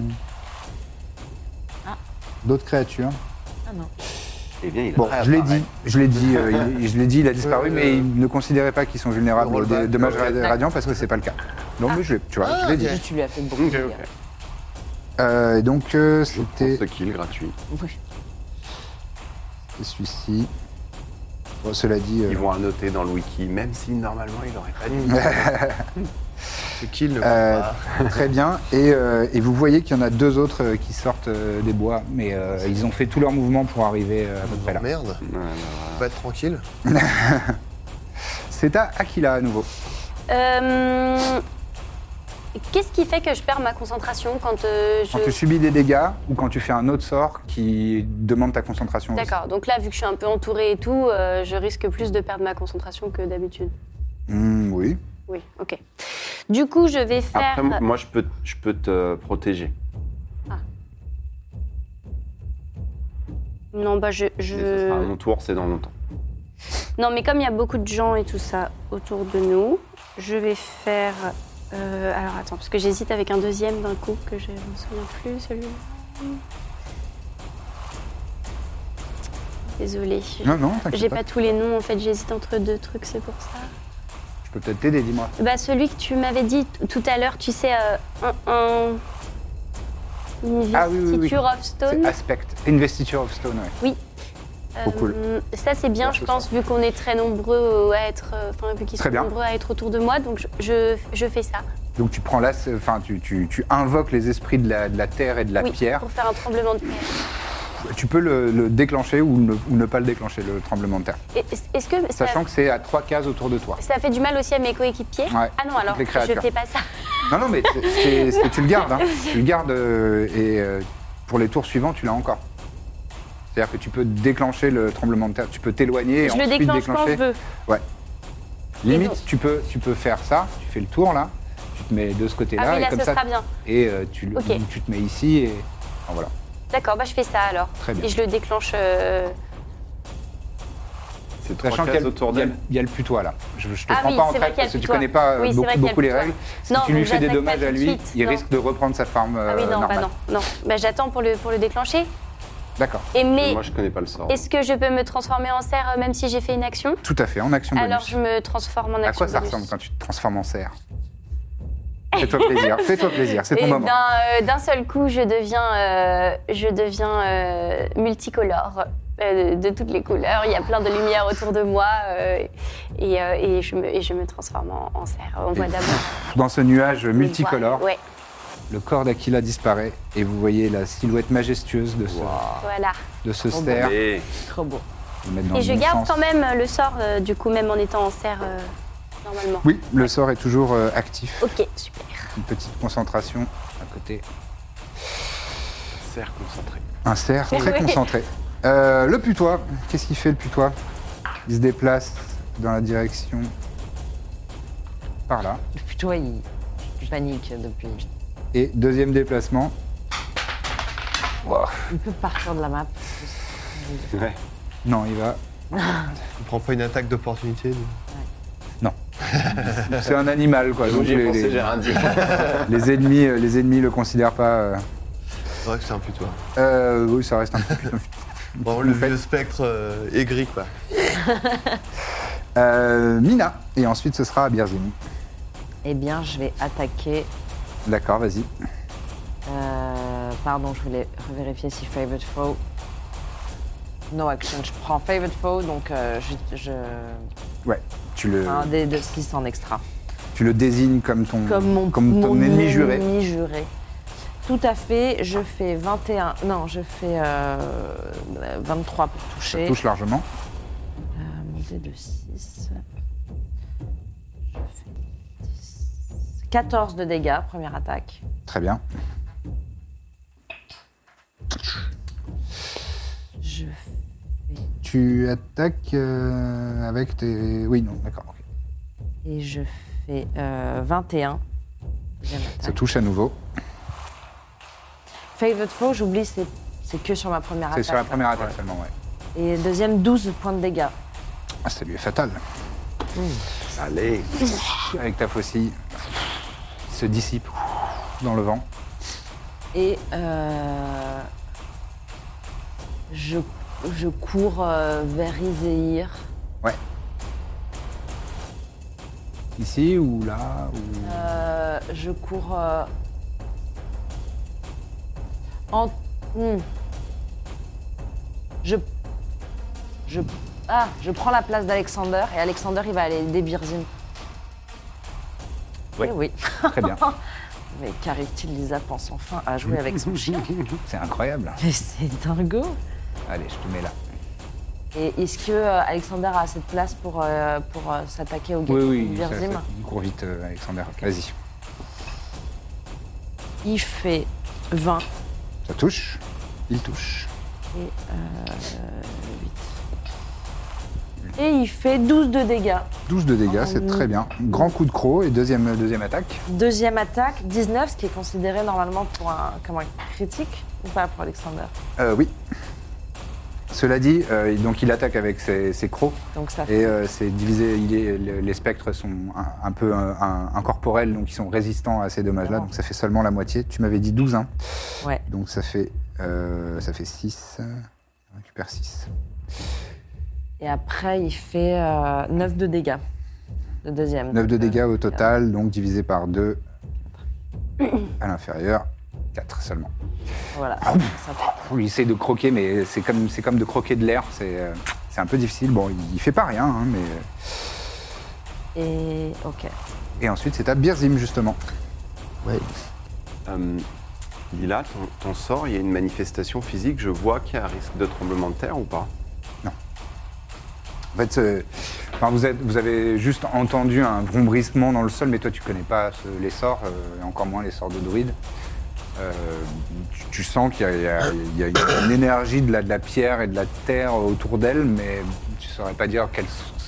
B: d'autres créatures.
C: Eh bien, il a
B: Bon, je l'ai dit, je l'ai dit, euh, il, je l'ai dit, il a disparu,
F: Euh,
B: mais il ne considérait pas qu'ils sont vulnérables
F: le
B: aux
F: rollback,
B: dé- dommages
F: le rollback.
B: radiants parce que c'est pas le cas. Non, mais je l'ai, tu vois,
F: Ah,
B: je l'ai dit.
F: ok.
D: Juste, tu lui as fait beaucoup de
C: Ok,
D: dégâts.
B: Euh, et donc, euh,
C: Je prends
B: c'était
C: ce kill gratuit.
D: Oui.
B: celui-ci. Bon, cela dit, euh,
C: Ils vont annoter dans le wiki, même si normalement il n'aurait pas dû.
B: [LAUGHS]
F: Ce kill ne compte
B: Euh,
F: pas.
B: [LAUGHS] Très bien. Et, euh, et vous voyez qu'il y en a deux autres euh, qui sortent euh, des bois, mais euh, ils ont fait tous leurs mouvements pour arriver euh, à peu près là.
F: Merde,
C: Ouais, ouais.
F: on va être tranquille.
B: C'est à Aquila à nouveau.
E: Euh, Qu'est-ce qui fait que je perds ma concentration quand euh,
B: Quand tu
E: je.
B: subis des dégâts ou quand tu fais un autre sort qui demande ta concentration. aussi.
E: D'accord, donc là, vu que je suis un peu entourée et tout, euh, je risque plus de perdre ma concentration que d'habitude.
B: Hmm, oui.
E: Oui, ok. Du coup, je vais faire.
C: Après, moi, je peux, je peux te protéger.
E: Non, bah, je. je-
C: Mais ça sera à mon tour, c'est dans longtemps.
E: Non, mais comme il y a beaucoup de gens et tout ça autour de nous, je vais faire. euh, alors attends, parce que j'hésite avec un deuxième d'un coup que je ne me souviens plus, celui-là. Désolée. je-
B: Non, non,
E: J'ai
B: t'inquiète pas.
E: pas tous les noms en fait, j'hésite entre deux trucs, c'est pour ça.
B: Je peux peut-être t'aider, dis-moi.
E: Bah celui que tu m'avais dit t- tout à l'heure, tu sais, euh, un, un- une
B: Ah oui, oui, oui.
E: vestiture of
B: C'est
E: stone.
B: Aspect. Investiture of Stone, ouais. trop cool.
E: Euh, Ça c'est bien,
B: Ouais,
E: je
B: c'est
E: pense, vu qu'on est très nombreux à être, euh, enfin vu qu'ils
B: Très
E: sont
B: bien.
E: nombreux à être autour de moi, donc je, je, je fais ça.
B: Donc tu prends là, enfin tu, tu- tu invoques les esprits de la, de la terre et de la
E: oui,
B: pierre.
E: pour faire un tremblement de terre.
B: Tu peux le, le déclencher ou ne, ou ne pas le déclencher, le tremblement de terre.
E: Et- Est-ce que ça,
B: Sachant que c'est à trois cases autour de toi.
E: ça fait du mal aussi à mes coéquipiers
B: Ouais,
E: Ah non, alors
B: les
E: je
B: créatures.
E: fais pas ça.
B: Non, non, mais c'est- c'est- c'est- tu le gardes. hein. Tu le gardes euh, et euh, pour les tours suivants, tu l'as encore. C'est-à-dire que tu peux déclencher le tremblement de terre, tu peux t'éloigner et
E: je le
B: ensuite
E: déclenche quand je
B: déclencher.
E: veux. Et
B: Limite,
E: donc-
B: tu peux, tu peux faire ça, tu fais le tour là, tu te mets de ce côté-là
E: Ah oui,
B: et
E: là
B: comme
E: ce
B: ça,
E: sera bien.
B: et euh, tu, le-
E: Ok.
B: ou tu te mets ici et enfin, voilà.
E: D'accord, bah je fais ça alors.
B: Très bien.
E: Et je le déclenche. euh,
C: C'est trois
B: Sachant qu'il y, a
C: cases
B: le-
C: autour
B: il y a
C: d'elle.
B: le- il y a le putois là. Je, je te
E: Ah
B: prends
E: oui,
B: pas en
E: c'est vrai
B: traite
E: qu'il y a
B: parce que tu
E: le putois.
B: connais pas euh,
E: Oui, c'est
B: beaucoup,
E: vrai qu'il y a le
B: beaucoup les
E: putois.
B: règles. Si
E: Non,
B: tu lui
E: donc
B: fais des
E: j'attaque pas
B: dommages à
E: tout de
B: lui,
E: suite,
B: il
E: non.
B: risque de reprendre sa forme
E: Ah oui,
B: euh,
E: non, bah
B: normale.
E: non, non. Bah j'attends pour le, pour le déclencher.
B: D'accord,
E: Et mais
C: Moi, je connais pas le sort.
E: est-ce que je peux me transformer en cerf euh, même si j'ai fait une action
B: tout à fait, en action bonus.
E: Alors je me transforme en action.
B: À quoi ça
E: bonus.
B: ressemble quand tu te transformes en cerf Fais-toi plaisir, fais-toi plaisir, c'est ton
E: Et
B: moment.
E: d'un euh, d'un seul coup, je deviens, euh, je deviens euh, multicolore. euh, de de toutes les couleurs, il y a plein de lumière autour de moi euh, et, euh, et je me, et je me transforme en, en cerf. On voit
B: Et-
E: d'abord.
B: Dans ce nuage
E: les
B: multicolore,
E: voiles. Ouais,
B: le corps d'Aquila disparaît et vous voyez la silhouette majestueuse de ce,
E: voilà.
B: de ce
D: Oh,
B: cerf.
C: Allez.
D: Trop beau.
B: Vous mettre dans
E: Et
B: le
E: je
B: bon
E: garde
B: sens.
E: quand même le sort, euh, du coup, même en étant en serre, euh, normalement.
B: Oui, le sort est toujours euh, actif.
E: Ok, super.
B: Une petite concentration à côté.
C: Serre concentré.
B: Un cerf très
E: Ouais.
B: concentré. Euh, le putois, qu'est-ce qu'il fait le putois Il se déplace dans la direction par là.
D: Depuis toi, il il panique depuis.
B: Et deuxième déplacement. Wow.
D: Il peut partir de la map.
C: Ouais.
B: Non, il va
F: Tu prends pas une attaque d'opportunité de-
B: C'est un animal,
C: [LAUGHS]
B: quoi. Donc, les, les- les ennemis, euh, les ennemis le considèrent pas. euh.
F: C'est vrai que c'est un putois.
B: Euh, oui, ça reste un peu.
F: Bon, le vieux spectre euh, aigri, quoi.
B: Euh, Mina. Et ensuite, ce sera Birzim.
D: Eh bien, je vais attaquer.
B: D'accord, vas-y.
D: euh, pardon, je voulais revérifier si favorite foe. No action. Je prends favorite foe, donc euh, je, je
B: Ouais. Tu le,
D: un des deux qui sont en extra.
B: tu le désignes comme ton,
D: Comme mon
B: ton
D: mon
B: ennemi juré.
D: juré. Tout à fait. Je fais 21. Non, je fais euh, 23 pour
B: Ça
D: toucher.
B: touche largement.
D: Euh, mon dé de 6. Je fais 10. 14 de dégâts, première attaque.
B: Très bien.
D: Je
B: Tu attaques euh, avec tes. Oui, non, d'accord. ok.
D: Et je fais euh, 21. Deuxième
B: Ça
D: attaque.
B: touche à nouveau.
D: Favorite foe, j'oublie, c'est, c'est que sur ma première
B: C'est
D: attaque.
B: sur la première attaque seulement, ouais.
D: Et deuxième, 12 points de dégâts.
B: Ah, ça lui est fatal.
C: Allez.
B: Avec ta faucille, il se dissipe dans le vent.
D: Et euh, je, je cours euh, vers Iséir.
B: Ici ou là ou...
D: Euh, je cours euh, en. hmm. Je. Je Ah, je prends la place d'Alexander et Alexander, il va aller aider Birzim.
B: Ouais.
D: Eh oui.
B: Très [LAUGHS] bien.
D: [LAUGHS] Mais qu'arrive-t-il, Lisa pense enfin à jouer
B: [LAUGHS]
D: avec son chien
B: C'est incroyable.
D: Mais c'est dingo.
B: Allez, je te mets là.
D: Et est-ce que euh, Alexander a assez de place pour, euh, pour euh, s'attaquer au gars
B: Oui, oui, ça,
D: Birzim
B: ça- il court vite, euh, Alexander. Vas-y.
D: Il fait 20
B: Ça touche. Il touche.
D: et euh, 8. Et il fait 12 de dégâts.
B: 12 de dégâts, c'est très bien. Grand coup de croc et deuxième, deuxième attaque.
D: Deuxième attaque, 19, ce qui est considéré normalement pour un, comme un critique ou pas pour Alexander.
B: Euh, oui. Cela dit, euh, donc il attaque avec ses, ses crocs
D: Donc ça fait.
B: et euh, c'est divisé. Il est, le- les spectres sont un, un peu euh, un- incorporels, donc ils sont résistants à ces dommages-là.
D: Évidemment.
B: Donc ça fait seulement la moitié. Tu m'avais dit 12, hein.
D: Ouais.
B: Donc ça fait, euh, ça fait 6. On récupère 6.
D: Et après, il fait euh, 9 de dégâts. Le deuxième.
B: 9 de
D: Donc,
B: dégâts
D: euh,
B: au total, donc divisé par 2 à l'inférieur. 4 seulement.
D: Voilà.
B: Ah,
D: Ça fait-
B: Ouh, Il essaie de croquer, mais c'est comme, c'est comme de croquer de l'air. C'est euh, c'est un peu difficile. Bon, il, il fait pas rien, hein, mais.
D: Et. Ok.
B: Et ensuite, c'est à Birzim, justement.
F: Ouais.
C: Euh, Lila, ton, ton sort, il y a une manifestation physique. Je vois qu'il y a un risque de tremblement de terre ou pas
B: En fait, euh, enfin, vous, êtes- vous avez juste entendu un vrombrissement dans le sol, mais toi, tu connais pas ce- les sorts, euh, et encore moins les sorts de druides. Euh, tu, tu sens qu'il y, a- il y a- il y a une énergie de la, de la pierre et de la terre autour d'elle, mais tu saurais pas dire quels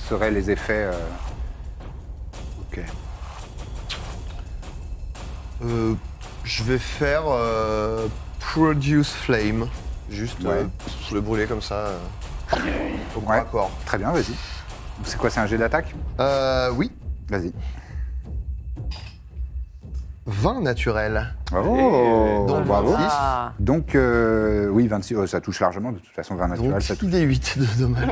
B: seraient les effets. euh,
C: Ok.
F: Euh, je vais faire euh, Produce Flame. Juste
B: Ouais.
F: euh, pff, le brûler comme ça. euh, au bras corps.
B: Très bien, vas-y. C'est quoi, c'est un jet d'attaque
F: Euh, oui.
B: Vas-y.
F: 20 naturel.
B: Oh,
F: donc,
B: bravo.
F: vingt-six.
D: Ah.
B: Donc, euh, oui, 26, euh, ça touche largement, de toute façon, 20 naturel,
F: Donc
B: Ah, ça touche.
F: 6d8 de dommage.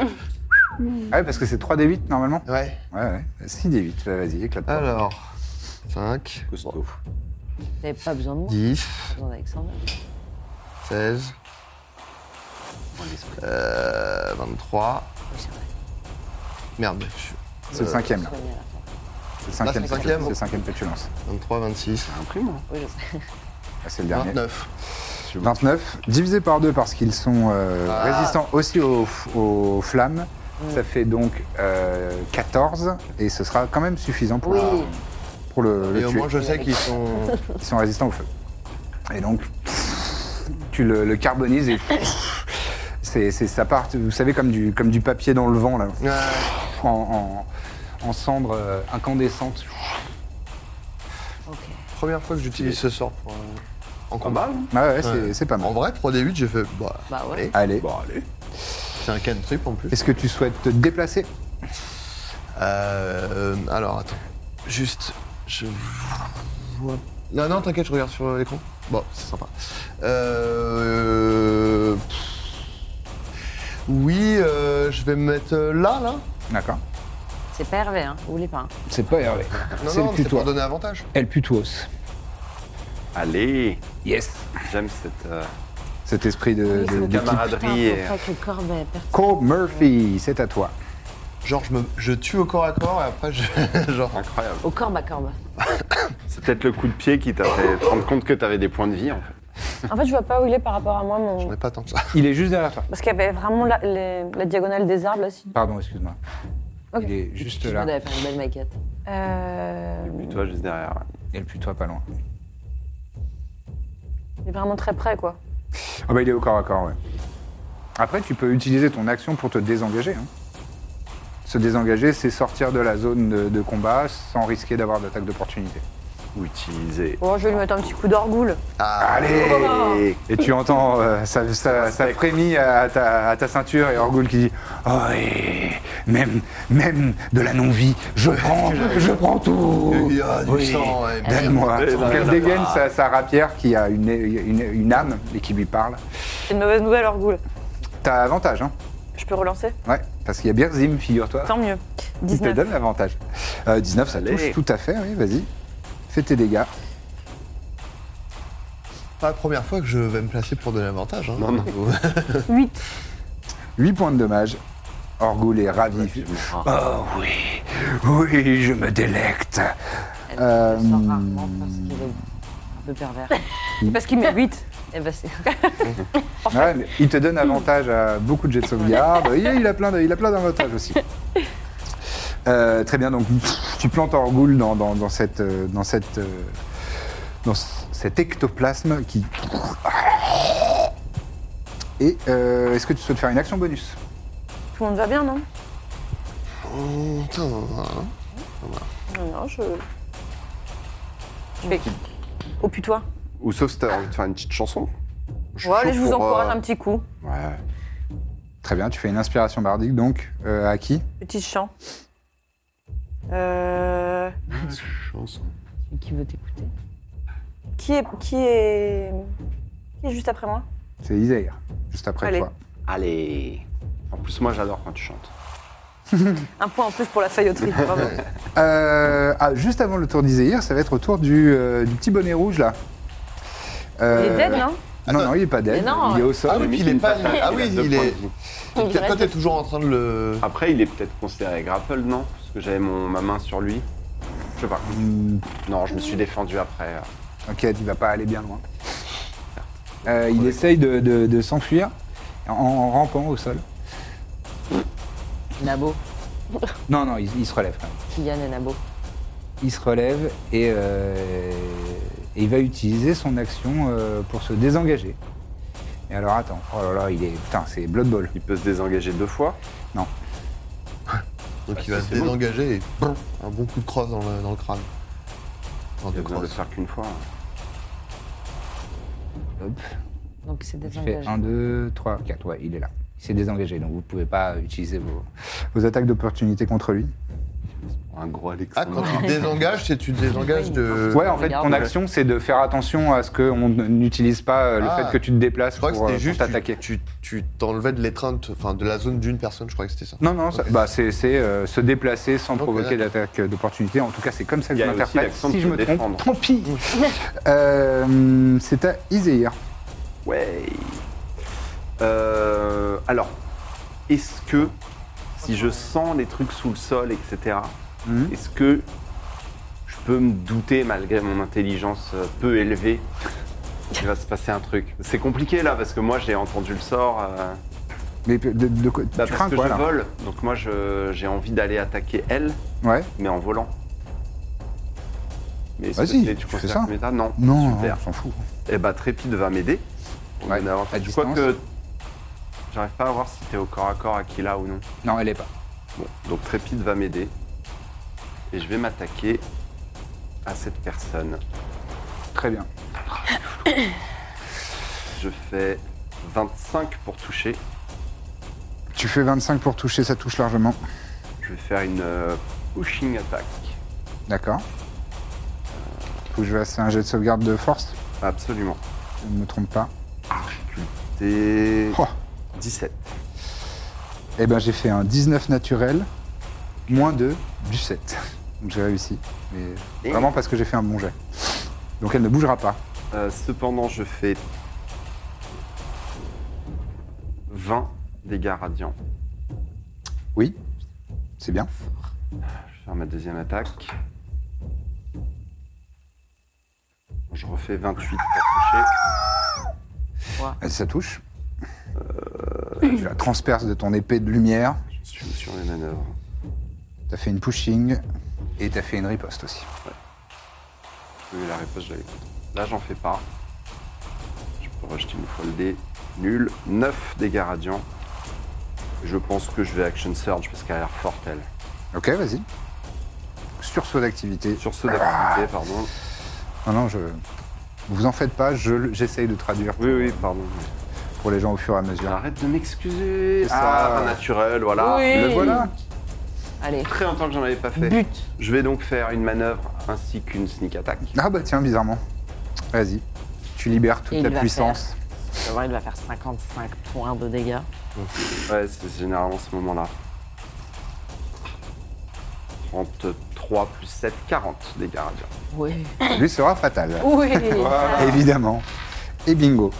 B: Ah oui, parce que c'est 3d8 normalement
F: Ouais.
B: Ouais, ouais. 6d8, euh, vas-y, éclate-toi.
F: Alors, 5,
C: Costaud.
D: T'avais pas besoin de moi,
F: 10,
D: t'as besoin d'Alexander.
F: 16, euh, 23.
D: Oui, c'est vrai.
F: Merde, je suis-
B: C'est le cinquième, là.
D: Soigner à la fin.
B: C'est le cinquième,
F: Ah, c'est
B: pétulance.
F: le cinquième
B: C'est le cinquième pétulance.
F: 23, 26,
D: Oui, je sais.
B: Ah, c'est le dernier.
F: 29.
B: 29, divisé par 2 parce qu'ils sont euh,
F: Ah.
B: résistants aussi aux, f- aux flammes. Ça fait donc euh, 14 et ce sera quand même suffisant pour,
D: Oui.
B: le- pour le, le
F: Et au
B: tuer.
F: moins, je sais qu'ils sont.
D: [LAUGHS]
B: Ils sont résistants au feu. Et donc, tu le, le carbonises et c'est, c'est- ça part, vous savez, comme du, comme du papier dans le vent, là,
F: Ouais.
B: en, en, en cendres euh, incandescentes.
D: Ok.
F: Première fois que j'utilise ce sort pour, euh, en combat.
C: Combat
B: Ah ouais, c'est,
F: Ouais.
B: c'est pas
F: En
B: mal.
F: vrai, 3d8, j'ai fait. Bah,
D: Bah ouais.
F: allez.
B: Allez,
C: Bon, allez.
F: C'est un cantrip en plus.
B: est-ce que tu souhaites te déplacer
F: Euh, euh, alors, attends. Juste, je vois. Non, non, t'inquiète, je regarde sur euh, l'écran. Bon, c'est sympa. Euh... pff. Oui, euh, je vais me mettre euh, là, là.
B: D'accord.
D: C'est pas Hervé, hein. Oublie pas. hein.
B: C'est pas Hervé.
F: Non,
B: c'est
F: non,
B: le
F: c'est
B: putois.
F: pour donner avantage.
B: El Putuos.
C: Allez
B: Yes.
C: J'aime cette euh,
B: Cet esprit de, de- d'équipe.
D: Putain,
C: camaraderie. et-
D: faut pas que Corbe perde.
B: Cole Murphy, c'est à toi.
F: Genre, je, me... je tue au corps à corps et après, je... [LAUGHS] genre,
C: Incroyable.
D: Au Oh, Corbe à Corbe.
C: C'est peut-être le coup de pied qui t'a fait te rendre compte que t'avais des points de vie, en fait.
G: En fait, je vois pas où il est par rapport à moi. Mon...
F: on n'est pas tant que ça.
B: Il est juste derrière toi.
G: Parce qu'il y avait vraiment la, les- la diagonale des arbres là. si-
B: Pardon, excuse-moi.
G: Ok.
B: Il est juste
D: Je
B: là.
D: devais faire une belle maquette.
G: Euh,
C: Et toi, juste derrière.
B: El Putois, pas loin.
G: il est vraiment très près quoi.
B: Ah bah il est au corps à corps, ouais. Après, tu peux utiliser ton action pour te désengager. hein. Se désengager, c'est sortir de la zone de, de combat sans risquer d'avoir d'attaque d'opportunité.
C: Ou utiliser.
G: Bon, je vais lui mettre un petit coup d'orgoule.
F: Ah,
C: Allez
B: Et tu entends euh, ça, ça, ça frémit à ta, à ta ceinture et Orgul qui dit « Oh, et même, même de la non-vie, je prends, je prends tout
F: Il y a oh, du
B: Oui. Euh.
F: sang, ben, ouais, merde.
B: Donne-moi »
C: Eh, non,
B: Elle
C: non,
B: dégaine
C: non.
B: sa, sa rapière qui a une, une, une âme et qui lui parle.
G: C'est une mauvaise nouvelle orgoule.
B: T'as avantage, hein
G: Je peux relancer
B: Ouais, parce qu'il y a Birzim, figure-toi.
G: Tant mieux.
B: Il te
G: 19.
B: donne l'avantage. Euh, 19, ça
C: Allez.
B: touche tout à fait, oui, vas-y. Fais tes dégâts.
F: Pas la première fois que je [LAUGHS] vais me placer pour donner avantage. Hein.
C: Non, non.
G: 8.
B: 8 points de dommage. Orgoul est ravi.
C: Ah.
B: Oh oui, oui, je me délecte.
D: Elle
B: Euh,
D: elle sort rarement parce qu'il est un peu
B: [LAUGHS]
D: pervers.
G: Parce qu'il met 8.
D: Eh ben, c'est-
B: Ouais, mais il te donne avantage à beaucoup de jets de sauvegarde. Il il a plein de- il a plein d'avantages aussi. Euh, très bien, donc tu plantes Orgoul dans, dans, dans cette, euh, dans, cette, euh, dans ce- cet ectoplasme qui. Et euh, est-ce que tu souhaites faire une action bonus
G: Tout le monde va bien, non
F: Oh, ça va.
G: Non, non, je. Je fais. Oh putois.
I: Ou sauf si t'as envie de faire une petite chanson. suis
G: Ouais, allez,
I: chaud
G: je vous
I: pour,
G: encourage
I: euh,
G: un petit coup.
I: Ouais.
B: Très bien, tu fais une inspiration bardique donc euh, à qui
G: Petit chant. Euh,
F: Chance.
D: Celui qui veut t'écouter.
G: qui est qui est qui est juste après moi
B: C'est Isaïr, juste après
G: Allez.
B: toi.
C: Allez En plus, moi, j'adore quand tu chantes.
G: Un point en plus pour la failloterie.
B: [LAUGHS]
G: bravo.
B: Euh, ah, juste avant le tour d'Iséir, ça va être au tour du, euh, du petit bonnet rouge là.
G: Il
B: Euh,
G: est dead, non
B: Non, non, il est pas dead.
D: Mais non.
B: il est au sol.
F: Ah oui, puis il est pas. Ah oui,
C: deux
F: il
C: points de
F: est.
C: vie.
E: Il
F: Toi,
E: reste-
F: t'es toujours en train de le.
C: Après, il est peut-être considéré grapple, non Parce que j'avais mon- ma main sur lui. Je sais pas.
B: Hmm,
C: Non, je me suis défendu après. euh.
B: T'inquiète, il va pas aller bien loin. Euh, il essaye de, de- de s'enfuir en, en rampant au sol.
D: Nabo.
B: Non, non, il, il se relève quand même.
D: Kylian et Nabo.
B: Il se relève et, euh, et il va utiliser son action euh, pour se désengager. Et alors attends, oh là là, il est. Putain, c'est Blood Ball.
C: Il peut se désengager deux fois.
F: Donc
C: Ah,
F: il va
C: ça,
F: se
C: c'est bon.
F: désengager et brum, un bon coup de crosse dans le, dans le crâne. Dans
C: Il
F: de
C: a besoin de le
F: crosse.
C: faire qu'une fois. hein.
B: Hop.
D: Donc il s'est
B: Il fait
D: désengagé.
B: 1, 2, 3, 4. Ouais, il est là. Il s'est désengagé, donc vous ne pouvez pas utiliser vos, vos attaques d'opportunité contre lui.
C: Un gros
F: Ah, quand
C: Alexandre.
F: tu te désengages, c'est tu te désengages de.
B: ouais, en fait,
D: regarde.
B: ton action, c'est de faire attention à ce qu'on n'utilise pas euh, le
F: Ah.
B: fait que tu te déplaces
F: Je crois que
B: pour, euh,
F: c'était
B: pour
F: juste. tu-
B: t'attaquer.
F: Tu tu t'enlevais de l'étreinte, enfin de la zone d'une personne, je crois que c'était ça.
B: Non, non, ça- bah, c'est c'est, euh, se déplacer sans
F: Ok,
B: provoquer
F: d'accord.
B: d'attaque euh, d'opportunité. En tout cas, c'est comme ça
C: Il
B: que
C: y
B: je
C: a aussi
B: l'interprète.
C: l'action de
B: Si je
C: se
B: me
C: défendre.
B: trompe, tant pis.
C: [LAUGHS]
B: Euh, c'est à Iséir.
C: Ouais. Euh, alors, est-ce que si je sens les trucs sous le sol, etc.,
B: Mhm.
C: est-ce que je peux me douter, malgré mon intelligence euh, peu élevée, [LAUGHS] qu'il va se passer un truc C'est compliqué là, parce que moi j'ai entendu le sort. euh,
B: Mais de, de quoi-
C: bah,
B: tu crains
C: parce que
B: quoi
C: je
B: là
C: vole, donc moi je- j'ai envie d'aller attaquer elle,
B: Ouais.
C: mais en volant. Mais est-ce que
B: Vas-y,
C: c'est-
B: tu
C: tu
B: fais
C: considères
B: ça.
C: comme état Non.
B: Non,
C: Super.
B: on s'en fout.
C: Eh bah Trépide va m'aider. On
B: Ouais,
C: donne avantage.
B: à
C: Je crois
B: distance.
C: que j'arrive pas à voir si t'es au corps à corps à qui là ou non.
B: Non, elle est pas.
C: Bon, donc Trépide va m'aider. Et je vais m'attaquer à cette personne.
B: Très bien.
C: Je fais 25 pour toucher.
B: Tu fais 25 pour toucher, ça touche largement.
C: Je vais faire une euh, pushing attack.
B: D'accord. Faut que je fasse un jet de sauvegarde de force,
C: Absolument.
B: je ne me trompe pas.
C: Des
B: Oh.
C: 17.
B: Eh ben j'ai fait un 19 naturel, moins 2 du 7. [LAUGHS] Donc j'ai réussi. Mais
C: Et-
B: vraiment parce que j'ai fait un bon jet. Donc elle ne bougera pas.
C: Euh, cependant, je fais 20 dégâts radiants.
B: Oui, c'est bien.
C: Je vais faire ma deuxième attaque. Je refais 28 pour toucher.
B: Euh, Ça touche.
C: Euh.
B: Tu la transperces de ton épée de lumière.
C: Je suis sur les manœuvres.
B: T'as fait une pushing et t'as fait une riposte aussi.
C: Oui, la réponse, je l'avais. Là, j'en fais pas. Je peux rejeter une fois le dé. Nul. 9 dégâts radiants. Je pense que je vais Action Surge parce qu'elle a l'air forte, elle.
B: Ok, vas-y. Sursaut d'activité.
C: Sur ce d'activité, pardon.
B: Non, non, je. Vous en faites pas, je le- j'essaye de traduire pour,
C: Oui, oui, pardon.
B: pour les gens au fur et à mesure.
C: Arrête de m'excuser.
B: C'est ça.
C: Ah, un naturel, voilà.
D: Oui.
B: Le voilà
D: Allez.
C: Très longtemps que j'en avais pas fait.
D: But.
C: Je vais donc faire une manœuvre ainsi qu'une sneak attack.
B: Ah bah tiens, bizarrement. Vas-y. Tu libères
D: Et
B: toute
D: il
B: la
D: va
B: puissance.
D: D'abord, il va faire 55 points de dégâts.
C: Ouais, c'est généralement ce moment-là. 33 plus 7, 40 dégâts radiants.
D: Oui.
B: Lui sera fatal.
G: [LAUGHS]
D: Oui.
B: Évidemment. Et bingo.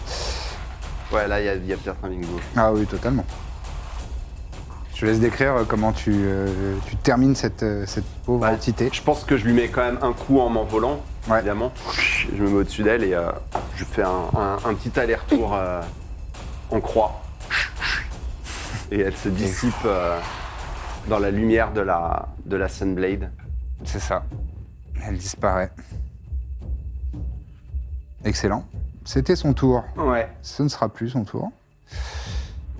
C: Ouais, là, il y a, il y a peut-être un bingo.
B: Ah oui, totalement. Je te laisse décrire euh, comment tu, euh, tu termines cette, euh, cette pauvre
C: Bah,
B: entité.
C: Je pense que je lui mets quand même un coup en m'envolant,
B: Ouais.
C: évidemment. Je me mets au-dessus d'elle et euh, je fais un, un- un petit aller-retour euh, en croix. Et elle se dissipe euh, dans la lumière de la, de la Sunblade.
B: C'est ça. Elle disparaît. Excellent. C'était son tour.
C: Ouais.
B: Ce ne sera plus son tour.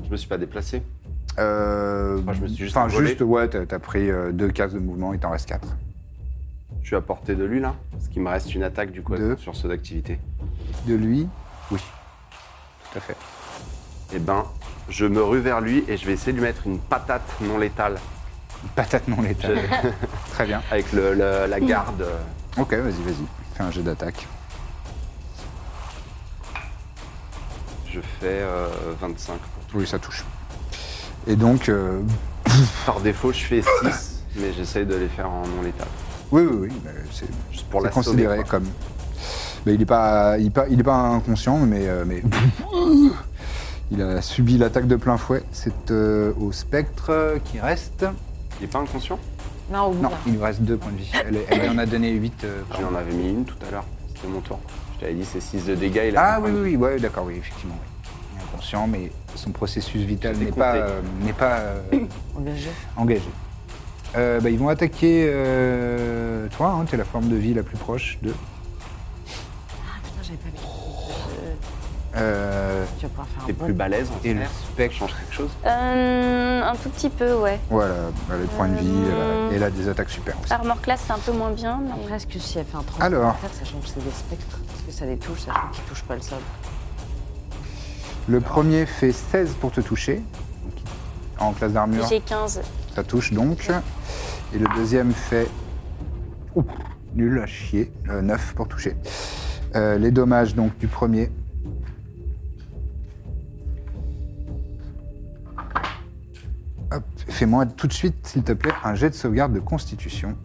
C: Je me suis pas déplacé.
B: Euh,
C: Enfin, je me suis juste
B: Enfin,
C: envolé.
B: juste, ouais, t'as t'as pris euh, deux cases de mouvement, il t'en reste quatre.
C: Je suis à portée de lui là. Parce qu'il me reste une attaque du coup
B: Deux.
C: sur ceux d'activité.
B: De lui Oui. Tout à fait.
C: Et ben, je me rue vers lui et je vais essayer de lui mettre une patate non létale
B: Une patate non létale. [LAUGHS] Très bien.
C: avec le- le-
B: Mmh.
C: la garde. euh,
B: Ok, vas-y, vas-y. Fais un jet d'attaque.
C: Je fais euh, 25.
B: Oui, ça touche. Et donc, euh,
C: Par défaut, je fais
B: [COUGHS]
C: 6, mais j'essaye de les faire en non létal.
B: oui, oui, oui, mais c'est
C: Juste pour
B: c'est
C: la
B: considéré
C: sauver, quoi.
B: comme. Mais il n'est pas, il est pas, il est pas inconscient, mais, euh, mais [LAUGHS] il a subi l'attaque de plein fouet. C'est euh, au spectre qui reste.
C: Il est pas inconscient
D: Non, au bout.
B: Non,
D: là.
B: il lui reste deux points de vie. Elle, est- elle lui en a donné euh, 8.
C: Je
B: Ah.
C: lui en avais mis une tout à l'heure. C'était mon tour. Je t'avais dit c'est 6 de dégâts. Il a
B: Ah oui, oui, oui, ouais, d'accord, oui, effectivement. oui. Il est inconscient, mais son processus vital
C: J'étais
B: n'est pas,
C: compté.
B: euh, n'est pas euh,
D: Engagé.
B: engagé. Euh, bah, ils vont attaquer euh, toi, hein, t'es la forme de vie la plus proche de.
D: Putain, j'avais pas vu.
B: Euh,
D: Tu vas pouvoir faire un
C: T'es
D: bon.
C: plus balèze en
B: et le
C: fait.
B: spectre.
C: Change quelque chose
E: Euh, un tout petit peu, ouais.
B: Voilà, elle a des points de vie,
E: Euh,
B: elle a- et elle a des attaques super aussi.
E: Armor class, c'est un peu moins bien, mais
D: Presque si elle fait un 30
B: Alors.
D: sachant que c'est des spectres. Est-ce que ça les touche, sachant qu'ils touchent pas le sol
B: Le premier fait 16 pour te toucher. donc, En classe d'armure,
E: j'ai 15.
B: ça touche donc. Et le deuxième fait. Ouh, nul à chier. 9 pour toucher. Euh, les dommages donc du premier. Hop, fais-moi tout de suite, s'il te plaît, un jet de sauvegarde de constitution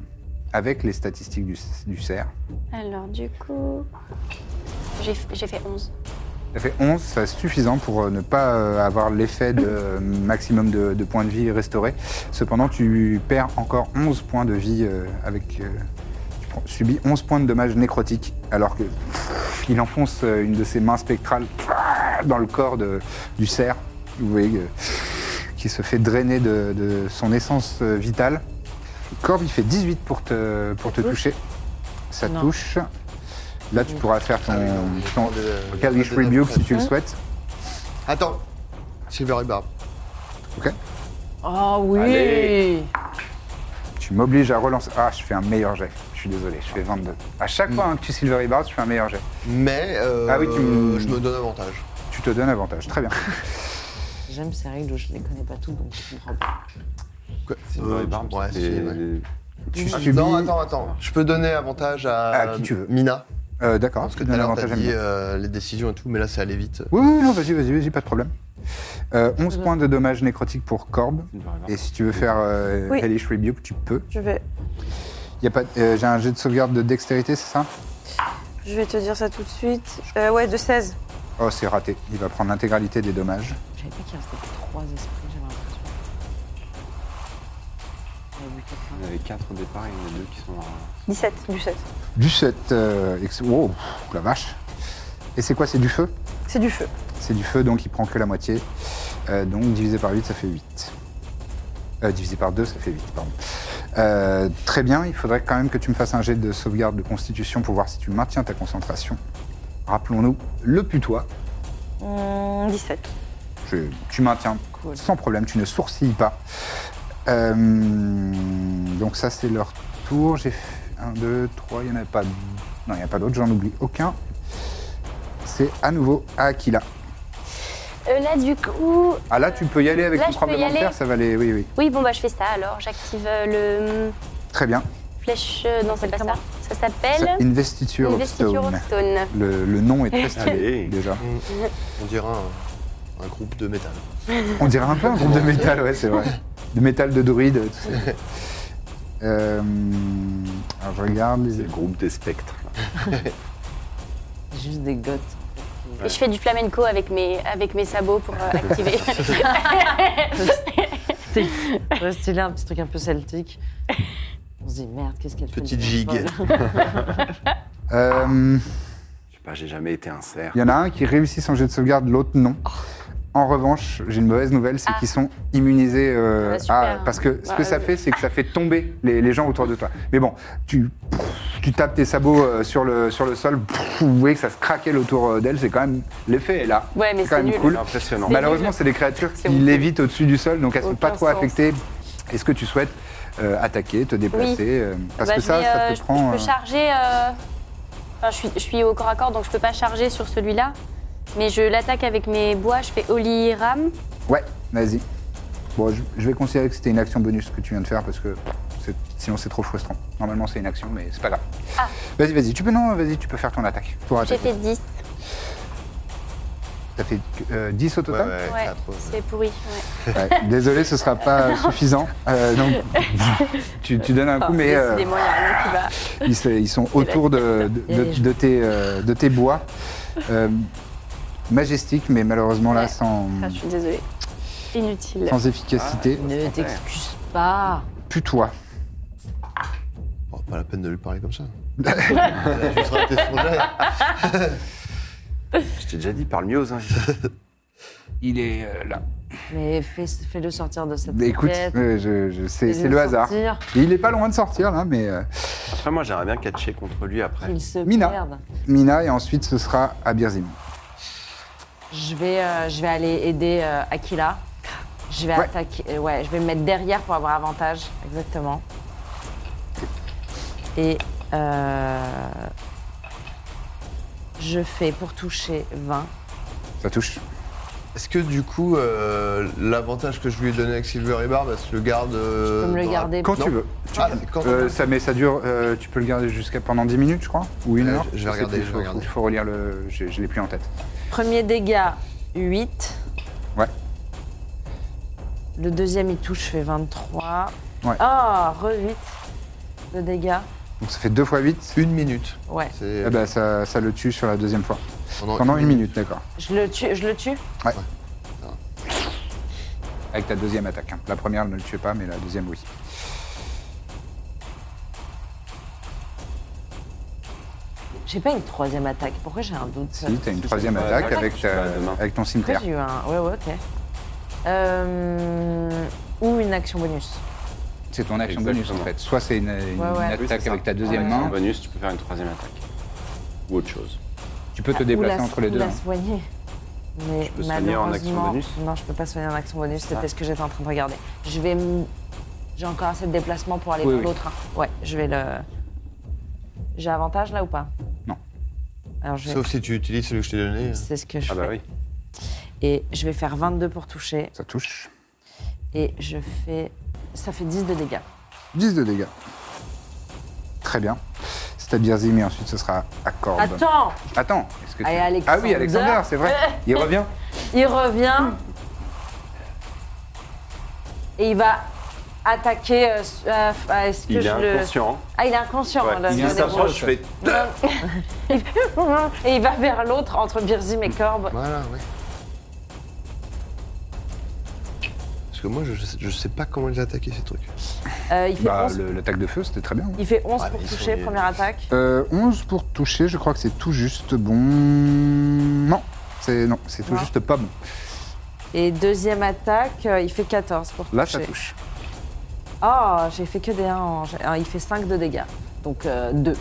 B: avec les statistiques du, du cerf.
E: Alors, du coup, j'ai f- j'ai fait 11.
B: Ça fait 11, ça c'est suffisant pour euh, ne pas euh, avoir l'effet de euh, maximum de, de points de vie restaurés. Cependant, tu perds encore 11 points de vie euh, avec. euh, tu prends- subis 11 points de dommages nécrotiques alors que pff, il enfonce euh, une de ses mains spectrales pff, dans le corps de- du cerf. Vous voyez euh, qui se fait drainer de, de son essence euh, vitale. Corbe, il fait 18 pour te, pour te toucher. Ça
D: Non.
B: touche. Là, tu pourras faire ton,
F: Ah oui, non, il
B: ton,
F: prend de-
B: Kalish
F: de- de-
B: Rebuke si tu le souhaites.
F: Attends, Silver et Barbe.
D: Oh oui
C: Allez.
B: Tu m'obliges à relancer. Ah, je fais un meilleur jet. Je suis désolé, je fais 22. À
F: Mm.
B: chaque fois hein, que tu Silvery Bard, je fais un meilleur jet.
F: Mais euh,
B: Ah oui, tu-
F: je me donne avantage.
B: Tu te donnes avantage. Très bien.
D: J'aime ces règles où je les connais pas toutes, donc je comprends pas.
F: Quoi
C: Ouais, barbe,
F: ouais,
C: c'est-
F: si, ouais.
B: tu
F: Ah,
B: subis.
F: Non, attends, attends. Je peux donner avantage à,
B: À qui tu veux.
F: Mina.
B: Euh, D'accord,
F: Parce
B: tu
F: que
B: te
F: tout à
B: donnes
F: l'heure, t'as
B: avantage à
F: dit
B: Mina.
F: euh, les décisions et tout, mais là, c'est allé vite.
B: Oui, oui, non, vas-y, vas-y, vas-y, pas de problème. Euh, 11 points de dommages nécrotiques pour Corbe. Et si tu veux faire euh,
G: Oui.
B: Hellish Rebuke, tu peux.
G: Je vais,
B: Y a pas, euh, J'ai un jet de sauvegarde de dextérité, c'est ça
G: je vais te dire ça tout de suite. Euh, ouais, de 16.
B: Oh, c'est raté. Il va prendre l'intégralité des dommages.
D: Je savais pas qu'il restait trois esprits, j'avais l'impression. J'avais vu quelqu'un.
C: Il y en avait 4 au départ, il y en a 2 qui sont. euh,
G: 17, du 7.
B: Du 7. Euh, ex- wow, la vache. Et c'est quoi C'est du feu
G: C'est du feu.
B: C'est du feu, donc il prend que la moitié. Euh, donc divisé par 8, ça fait 8. Euh, divisé par 2, ça fait 8, pardon. Euh, très bien, il faudrait quand même que tu me fasses un jet de sauvegarde de constitution pour voir si tu maintiens ta concentration. Rappelons-nous, le putois,
G: Hum, 17.
B: je- tu maintiens
D: Cool.
B: sans problème, tu ne sourcilles pas. Euh, donc ça, c'est leur tour. J'ai 1, 2, 3, il n'y en a pas... Non, il n'y a pas d'autres, j'en oublie aucun. C'est à nouveau à Aquila.
E: Euh, là, du coup,
B: Ah là, tu peux y aller avec
E: Là,
B: ton
E: je peux y
B: tremblement de terre,
E: aller.
B: ça va aller. Oui, oui.
E: oui, bon, bah, je fais ça alors. J'active euh, le hum,
B: Très bien.
E: flèche. euh, non, c'est pas ça. Ça s'appelle
B: Ça, Investiture of
E: Investiture
B: Stone.
E: of Stone.
B: Le, le nom est très stylé
C: Allez.
B: déjà.
F: On dirait un, un groupe de métal.
B: On dirait un peu un groupe de métal, ouais, c'est vrai. De métal de druide, tout ça. Euh, alors je regarde
C: C'est
B: les.
C: le groupe des spectres. là.
D: C'est juste des gottes.
B: [LAUGHS]
E: Et [LAUGHS] je fais du flamenco avec mes, avec mes sabots pour euh, activer.
D: stylé. Très stylé, un petit truc un peu celtique. On se dit, merde, qu'est-ce qu'elle fait
F: Petite
D: le
F: gigue.
D: dimanche soir
B: Euh,
C: Je sais pas, j'ai jamais été un cerf.
B: Il y en a un qui réussit son jet de sauvegarde, l'autre non. En revanche, j'ai une mauvaise nouvelle, c'est
E: Ah.
B: qu'ils sont immunisés. euh,
G: Ah, super.
B: à- parce que ce que
G: Ouais,
B: ça
G: vas-y.
B: fait, c'est que ça fait tomber les, les gens autour de toi. Mais bon, tu, tu tapes tes sabots euh, sur le, sur le sol, pff, vous voyez que ça se craquelle autour euh, d'elle, c'est quand même. L'effet est là.
G: Ouais, mais
B: C'est quand
G: c'est
B: même
G: nul.
B: cool.
C: C'est impressionnant.
G: C'est
B: Malheureusement,
G: nul.
B: c'est des créatures
G: C'est
B: qui
G: honteux.
B: lévitent au-dessus du sol, donc elles sont pas
G: Aucun
B: trop
G: sens.
B: affectées. Est-ce que tu souhaites euh, attaquer, te déplacer euh, Parce
E: Bah,
B: que
E: je
B: ça,
E: vais,
B: ça
E: euh,
B: te
E: je-
B: prend.
E: Je
B: euh,
E: peux charger. euh, Enfin, je suis, je suis au corps à corps, donc je peux pas charger sur celui-là. Mais je l'attaque avec mes bois. Je fais Oli Ram.
B: Ouais, vas-y. Bon, je, je vais considérer que c'était une action bonus ce que tu viens de faire parce que c'est- sinon c'est trop frustrant. Normalement c'est une action, mais c'est pas grave.
G: Ah.
B: Vas-y, vas-y. Tu peux non, vas-y, tu peux faire ton attaque. Pour
E: J'ai
B: attaquer.
E: fait 10.
B: T'as fait euh, 10 au total.
F: ouais,
E: Ouais.
F: quatre, ouais.
E: C'est pourri. ouais.
B: Ouais, Désolé, ce sera
G: [LAUGHS]
B: pas suffisant. Euh, donc, tu, tu donnes un
E: Oh,
B: coup, mais euh,
G: Ah, Décidément, il y a rien
B: [LAUGHS]
G: qui va.
B: ils, se- ils sont autour de, de- de- de tes euh, de tes bois. Euh, Majestique, mais malheureusement là
G: Ouais.
B: sans,
G: Ah, je Ah, suis désolée. Inutile.
B: sans efficacité.
D: Ne t'excuse pas.
B: Plus toi.
F: Bon, pas la peine de lui parler
B: [LAUGHS]
F: comme ça. Elle a juste raté son jet.
C: Je t'ai déjà dit, parle mieux aux invités.
B: Il est euh, là.
D: Mais fais- fais-le sortir de cette
B: Écoute,
D: enquête.
B: euh, je, je- c'est
D: Fais-le
B: c'est le hasard.
D: sortir,
B: Et il est pas loin de sortir là, mais euh,
C: Après, moi, j'aimerais bien catcher contre lui après.
D: Qu'il se
B: Mina.
D: perde.
B: Mina et ensuite ce sera à Birzim.
D: Je vais, euh, je vais aller aider euh, Akila. Je vais
B: Ouais.
D: attaquer. euh, ouais, je vais me mettre derrière pour avoir avantage. Exactement. Et euh, je fais pour toucher 20.
B: Ça touche.
F: Est-ce que du coup, euh, l'avantage que je lui ai donné avec Silver et Barb, elle se le garde. euh,
D: Je peux me le
F: dans la-
D: garder.
B: Quand
F: Non.
B: tu veux.
F: Ah, c'est quand
B: Euh, ça, mais ça dure. euh, tu peux le garder jusqu'à pendant 10 minutes, je crois, ou une
F: Euh,
B: heure.
F: je- je vais
B: sais
F: regarder,
B: plus,
F: je
B: faut-
F: vais regarder.
B: Il faut relire le. Je, je l'ai plus en tête.
D: Premier dégât, 8.
B: Ouais.
D: Le deuxième, il touche, fait 23.
B: Ouais.
D: Ah, re 8 de dégâts.
B: Donc ça fait 2 fois 8.
F: Une minute.
D: Ouais.
F: C'est
B: Eh ben, ça, ça le tue sur la deuxième fois.
F: pendant,
B: Pendant une minute, d'accord.
D: Je le tue, je le tue
B: Avec ta deuxième attaque. hein. La première ne le tue pas, mais la deuxième oui.
D: J'ai pas une troisième attaque. Pourquoi j'ai un doute
B: Si, t'as une
C: si,
B: troisième
C: c'est pas
B: attaque
C: grave,
B: avec,
C: je
B: ta-
C: sais pas, demain.
B: avec ton
D: Pourquoi
B: cimetière.
D: j'ai eu un. Ouais, ouais, ok. Euh, Ou une action bonus.
B: C'est ton action bonus en
C: Exactement.
B: fait. Soit c'est une, une
D: Ouais, ouais.
B: attaque
C: Oui, c'est ça.
B: avec ta deuxième
D: Ouais.
C: En
B: main.
C: bonus, tu peux faire une troisième attaque. Ou autre chose.
B: Tu peux te
D: Ou
B: déplacer
D: la-
B: entre les
D: ou
B: deux.
D: la
B: hein.
D: soigner. Mais
C: Je peux soigner en
D: malheureusement,
C: action bonus
D: non, je peux pas soigner en action bonus. C'était
C: Ah.
D: ce que j'étais en train de regarder. Je vais, m- j'ai encore assez de déplacement pour aller
B: Oui,
D: prendre
B: oui.
D: l'autre. hein. Ouais, je vais le. J'ai avantage là ou pas
B: Non.
D: Alors je vais-
F: Sauf si tu utilises celui que je t'ai donné.
D: c'est ce que je
C: Ah bah
D: fais.
C: oui.
D: Et je vais faire 22 pour toucher
B: Ça touche.
D: et je fais, ça fait 10 de dégâts.
B: 10 de dégâts. Très bien. C'est à Birzim et ensuite ce sera à Corbe.
D: Attends,
B: Attends, est-ce que tu-
D: Allez,
B: Ah oui, Alexander,
D: Alexander,
B: c'est vrai. Il
D: [LAUGHS]
B: revient.
D: il revient et il va attaquer. euh, euh, euh, Est-ce que
C: Il
D: je
C: est
D: le
C: inconscient. hein.
D: Ah, il est inconscient.
C: Ouais.
D: là,
B: Il
D: le
B: est inconscient.
D: démon.
C: Je fais
D: [LAUGHS] Et il va vers l'autre entre Birzim et Corbe.
F: Voilà, ouais. Parce que moi, je, je sais pas comment les attaquer ces trucs.
D: Euh, il, fait
B: Bah,
D: 11,
B: le- l'attaque de feu, c'était très bien. hein.
D: il fait 11
F: Ouais,
D: pour
F: mais ils
D: toucher,
F: sont des-
D: première attaque.
B: Euh, 11 pour toucher, je crois que c'est tout juste bon. Non, c'est non, c'est tout
D: Non.
B: juste pas bon.
D: Et deuxième attaque, euh, il fait 14 pour
B: Là,
D: toucher.
B: ça touche.
D: Oh, j'ai fait que des 1. il fait 5 de dégâts. Donc euh, 2.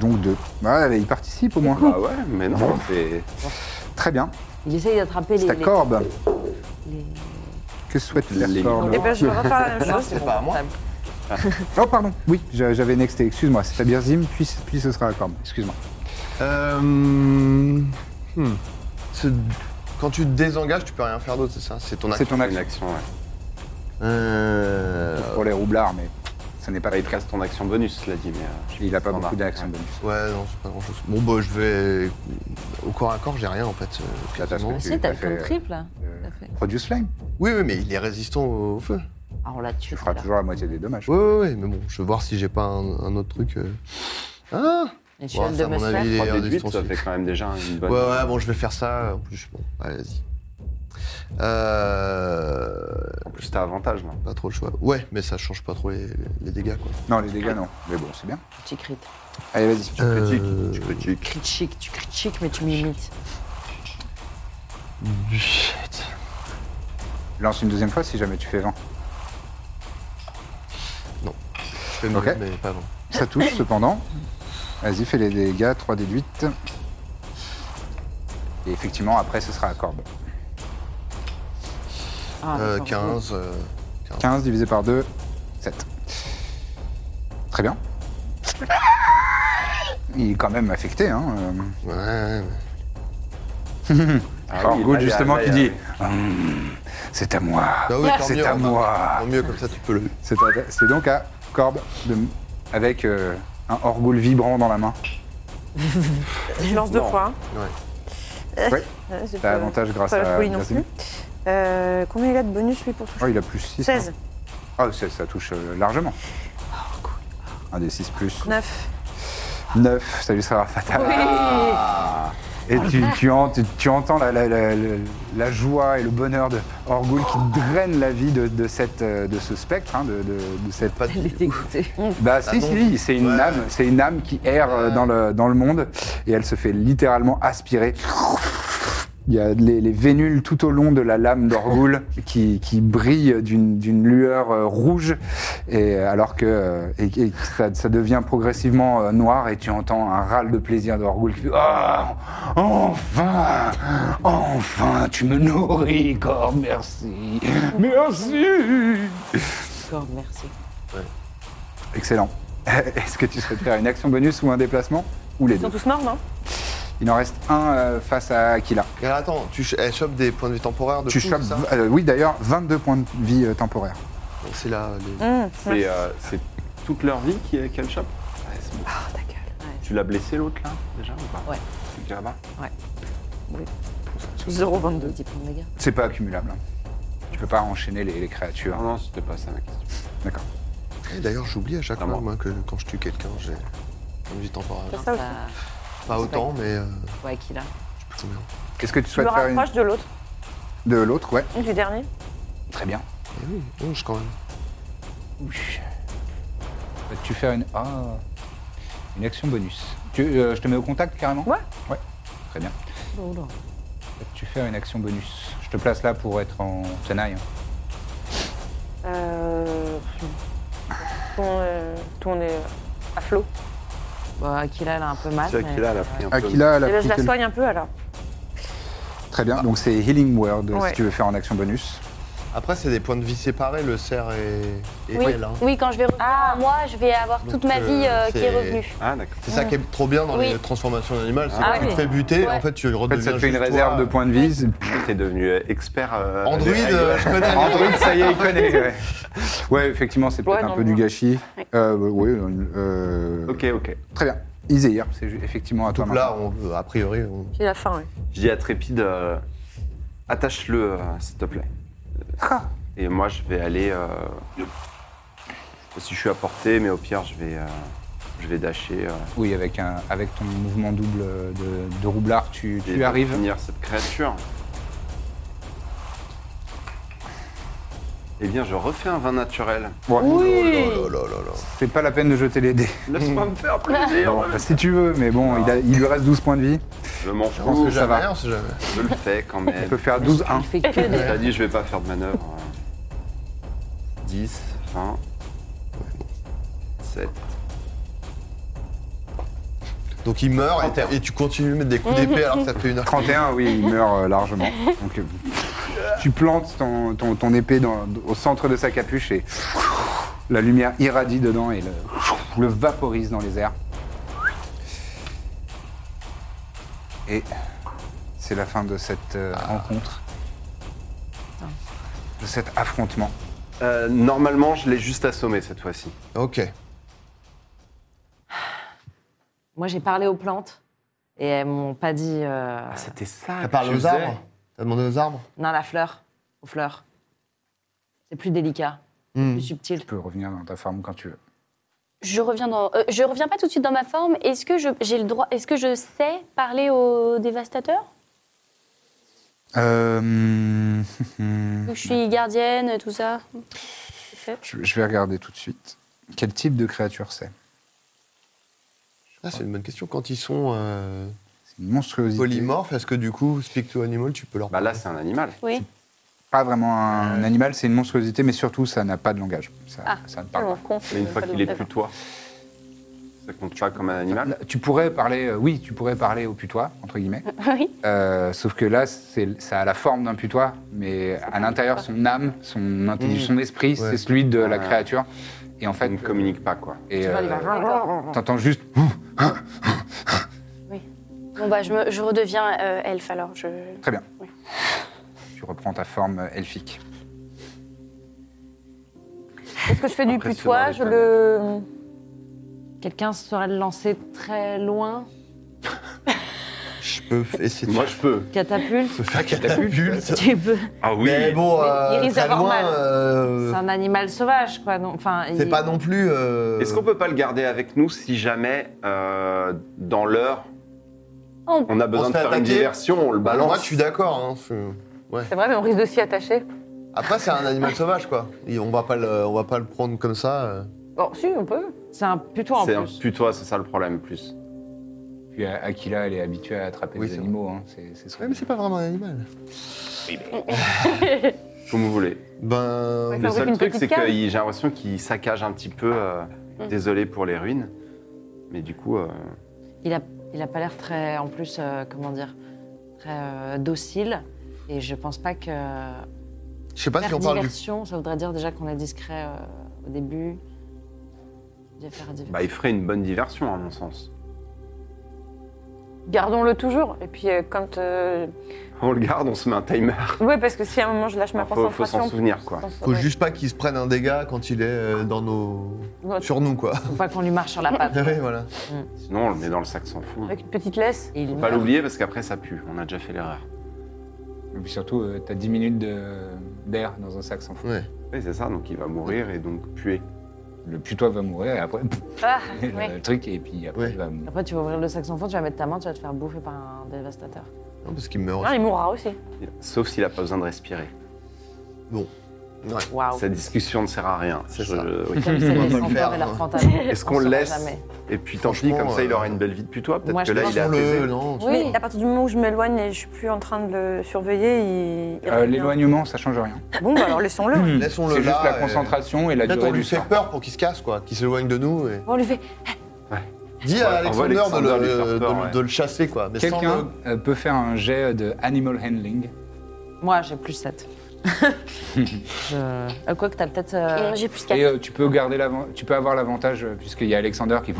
B: Donc 2. Voilà, il participe au moins.
C: Bah ouais, mais non, c'est.
B: Très bien.
D: Il essaye d'attraper les.
B: C'est à
D: les-
B: Corbe.
D: les-
B: Que souhaite la
C: Les-
B: Corbe
D: Et
G: Eh ben, je vais refaire la même
D: Non,
G: chose.
D: c'est
F: c'est
D: bon,
F: pas à moi.
D: portable.
B: Oh, pardon. Oui, j'a- j'avais nexté. Excuse-moi, c'est à Birzim, puis, puis ce sera à Corbe. Excuse-moi.
F: Euh, hmm. C'est- Quand tu te désengages, tu peux rien faire d'autre, c'est ça C'est ton
B: C'est ton
F: action.
C: Une
B: action.
C: action, ouais.
F: Euh,
B: Pour les roublards, mais ça n'est pas
C: Bah, il te reste ton action bonus, cela dit, mais. euh, je-
B: Il a pas
C: Standard.
B: beaucoup d'actions
C: Ouais.
B: bonus.
F: Ouais, non, c'est pas grand chose. Bon, bah, je vais. Au corps à corps, j'ai rien en fait. euh,
B: Là, t'as ce que
F: quasiment.
B: tu-
D: Si, t'as
B: t'as
D: fait le
B: fait,
D: triple. là.
B: euh,
D: T'as fait.
B: Produce Flame.
F: Oui, oui, mais il est résistant au feu.
D: Ah, on l'a
B: Tu
D: tué.
B: feras
D: tout à
B: toujours la moitié des dommages.
F: Ouais, ouais, ouais, mais bon, je vais voir si j'ai pas un, un autre truc. euh. Ah
D: l'heure. Et tu
F: Ouais,
D: viens
F: ça,
D: de
F: à
D: me
F: mon
D: faire.
F: avis, il est
C: Trois déduites,
F: résistant.
C: ça fait quand même déjà une bonne.
F: Ouais, ouais, bon, je vais faire ça. En plus, bon, allez, vas-y. Euh,
C: En plus, t'as avantage, là.
F: Pas trop le choix. Ouais, mais ça change pas trop les, les dégâts, quoi.
B: Non, les dégâts, non. Mais bon, c'est bien.
D: Petit crit.
B: Allez, vas-y.
F: Euh,
I: Tu critiques.
D: Crit chic, tu crit chic, mais tu m'imites.
F: shit.
B: Lance une deuxième fois si jamais tu fais 20.
F: Je fais mieux,
B: Ok.
F: mais pas bon.
B: Ça touche cependant. Vas-y, fais les dégâts, 3 des 8. Et effectivement, après, ce sera à corde.
D: Ah,
F: Euh,
D: d'accord.
F: 15. euh,
B: 15 divisé par 2, 7. Très bien. Il est quand même affecté, hein. euh,
F: ouais, ouais, ouais.
C: Ah
B: Corgout,
C: oui, là, il y a-
B: justement,
C: là,
B: qui
C: il y a-
B: dit Hum, C'est à moi.
F: Bah oui, tant
B: Ah, C'est
F: mieux,
B: à
F: hein,
B: moi.
F: Tant mieux, comme ça, tu peux le.
B: C'est à- c'est donc à Corbe, de- avec euh, un orgoule vibrant dans la main.
G: Je lance deux
C: Non.
G: fois. [LAUGHS]
B: Ouais,
G: hein. C'est
B: t'as
G: pas-
B: avantage grâce
G: pas la
B: à.
G: folie non
B: grâce à-
G: plus. Euh, combien il a de bonus, lui, pour toucher
B: Oh, il a plus 6.
G: 16,
B: Ah, ça, ça touche euh, largement.
G: Oh,
B: Un des 6 plus.
G: 9.
B: 9, ça lui sera fatal. Ah. Et tu, tu en- tu- tu entends la, la- la- la- la joie et le bonheur de Orgul qui draine la vie de, de cette, euh, de ce spectre, hein, de, de- de cette.
F: Pas de...
D: Elle est dégoûtée.
B: Bah si,
F: bon
B: si, c'est une
F: Ouais.
B: âme, c'est une âme qui erre euh, dans le, dans le monde et elle se fait littéralement aspirer. Il y a les, les vénules tout au long de la lame d'Orgul qui, qui brillent d'une d'une lueur euh, rouge, et euh, alors que euh, et, et ça, ça devient progressivement euh, noir et tu entends un râle de plaisir d'Orgul qui fait Ah, Enfin Enfin Tu me nourris, corps, merci Merci
D: D'accord, merci.
B: Excellent. [LAUGHS] Est-ce que tu souhaites faire une action bonus ou un déplacement Ou les
G: Ils sont
B: deux
G: tous morts, non
B: Il en reste un euh, face à Akila.
F: Et alors, attends, tu ch- elle chope des points de vie temporaires de
B: Tu
F: fou,
B: chopes,
F: ça
B: euh, oui d'ailleurs, 22 points de vie euh, temporaire.
F: C'est là. les-
G: Hum,
C: C'est euh, c'est toute leur vie qui est- qu'elle chope
G: Oh, ta gueule.
C: Tu l'as blessé, l'autre, là, déjà, ou pas
D: Ouais.
C: C'est qui, là-bas
G: 0,22.
D: 10 points de dégâts.
B: C'est pas accumulable. hein. Tu peux pas enchaîner les, les créatures.
C: Non, non, c'était pas ça ma question.
F: Et Eh, D'ailleurs, j'oublie à chaque
C: Ah,
F: fois
C: bon.
F: moi, que quand je tue quelqu'un, j'ai points de vie temporaire.
G: C'est ça aussi.
D: Bah,
F: Pas
D: c'est
F: autant, mais. euh,
D: ouais, qui l'a
F: je sais plus combien.
B: Qu'est-ce que tu
G: Je me
B: souhaites faire une-
G: rapproche de l'autre,
B: de l'autre Ouais,
G: du dernier.
B: très bien.
F: Eh oui, 11 quand même.
B: Vas-tu faire une ah, une action bonus Tu- euh, Je te mets au contact carrément
G: Ouais.
B: Ouais, très bien.
D: Oh là.
B: Vas-tu faire une action bonus Je te place là pour être en tenaille. hein.
G: Euh... Tout, le monde, euh, tout le monde est à flot.
D: Bon, Akila, elle a un peu mal.
C: Ah, C'est vrai qu'il a, elle a pris un peu.
B: Akila, elle a
G: Eh ben,
B: pris
G: je la
B: quel-
G: soigne un peu, alors.
B: Très bien, donc c'est Healing Word
G: Ouais.
B: si tu veux faire en action bonus.
F: Après, c'est des points de vie séparés, le cerf et, et
E: oui.
F: elle, hein.
E: oui, quand je vais revenir à moi, je vais avoir
F: Donc,
E: toute ma
F: euh,
E: vie euh, qui est
F: c'est-
E: revenue.
C: Ah, d'accord.
F: C'est ça qui est trop bien dans
E: Oui.
F: les transformations d'animal, c'est
C: Ah
F: que tu
D: oui.
F: te fais buter,
E: Ouais.
F: en fait tu
B: En fait,
F: redeviens
B: ça te fait une
F: juste
B: réserve
F: toi.
B: de points de vie.
C: T'es devenu euh, expert. euh,
F: Android,
C: des règles.
F: euh, je
B: [LAUGHS]
F: connais.
B: Android, ça y est, il connaît. Ouais, Ouais, effectivement, c'est peut-être
G: Ouais,
B: un
G: non,
B: peu du
G: non.
B: gâchis.
E: Ouais.
B: Euh, oui, euh,
C: Ok, ok.
B: Très bien. Iséir, c'est ju- effectivement à toi
F: Donc
B: maintenant.
F: là, on- a priori, on...
G: J'ai la faim, oui.
C: Je dis à Trépide, euh, attache-le, euh, s'il te plaît.
B: Ah.
C: Et moi, je vais aller. euh, je sais pas si je suis à portée, mais au pire, je vais, euh, je vais dasher. euh,
B: Oui, avec, un, avec ton mouvement double euh, de, de roublard, tu,
C: et
B: tu arrives.
C: Finir cette créature. Eh bien, je refais un
B: [LAUGHS]
C: vin naturel.
B: Ouais.
F: Oh là là là là.
B: C'est pas la peine de jeter les dés.
C: Laisse-moi me faire plaisir.
B: Bon, si tu veux, mais bon, il, a- il lui reste 12 points de vie.
C: Je m'en
F: On
B: pense
F: sait
B: que
C: fous,
B: ça
F: jamais,
B: va.
F: on sait jamais.
C: je le fais quand
B: Il
C: même.
B: peut faire 12-1.
D: Elle fait que
C: [LAUGHS]
D: des...
C: T'as dit, je vais pas faire de manœuvre. 10, 20, 7.
F: Donc il meurt et t'as- et, tu continues de mettre des coups d'épée alors que ça fait une heure.
B: 31, oui, il meurt euh, largement. Donc, euh, tu plantes ton, ton- ton épée dans- au centre de sa capuche et la lumière irradie dedans et le, le vaporise dans les airs. Et c'est la fin de cette euh, rencontre, de cet affrontement.
C: Euh, normalement, je l'ai juste assommé cette fois-ci.
F: Ok.
D: Moi, j'ai parlé aux plantes et elles m'ont pas dit. euh,
C: C'était ça.
F: T'as parlé aux arbres T'as demandé aux arbres
D: non, la fleur, aux fleurs. C'est plus délicat,
F: Hmm.
D: plus subtil.
B: Tu peux revenir dans ta forme quand tu veux.
E: Je reviens dans. euh, je reviens pas tout de suite dans ma forme. Est-ce que je j'ai le droit Est-ce que je sais parler aux dévastateurs
B: Euh, [LAUGHS]
E: Donc, je suis gardienne, tout ça.
B: je je vais regarder tout de suite. Quel type de créature c'est
F: Ah, c'est une bonne question. Quand ils sont euh,
B: C'est une monstruosité.
F: polymorphes, est-ce que du coup, speak to animal, tu peux leur
C: Bah là, c'est un animal.
E: Oui.
B: Pas vraiment
F: Euh,
B: un animal, c'est une monstruosité, mais surtout, ça n'a pas de langage. Ça,
E: Ah.
B: ça ne parle
D: Oh.
G: Tellement
B: pas.
G: con.
C: Mais une
G: c'est
C: fois
G: pas
C: qu'il est
G: de-
C: plus toi, ça compte pas comme un animal.
B: Là, Tu pourrais parler, euh, oui, tu pourrais parler au putois, entre guillemets.
D: Mm.
E: [LAUGHS] Oui.
B: Euh, sauf que là, c'est- ça a la forme d'un putois, mais à l'intérieur, son âme, son intelligence, son esprit,
F: Mm. Ouais. Ah.
B: c'est celui de la
C: Ouais.
B: créature. Et en fait,
F: euh,
B: euh,
C: Il ne communique pas, quoi.
B: et,
D: Tu vas aller
B: euh,
D: voir.
B: t'entends juste.
E: Bon, bah, je, me- je redeviens euh, elfe alors. Je...
B: Très bien.
E: Oui.
B: Tu reprends ta forme euh, elfique.
G: Est-ce que je fais du
C: Impressionnant,
G: putois
C: les
G: Je le.
D: Quelqu'un saurait le lancer très loin.
F: Je peux f- essayer de
C: Moi, je peux.
D: Catapulte.
F: [LAUGHS] peux faire catapulte.
D: Tu peux.
C: Ah oui
F: Mais bon, euh,
D: Il risque
F: très
D: d'avoir
F: loin,
D: mal.
F: euh,
D: C'est un animal sauvage, quoi. non- Enfin,
F: c'est
D: il-
F: pas non plus. euh,
C: Est-ce qu'on peut pas le garder avec nous si jamais, euh, dans l'heure,
E: Oh.
C: on a
F: On
C: besoin
F: se
C: de
F: fait
C: faire une
F: attaquer
C: diversion, on le balance
F: bah, Moi, je suis d'accord. hein, je-
G: C'est vrai, mais on risque de s'y attacher.
F: Après, c'est un animal sauvage, quoi. Et on va pas le, on va pas le prendre comme ça. euh.
G: Bon, si, on peut.
D: C'est un putois en
C: C'est un
D: plus.
C: putois, c'est ça le problème, plus.
B: Puis euh, Aquila, elle est habituée à attraper
F: Oui,
B: des
F: c'est
B: animaux. hein, C'est c'est son-
F: Ouais, mais c'est pas vraiment un animal.
C: Comme vous voulez.
F: Ben,
G: Ouais,
C: Le
G: Fabrique
C: seul
G: une
C: truc,
G: petite
C: c'est
G: cave.
C: que il- j'ai l'impression qu'il saccage un petit peu. euh, Désolé pour les ruines. Mais du coup, euh,
D: Il a, il a pas l'air très, en plus, euh, comment dire, très euh, docile. Et je pense pas que
F: je sais pas si
D: faire
F: on parle du.
D: diversion, ça voudrait dire déjà qu'on est discret euh, au début. De faire diversion.
C: bah, il ferait une bonne diversion, à mon sens.
G: Gardons-le toujours. Et puis, euh, quand. euh,
C: On le garde, on se met un timer.
G: Ouais, parce que si à un moment je lâche ma
C: Faut- faut
G: concentration.
C: s'en souvenir, quoi.
G: sans-
F: Faut
G: ouais.
F: juste pas qu'il se prenne un dégât quand il est euh, dans nos.
G: Notre-
F: sur
C: [LAUGHS]
F: nous, quoi.
D: Faut pas qu'on lui marche sur la
F: [LAUGHS]
D: patte.
F: Ouais, voilà.
C: Sinon, on le met dans le sac sans fond.
G: Avec une petite laisse.
D: Et il
C: Faut pas
D: meurt.
C: l'oublier parce qu'après, ça pue. On a déjà fait l'erreur.
B: Et puis surtout, euh, t'as 10 minutes de- d'air dans un sac sans fond.
F: Ouais.
C: Oui, c'est ça, donc il va mourir et donc puer.
B: Le putois va mourir et après, [LAUGHS]
G: Ah,
B: le
G: ouais.
B: truc, et puis après,
F: Ouais.
B: il va mourir.
D: Après, tu vas ouvrir le sac sans fond, tu vas mettre ta main, tu vas te faire bouffer par un dévastateur.
F: Non, parce qu'il meurt.
G: Non, il mourra aussi.
C: Sauf s'il a pas besoin de respirer.
D: Waouh.
C: Cette discussion ne sert à rien.
F: C'est
C: Je-
F: ça.
C: oui.
D: Comme
F: On
D: c'est les
F: va [LAUGHS] pas le
D: centaures
F: faire,
D: et leur
F: hein.
D: fantaisie,
F: [LAUGHS]
C: Est-ce
D: [LAUGHS] on
C: qu'on le
D: saura
C: laisse
D: jamais.
C: Et puis tant pis, comme
F: Franchement,
C: ça, il
F: euh,
C: aura une belle vie de putois. Peut-être
D: moi,
C: que
D: je
C: là,
D: pense
C: il a
F: Laissons-le,
C: apaisé.
F: non.
D: Oui.
G: Mais à partir du moment où je m'éloigne et je suis plus en train de le surveiller, il. il
B: Euh,
G: revient.
B: L'éloignement, ça change rien. Hmm.
G: Bon, bah alors laissons-le.
F: Laissons-le
B: C'est juste
F: là,
B: la
F: et-
B: concentration et, la
F: Peut-être
B: durée
F: on
B: du
F: lui fait
B: sort.
F: peur pour qu'il se casse, quoi. Qu'il s'éloigne de nous. Et...
G: On
F: [LAUGHS]
G: lui fait.
F: Dis
C: Ouais,
F: à
C: on voit
F: Alexander de
C: Alexander lui
F: le,
C: faire peur,
F: de-
C: ouais.
F: de le chasser, quoi. Mais sans
B: Quelqu'un
F: le-
B: euh, peut faire un jet de animal handling.
D: Moi, j'ai plus
F: [LAUGHS]
D: 7. je... euh, quoi que t'as peut-être. euh,
E: Et J'ai plus
B: Et
E: 4.
B: euh, tu peux garder l'avan- tu peux avoir l'avantage euh, puisqu'il y a Alexander qui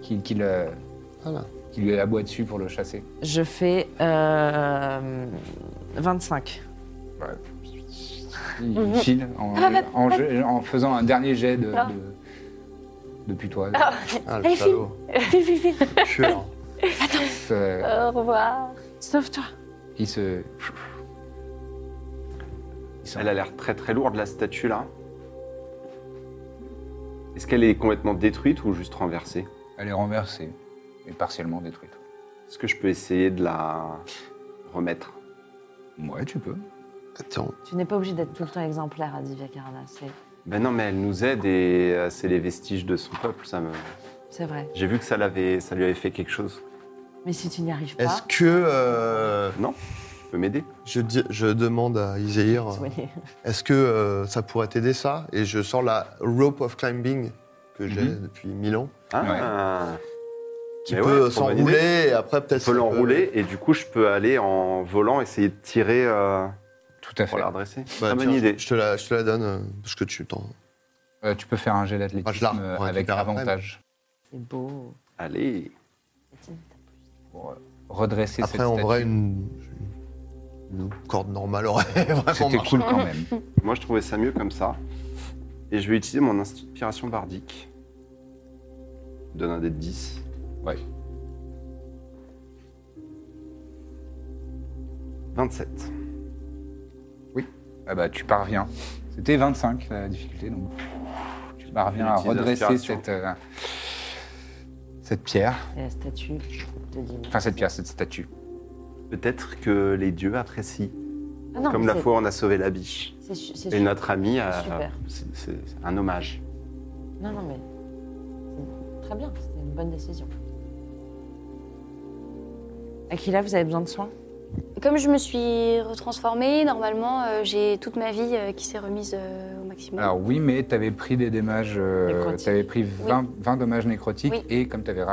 B: qui, qui le-
F: Oh, Voilà.
B: qui lui aboie dessus pour le chasser.
D: Je fais euh, 25.
B: Il file en, en jeu- en faisant un dernier jet de,
E: Ah.
B: de, de putois.
F: Ah, le
E: Allez,
F: salaud.
E: Vite, vite, vite.
F: Chieur.
B: Euh,
E: [LAUGHS] Au revoir.
D: Sauve-toi.
B: il se il s'en-
C: Elle a l'air très très lourde, la statue là. Est-ce qu'elle est complètement détruite ou juste renversée
B: elle est renversée et partiellement détruite.
C: Est-ce que je peux essayer de la remettre
B: Ouais, tu peux.
F: Attends.
D: Tu n'es pas obligé d'être tout le temps exemplaire à Divya Karana. C'est,
C: Ben non, mais elle nous aide et euh, c'est les vestiges de son peuple. Ça me...
D: c'est vrai.
C: J'ai vu que ça, l'avait, ça lui avait fait quelque chose.
D: Mais si tu n'y arrives
F: Est-ce
C: Ah.
D: pas,
F: que. euh,
C: Tu peux m'aider
F: je, dis- je demande à Iséir. euh,
D: soignez.
F: Est-ce que euh, ça pourrait t'aider ça Et je sors la rope of climbing que j'ai
B: Mhm.
F: depuis mille ans,
C: Ah,
F: qui
C: Mais ouais,
F: peut
C: c'est une bonne idée.
F: s'enrouler et après peut-être.
C: Je peux
F: ça
C: l'enrouler et du coup, je peux aller en volant essayer de tirer euh,
B: Tout à fait.
C: pour la redresser.
F: Bah,
C: Très bonne
F: tiens,
C: idée.
F: Je te la, je te la donne euh, parce que tu t'en.
B: Euh, tu peux faire un jet
F: Ah, je la
B: d'athlétisme euh,
F: reprends,
B: avec
F: tu perds après,
B: avantage
D: C'est beau.
C: Allez,
B: pour euh, redresser cette
F: Après en vrai
B: statue.
F: une, une corde normale aurait [LAUGHS] vraiment
B: C'était
F: marché.
B: cool
F: [LAUGHS]
B: quand même.
C: moi je trouvais ça mieux comme ça. Et je vais utiliser mon inspiration bardique. Je donne un dé de 10.
B: Ouais.
C: 27.
B: Ah bah, tu parviens. C'était 25 la difficulté, donc tu parviens à
C: Utilise
B: redresser
C: l'inspiration.
B: cette, euh, cette pierre,
D: Et la statue de Divya.
B: enfin cette pierre, cette statue.
C: Peut-être que les dieux apprécient.
D: Ah non,
C: Comme
D: mais
C: la
D: c'est-
C: fois où on a sauvé la biche.
D: C'est su- c'est
C: Et
D: su-
C: notre ami, a-
D: Super.
C: c'est c'est un hommage.
D: Non, non, mais. c'est Très bien, c'était une bonne décision. Akila, vous avez besoin de soins
E: Comme je me suis retransformée, normalement, euh, j'ai toute ma vie euh, qui s'est remise euh, au maximum.
B: Alors Ah, oui, mais tu avais pris des dommages, euh,
D: Nécrotiques.
B: tu avais pris 20, 20 dommages nécrotiques
E: Oui.
B: et comme tu n'avais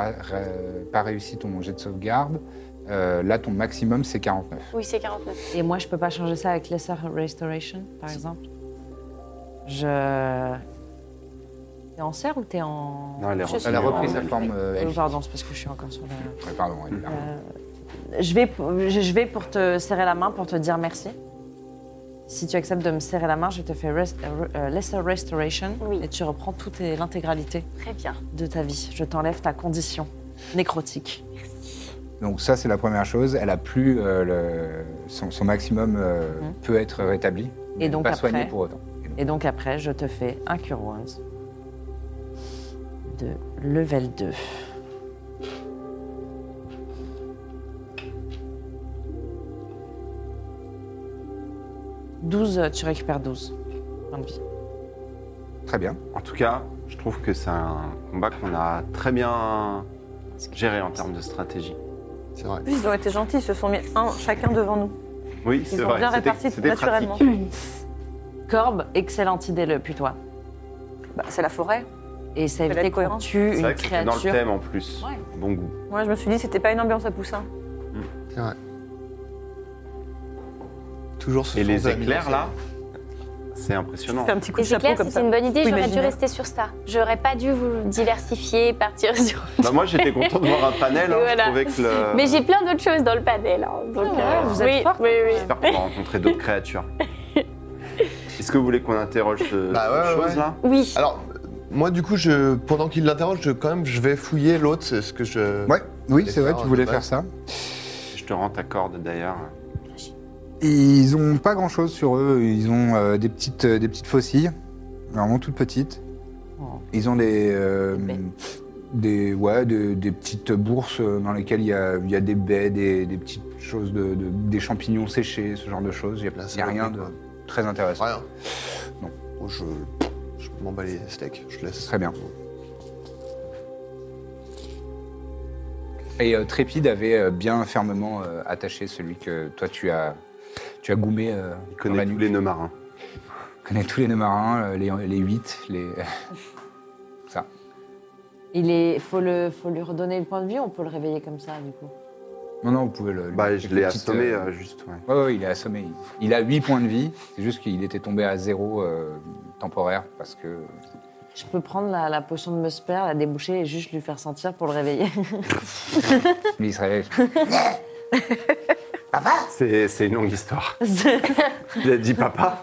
B: pas réussi ton jet de sauvegarde, euh, là ton maximum c'est 49.
E: Oui, c'est 49.
D: Et moi, je peux pas changer ça avec Lesser Restoration, par exemple Je. T'es en serre ou t'es en.
C: Non, elle est
B: Elle a
C: revenue
B: repris sa
C: en-
B: forme. euh,
D: Euh,
B: elfique.
D: Pardon, c'est parce que je suis encore sur la.
B: Ouais, pardon, elle-
D: Je vais, je je vais pour te serrer la main, pour te dire merci. Si tu acceptes de me serrer la main, je te fais rest- euh, euh, Lesser Restoration
E: Oui.
D: et tu reprends toute l'intégralité
E: Très bien.
D: de ta vie. Je t'enlève ta condition nécrotique.
B: Donc ça c'est la première chose. Elle a plus euh, le- son, son maximum euh,
D: Mhm.
B: peut être rétabli. mais
D: Et donc
B: pas
D: après-
B: soigné pour autant. Et donc,
D: Et donc après, je te fais un Cure Wounds de level 2. Douze, euh, tu récupères 12 points de vie.
B: Très bien.
C: En tout cas, je trouve que c'est un combat qu'on a très bien géré en termes de stratégie.
F: C'est vrai.
G: Ils ont été gentils, ils se sont mis un chacun devant nous.
C: Oui,
G: Ils
C: c'est
G: ont
C: vrai.
G: bien
C: c'était-
G: réparti
C: c'était
G: naturellement.
C: pratique.
D: Corbe, excellente idée, le putois.
G: Bah, c'est la forêt.
D: Et ça
G: Fallait
D: évitait
G: être
D: qu'on
G: cohérent.
D: tue
C: C'est
D: une
C: vrai que c'était dans le
D: créature.
C: thème en plus.
D: Ouais.
C: Bon goût.
G: Moi, je me suis dit, c'était pas une ambiance à poussin.
F: C'est vrai. Toujours ce
C: Et
F: sont
C: les
F: des amis,
C: éclairs
F: c'est-
C: là, c'est impressionnant.
G: Tu fais un petit coup de
E: Les
G: chapeau
E: éclairs,
G: comme
E: c'était
G: ça.
E: une bonne idée,
G: Faut
E: j'aurais dû
G: imaginer.
E: rester sur ça. J'aurais pas dû vous diversifier, partir [LAUGHS] sur.
C: Bah, moi j'étais content de voir un
D: [LAUGHS]
C: panel. hein,
E: Voilà.
C: Je trouvais que le.
E: Mais j'ai plein d'autres choses dans le panel. hein, donc,
D: Ah ouais, vous êtes
E: oui,
D: forte,
E: oui, oui.
C: J'espère qu'on va rencontrer d'autres
D: [LAUGHS]
C: créatures. Est-ce que vous voulez qu'on interroge ce,
F: Bah ouais,
C: cette
F: ouais,
C: chose
F: ouais.
C: là
E: Oui.
F: Alors, euh, moi, du coup, je, pendant qu'il l'interroge, je, quand même, je vais fouiller l'autre. C'est ce que je.
B: Ouais, oui,
F: voulais
B: c'est vrai,
F: faire
B: tu
F: un
B: voulais
F: débat.
B: faire ça.
C: Je te rends ta corde d'ailleurs.
B: Ils ont pas grand chose sur eux. Ils ont euh, des petites euh, des petites faucilles, vraiment toutes petites.
D: Oh.
B: Ils ont des euh,
D: Des baies.
B: des ouais des, des petites bourses euh, dans lesquelles il y a, il y a des baies, des, des petites choses de, de- des champignons séchés, ce genre de choses. Il
F: La
B: n'y a, rien de
F: saloperie,
B: très intéressant.
F: Rien.
B: Non.
F: Bon, Oh, je. Je m'en bats les steaks, je laisse.
B: Très bien. Et euh, Trépide avait euh, bien fermement euh, attaché celui que toi tu as tu as goumé. euh,
C: Il
B: dans la
C: connaît
F: Ah bah,
C: tous
B: nuque.
C: les nœuds marins.
B: connaît tous les nœuds marins, euh, les, les 8, les. [LAUGHS] Ça.
D: Il est, faut, le, faut lui redonner le point de vue, on peut le réveiller comme ça, du coup.
B: Non, non, vous pouvez le.
C: Bah
B: le-
C: je
B: le
C: l'ai
B: petit,
C: assommé
B: euh,
C: euh, juste. Ouais.
B: ouais, ouais, il est assommé. Il, il a 8 points de vie, c'est juste qu'il était tombé à zéro euh, temporaire parce que. [LAUGHS]
D: Je peux prendre la, la potion de Musper, la déboucher et juste lui faire sentir pour le réveiller.
C: Ah
B: Mais il se réveille.
C: C'est c'est une longue
D: [LAUGHS]
C: histoire.
D: C'est-
C: Il a dit
D: [LAUGHS]
C: papa.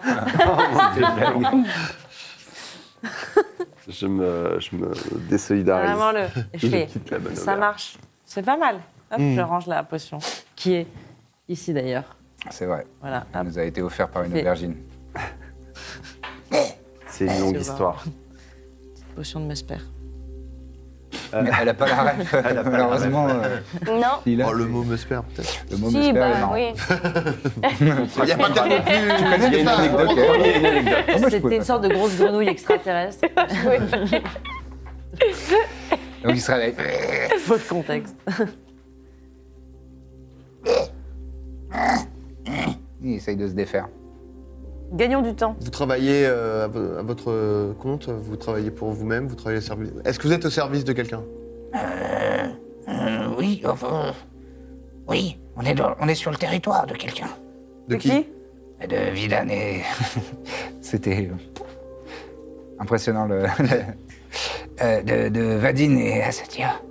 C: je me, je me désolidarise. [LAUGHS]
D: Vraiment le. Je
C: Je
D: fais,
C: quitte la bonne Hmm.
D: Ça
C: auberge.
D: marche. C'est pas mal. Hop, je range la potion. Qui est ici d'ailleurs.
B: C'est vrai,
D: Voilà.
B: ça
E: Ah.
D: hop.
B: nous a été offert par une
D: C'est-
B: aubergine.
C: C'est une longue
D: C'est
C: histoire. Hmm.
D: Potion de Musper.
C: Ah, Euh.
B: Mais elle a pas la
C: [LAUGHS]
B: ref,
C: la ref.
B: malheureusement. euh,
E: Non.
B: il a-
F: Oh, le mot me spare, peut-être.
B: le mot
E: Si,
B: me spare,
E: bah,
B: non.
E: oui.
F: Il n'y a pas de terme
B: Tu
H: Ah,
B: connais les anecdotes, hein Ah, moi, je pouvais
D: C'était une
B: pas.
D: sorte de grosse grenouille extraterrestre.
C: [LAUGHS]
B: Donc il se réveille.
D: Faut le contexte.
B: Il essaye de se défaire.
G: Gagnons du temps.
F: Vous travaillez euh, à, vo- à votre euh, compte, vous travaillez pour vous-même, vous travaillez au service. Est-ce que vous êtes au service de quelqu'un
H: Euh, oui, enfin. Oui, on est, dans- on est sur le territoire de quelqu'un.
F: De
H: De Vidane et.
B: [LAUGHS] C'était euh, impressionnant le.
H: euh, de, de Vadine et Asatia.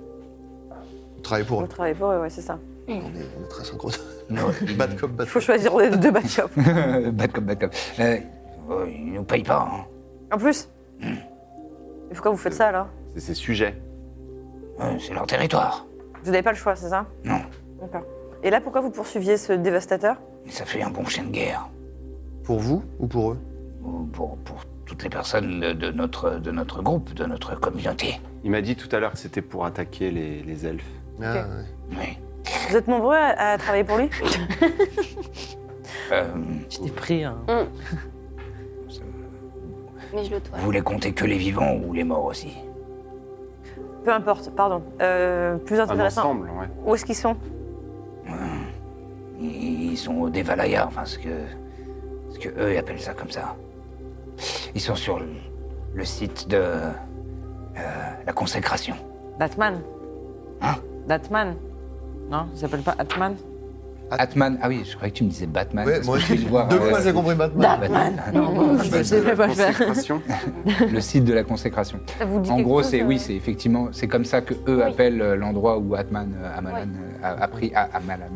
F: Vous travaillez pour
G: On
F: eux.
G: travaille pour eux, ouais, c'est ça.
F: On est, on est très synchro.
H: Non.
F: [LAUGHS] bad cop, bad
G: Il faut choisir les deux match-up.
B: [LAUGHS] bad cop, bad cop.
H: Euh, oh, ils nous payent pas. hein.
G: En plus, mais pourquoi vous faites ça alors
C: C'est ses sujets.
H: Euh, c'est leur territoire.
G: Vous n'avez pas le choix, c'est ça
H: Non.
G: D'accord. Et là, pourquoi vous poursuiviez ce dévastateur
H: Et ça fait un bon chien de guerre.
F: Pour vous ou pour eux
H: Pour, pour toutes les personnes de, de notre, de notre groupe, de notre communauté.
C: Il m'a dit tout à l'heure que c'était pour attaquer les, les elfes.
F: Ah, ouais.
H: Oui.
G: Vous êtes nombreux à, à travailler pour lui
H: Euh,
D: Je t'ai pris un.
E: mais je le toile.
H: vous voulez compter que les vivants ou les morts aussi
G: Peu importe, pardon. Euh, plus
C: Un
G: intéressant,
C: ensemble, ouais.
G: où est-ce qu'ils sont
H: Ils sont au Devalaya, enfin ce que, ce que eux ils appellent ça comme ça. Ils sont sur le, le site de euh, la consécration.
D: Batman.
H: Hein
D: Batman. Non, il s'appelle pas Batman
B: Atman, ah oui, je croyais que tu me disais Batman.
F: Ouais,
B: parce
F: moi
B: que je
F: aussi,
B: voulais le voir,
F: deux
B: hein,
F: fois
B: ouais.
F: j'ai compris maintenant.
B: Batman.
D: Non,
C: Ah, bah,
D: je
C: de
D: sais
C: la
D: pas le faire.
C: consécration.
B: Le site de la consécration.
G: Ça vous dit
B: En
G: quelque
B: gros,
G: chose,
B: c'est
G: euh
B: oui, c'est effectivement, c'est comme ça que eux appellent euh, l'endroit où Atman euh, Amalan euh, a, a pris a, Amalan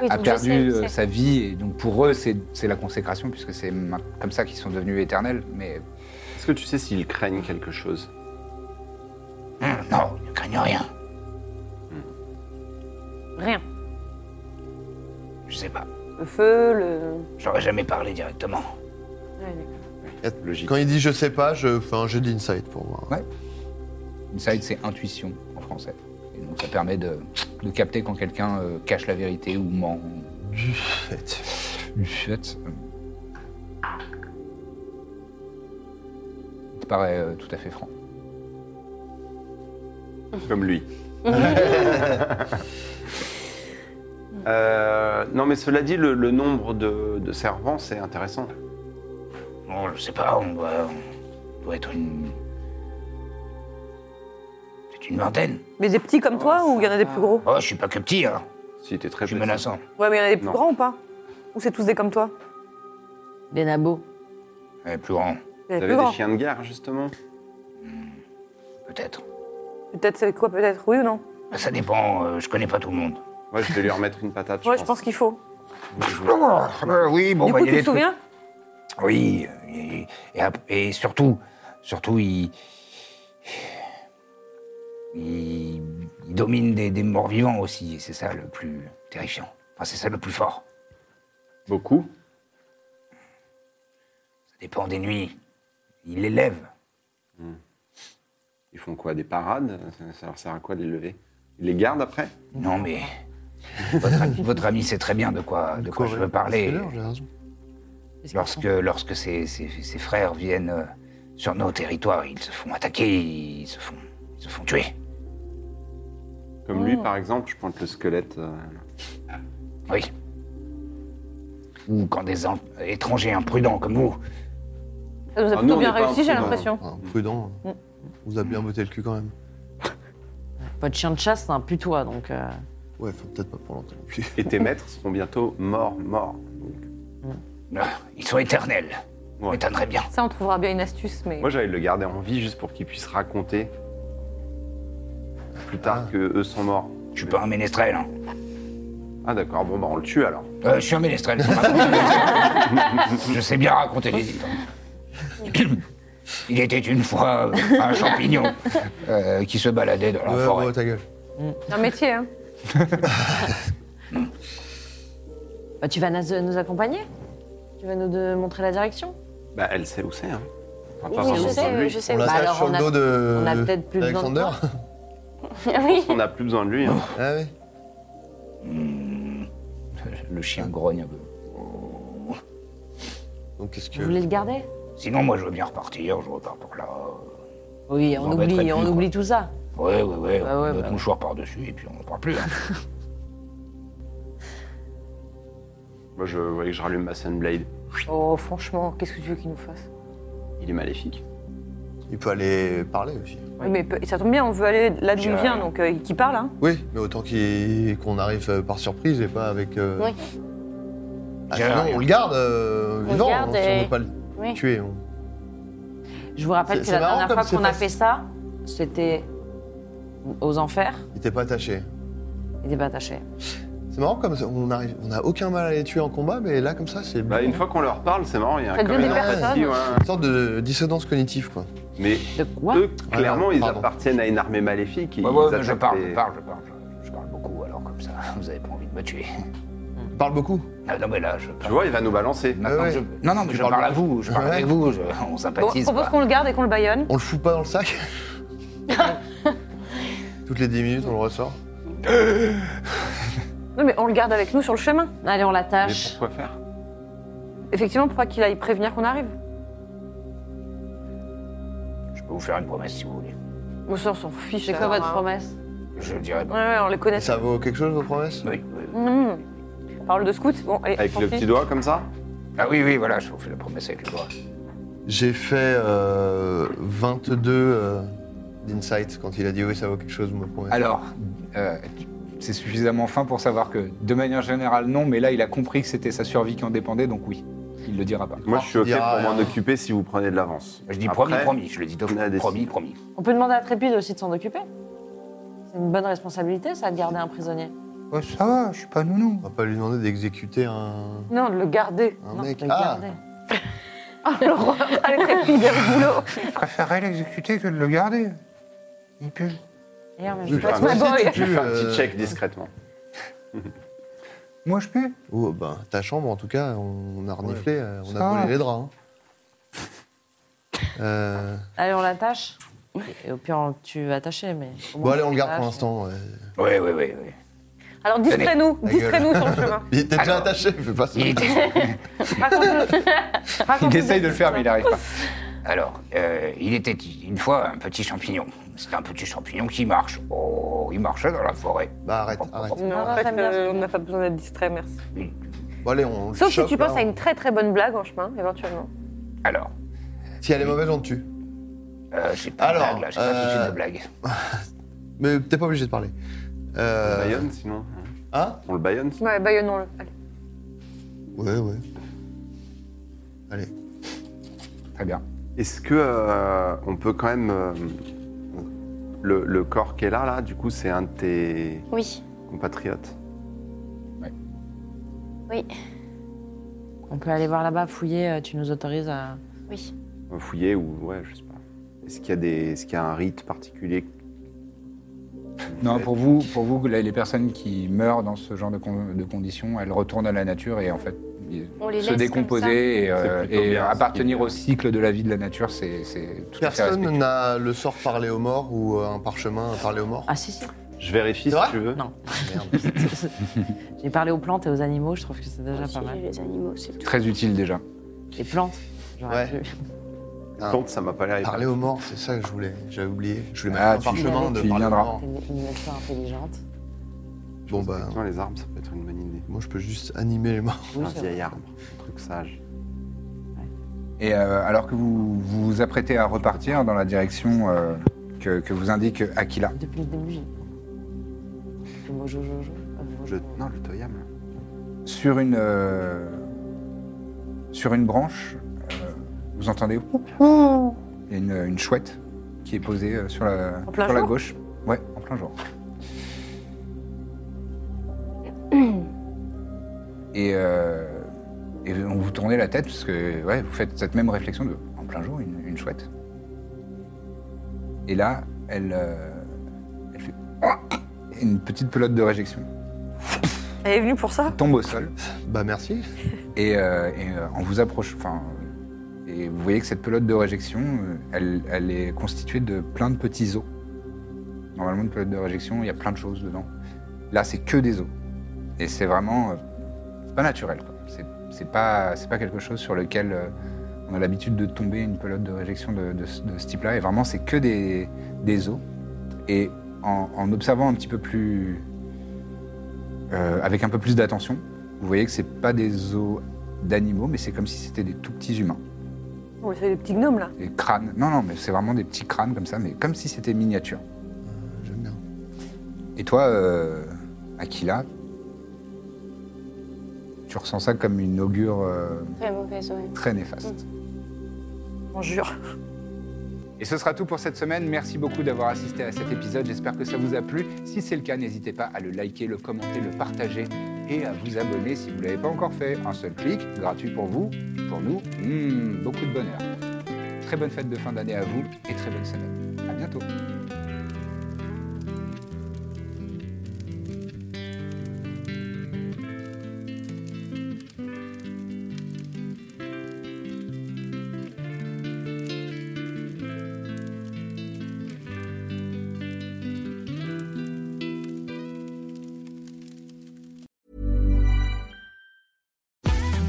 E: Oui,
B: a
E: donc je
B: perdu
E: sais, je
B: euh,
E: sais.
B: sa vie et donc pour eux c'est c'est la consécration puisque c'est ma- comme ça qu'ils sont devenus éternels. Mais
C: Est-ce que tu sais s'ils craignent quelque chose
H: Hum, non, ils ne craignent rien.
D: Rien.
H: Je sais pas.
G: Hmm. Le feu, le.
H: Je leur ai jamais parlé directement.
C: Logique.
F: Quand il dit je sais pas, je fais un jeu d'insight pour moi.
B: insight c'est intuition en français. Et donc ça permet de, de capter quand quelqu'un euh, cache la vérité ou ment.
F: Du fait.
B: Du fait, euh, Il te paraît euh, tout à fait franc.
C: Comme
G: [LAUGHS]
C: lui. Euh, non, mais cela dit, le, le nombre de, de servants, c'est intéressant.
H: Bon, je sais pas, on doit, on doit être une. C'est une vingtaine.
G: Mais des petits comme toi ou il y en a des plus gros
H: Oh, je suis pas que petit, hein.
C: Si t'es très
H: Je suis
C: petit.
H: menaçant.
G: Ouais, mais il y en a des plus
C: Non.
G: grands ou pas Ou c'est tous des comme toi
D: Des nabos.
H: Eh, plus grand,
G: Il y en
C: Vous
G: a des
C: avez
G: plus grands.
C: des chiens de gare, justement
H: peut-être.
G: Peut-être c'est quoi, peut-être Oui ou non
H: Ça dépend, euh, je connais pas tout le monde.
C: Ouais, je vais lui remettre une patate.
G: Ouais, je pense qu'il faut.
H: Euh, oui, bon,
G: Du
H: bah,
G: coup,
H: il y a
G: tu te
H: des trucs.
G: souviens
H: Oui, et, et ap- et surtout, surtout, il. Il, il domine des, des morts vivants aussi, et c'est ça le plus terrifiant. Enfin, c'est ça le plus fort.
C: Beaucoup.
H: Ça dépend des nuits. Il les lève.
C: Ils font quoi Des parades ça, ça leur sert à quoi de les lever Ils les gardent après
H: Non, mais. Votre, [LAUGHS] ami- votre ami sait très bien de quoi, Ah, de quoi je veux parler. Lorsque, lorsque ses, ses- ses frères viennent euh, sur nos territoires, ils se font attaquer, ils se font, ils se font tuer.
C: Comme lui,
G: Oh.
C: par exemple, je pointe le squelette. euh,
H: Oui. Ou quand des en- étrangers imprudents comme vous.
G: Ça nous a
C: Ah, nous,
G: plutôt
C: on
G: bien
C: est pas
G: réussi, j'ai
C: imprudents.
G: l'impression.
F: prudent. hein.
D: Mm.
F: Vous a bien botté le cul quand même.
D: Votre chien de chasse, c'est un putois, donc. euh,
F: Ouais, enfin, peut-être pas pour longtemps.
C: Et tes maîtres seront bientôt morts, morts. Donc,
H: Ah, Ils sont éternels.
C: Ouais.
H: M'étonnerait bien.
G: Ça, on trouvera bien une astuce, mais.
C: Moi, j'allais le garder en vie juste pour qu'il puisse raconter plus tard
H: Ah.
C: que eux sont morts.
H: Je suis pas un ménestrel. Hein.
C: Ah d'accord, bon bah on le tue alors.
H: Euh, je suis un ménestrel. je raconte- je sais bien raconter les histoires. Il était une fois euh, un champignon euh, qui se baladait dans la
F: Ouais,
H: forêt.
F: ouais, ta gueule.
G: C'est un métier, hein.
D: [LAUGHS] Bah, tu vas nous, nous accompagner Tu vas nous de- montrer la direction
C: Bah elle sait où c'est hein. Enfin,
E: Oui,
C: pas
E: je
C: vraiment besoin de
E: sais,
C: lui.
E: je sais.
F: On la
D: Bah
F: sache
D: alors,
F: sur
D: on
F: le
D: a-
F: dos de.
D: on a peut-être plus besoin de
F: Alexander.
E: oui.
C: On n'a plus besoin de lui. hein.
H: Oh.
F: Ah oui.
H: Hmm. [LAUGHS] Le
F: Ah.
H: chien grogne un peu.
F: Oh. Donc qu'est-ce
D: Tu voulais
F: que.
D: le garder
H: Sinon, moi, je veux bien repartir. Je repars pour là.
D: Oui,
H: Vous
D: on
H: embêterez
D: oublie,
H: plus,
D: on
H: quoi.
D: oublie tout ça.
H: Ouais, ouais, ouais.
D: Bah ouais,
H: on met notre
D: bah.
H: mouchoir par-dessus et puis on n'en parle plus. hein.
C: Moi je voyais que je rallume ma Sunblade.
G: Oh, franchement, qu'est-ce que tu veux qu'il nous fasse
C: Il est maléfique.
F: Il peut aller parler aussi.
G: Oui, mais peu- ça tombe bien, on veut aller là d'où
H: J'ai-
G: il vient, donc euh, qui parle, hein.
F: Oui, mais autant qu'il- qu'on arrive euh, par surprise et pas avec. euh,
E: Oui.
F: Ah,
H: J'ai
F: sinon,
H: rien.
F: on le garde euh,
E: On le
F: vivant,
E: garde
F: hein, si on
E: et-
F: veut pas le
E: Oui.
F: tuer. on-
D: Je vous rappelle
F: C'est-
D: que
F: c'est
D: la
F: marrant
D: dernière
F: comme
D: fois
F: c'est
D: qu'on a fait
F: facile.
D: ça, c'était aux enfers.
F: Il était pas attaché.
D: Il n'était pas attaché.
F: C'est marrant comme ça, on arrive, on a aucun mal à les tuer en combat, mais là comme ça, c'est
C: Bah
H: Mm.
C: une fois qu'on leur parle, c'est marrant, il y a
G: Ça
C: quand
G: devient
C: même
G: des
C: empathie,
G: personnes.
C: ouais.
F: une sorte de dissonance cognitive quoi.
C: Mais
D: De quoi
C: eux, clairement, ils
F: pardon.
C: appartiennent à une armée maléfique. et
H: Ouais, ouais,
C: ils
H: mais je
C: attaquent
H: parle,
C: les-
H: je parle, je parle, je- je parle beaucoup, alors comme ça, [LAUGHS] vous avez pas envie de me tuer.
F: Il parle beaucoup. Ah
H: Ah, non, mais là, je parle.
C: Tu vois, il va nous balancer.
H: Maintenant
F: Ouais,
H: que
F: ouais.
H: je- Non, non, mais
F: Tu
H: je
F: parles
H: parle à
F: beaucoup.
H: vous, je parle
F: Ouais.
H: avec vous, je- on
G: Bon,
H: sympathise.
G: je propose
H: pas.
G: qu'on le garde et qu'on le baïonne.
F: On le fout pas dans le
G: [LAUGHS]
F: sac Toutes les 10 minutes, on le ressort.
G: Non, mais on le garde avec nous sur le chemin.
D: Allez, on
C: Mais
D: l'attache.
C: pourquoi faire
G: Effectivement, pourquoi qu'il aille prévenir qu'on arrive
H: Je peux vous faire une promesse si vous voulez.
G: Bon, ça, on s'en fiche.
D: C'est quoi
G: alors,
D: votre
G: hein.
D: promesse
H: Je dirais pas.
G: Ouais, ouais, on les connaît.
F: Ça vaut quelque chose, vos promesses
H: Oui, oui.
G: Mmh. On parle de scout. Bon, allez,
C: Avec
G: on
C: le
G: s'en
C: petit
G: fiche.
C: doigt comme ça
H: Ah oui, oui, voilà, je vous fais la promesse avec le doigt.
F: J'ai fait euh, 22 euh, d'insight quand il a dit oui, ça vaut quelque chose, moi,
G: Ah.
F: pour
B: Alors, euh, c'est suffisamment fin pour savoir que, de manière générale, non, mais là, il a compris que c'était sa survie qui en dépendait, donc oui, il le dira pas.
C: Moi, je suis OK
F: Il y a
C: pour m'en
F: rien.
C: occuper si vous prenez de l'avance.
H: Je dis
C: Après,
H: promis, promis. Je le dis deux
C: on a
H: fois.
C: des-
H: Promis, promis.
D: On peut demander à Trépide aussi de s'en occuper. C'est une bonne responsabilité, ça, de garder un prisonnier.
B: ça va, je suis pas nounou.
F: On va pas lui demander d'exécuter un.
G: Non, de le garder. [LAUGHS]
F: Un
D: Non,
F: mec.
D: de le
F: Ah
D: garder.
G: Allez, très vite, le boulot.
B: Je préférerais l'exécuter que de le garder. Il pue.
D: D'ailleurs, même
C: Je vais
F: Bah,
C: faire
F: tu
C: un-
F: m'as dit, tu
C: je vais faire un
F: pues, euh,
C: petit check discrètement.
B: Moi, je pue
F: Oh, bah, ta chambre, en tout cas, on, on a reniflé, euh, on
B: Ça
F: a
B: va.
F: volé les draps. hein. Euh,
D: Allez, on l'attache. Et au pire, on- tu vas attacher, mais. au
F: Bon,
D: moins,
F: allez, on
D: tu
F: le garde
G: Ah,
F: pour
D: l'attaches.
F: l'instant. ouais.
H: Oui, oui, oui. oui.
G: Alors, distrais-nous.
F: gueule.
G: Distrais-nous
F: [LAUGHS]
G: sur le chemin.
F: Il était déjà
H: Alors-
F: attaché, fais pas ça.
H: Il était-
B: Il essaye de le faire, mais il
E: [LAUGHS]
B: arrive pas.
H: Alors, euh, il était une fois un petit champignon. C'était un petit champignon qui marche. Oh, il marchait dans la forêt.
F: Bah, arrête, arrête.
G: Non,
D: Ah,
G: en
D: très
G: fait,
D: bien.
G: euh, on n'a pas besoin d'être distrait, merci.
F: Bon, allez, on le
G: Sauf si
F: chope,
G: tu
F: là,
G: penses
F: on-
G: à une très très bonne blague en chemin, éventuellement.
H: Alors,
F: Si elle est mauvaise, on le tue.
H: euh, j'ai pas
F: Alors,
H: de blague là, j'ai pas tout de suite
F: euh,
H: de blague.
F: Mais t'es pas obligé de parler.
C: On le
F: Euh...
C: baïonne sinon
F: Hein
C: On le baïonne
G: Ouais, baillonnons-le. Allez.
F: Ouais, ouais. Allez.
B: Très bien.
C: Est-ce que euh, on peut quand même euh, le, le corps qui est là là du coup c'est un de tes
E: Oui,
C: compatriotes
E: oui,
D: On peut aller voir là-bas, fouiller, euh, tu nous autorises à.
E: oui.
C: euh, fouillés ou ouais je sais pas. Est-ce qu'il y a des est-ce qu'il y a un rite particulier
B: Non, pour vous, pour vous, les les personnes qui meurent dans ce genre de, con- de conditions, elles retournent à la nature et en fait, ils-
E: On les laisse
B: se
E: comme
B: décomposer et, euh,
C: C'est plutôt
B: et
C: bien, ce
B: appartenir
C: qui est-
B: au cycle de la vie de la nature, c'est c'est tout à fait
F: Personne
B: respectueux.
F: n'a le sort parler aux morts ou euh, un parchemin à parler aux morts.
D: Ah, si,
F: [LAUGHS]
D: si.
C: Je vérifie
F: C'est vrai
C: si tu veux.
D: Non.
B: Ah,
F: Merde.
D: J'ai parlé aux plantes et aux animaux, je trouve que c'est déjà
E: Aussi,
D: pas mal.
E: les animaux, c'est tout.
B: Très utile déjà.
D: Les plantes, j'aurais
F: Ouais.
D: pu.
F: Non.
C: Tente, ça m'a pas l'air hyper-
F: Ah, Parler aux morts, c'est ça que je voulais. J'avais oublié. Je voulais mettre
B: Ah,
F: un
B: tu-
F: parchemin de
B: tu y
F: parler aux
B: viendras.
F: morts.
D: T'es une une nature intelligente.
F: Bon, bah,
C: Effectivement, les arbres ça peut être une bonne idée.
F: moi, je peux juste animer les morts.
D: Oui,
C: un
D: c'est
C: vieil
D: vrai.
C: arbre, un truc sage.
B: Et euh, alors que vous vous vous apprêtez à repartir dans la direction euh, que, que vous indique Aquila,
D: Depuis le début, j'ai. Le mot jojo. jo- euh, mot
C: Je-
D: jojo.
C: Non, le toyam. là.
B: sur une, euh, sur une branche, euh, vous entendez Il y a une, une chouette qui est posée euh, sur la,
G: plein
B: sur la
G: jour
B: gauche. Ouais, en plein
G: [COUGHS]
B: jour. et, euh, et on vous tournez la tête parce que ouais, vous faites cette même réflexion de en plein jour, une, une chouette. Et là, elle, euh, elle fait [COUGHS] une petite pelote de réjection,
G: Elle est venue pour ça
B: tombe au sol
F: Bah, merci.
B: et, euh, et, euh, on vous approche. Enfin, et vous voyez que cette pelote de réjection, euh, elle, elle est constituée de plein de petits os. Normalement, une pelote de réjection, il y a plein de choses dedans. Là, c'est que des os. Et c'est vraiment, euh, c'est pas naturel. quoi. C'est, c'est pas, c'est pas quelque chose sur lequel euh, on a l'habitude de tomber une pelote de réjection de, de ce- de ce type-là. Et vraiment, c'est que des, des os. Et en, en observant un petit peu plus, euh, avec un peu plus d'attention, vous voyez que c'est pas des os d'animaux, mais c'est comme si c'était des tout petits humains.
G: Oui, c'est les petits gnomes là.
B: Des crânes. Non, non, mais c'est vraiment des petits crânes comme ça, mais comme si c'était miniature.
F: J'aime bien.
B: Et toi, euh, Aquila, tu ressens ça comme une augure euh,
E: Très mauvaise, ouais.
B: très néfaste.
G: On jure.
B: Et ce sera tout pour cette semaine. Merci beaucoup d'avoir assisté à cet épisode. J'espère que ça vous a plu. Si c'est le cas, n'hésitez pas à le liker, le commenter, le partager et à vous abonner si vous ne l'avez pas encore fait. Un seul clic, gratuit pour vous, pour nous. Hmm, beaucoup de bonheur. Très bonne fête de fin d'année à vous et très bonne semaine. À bientôt.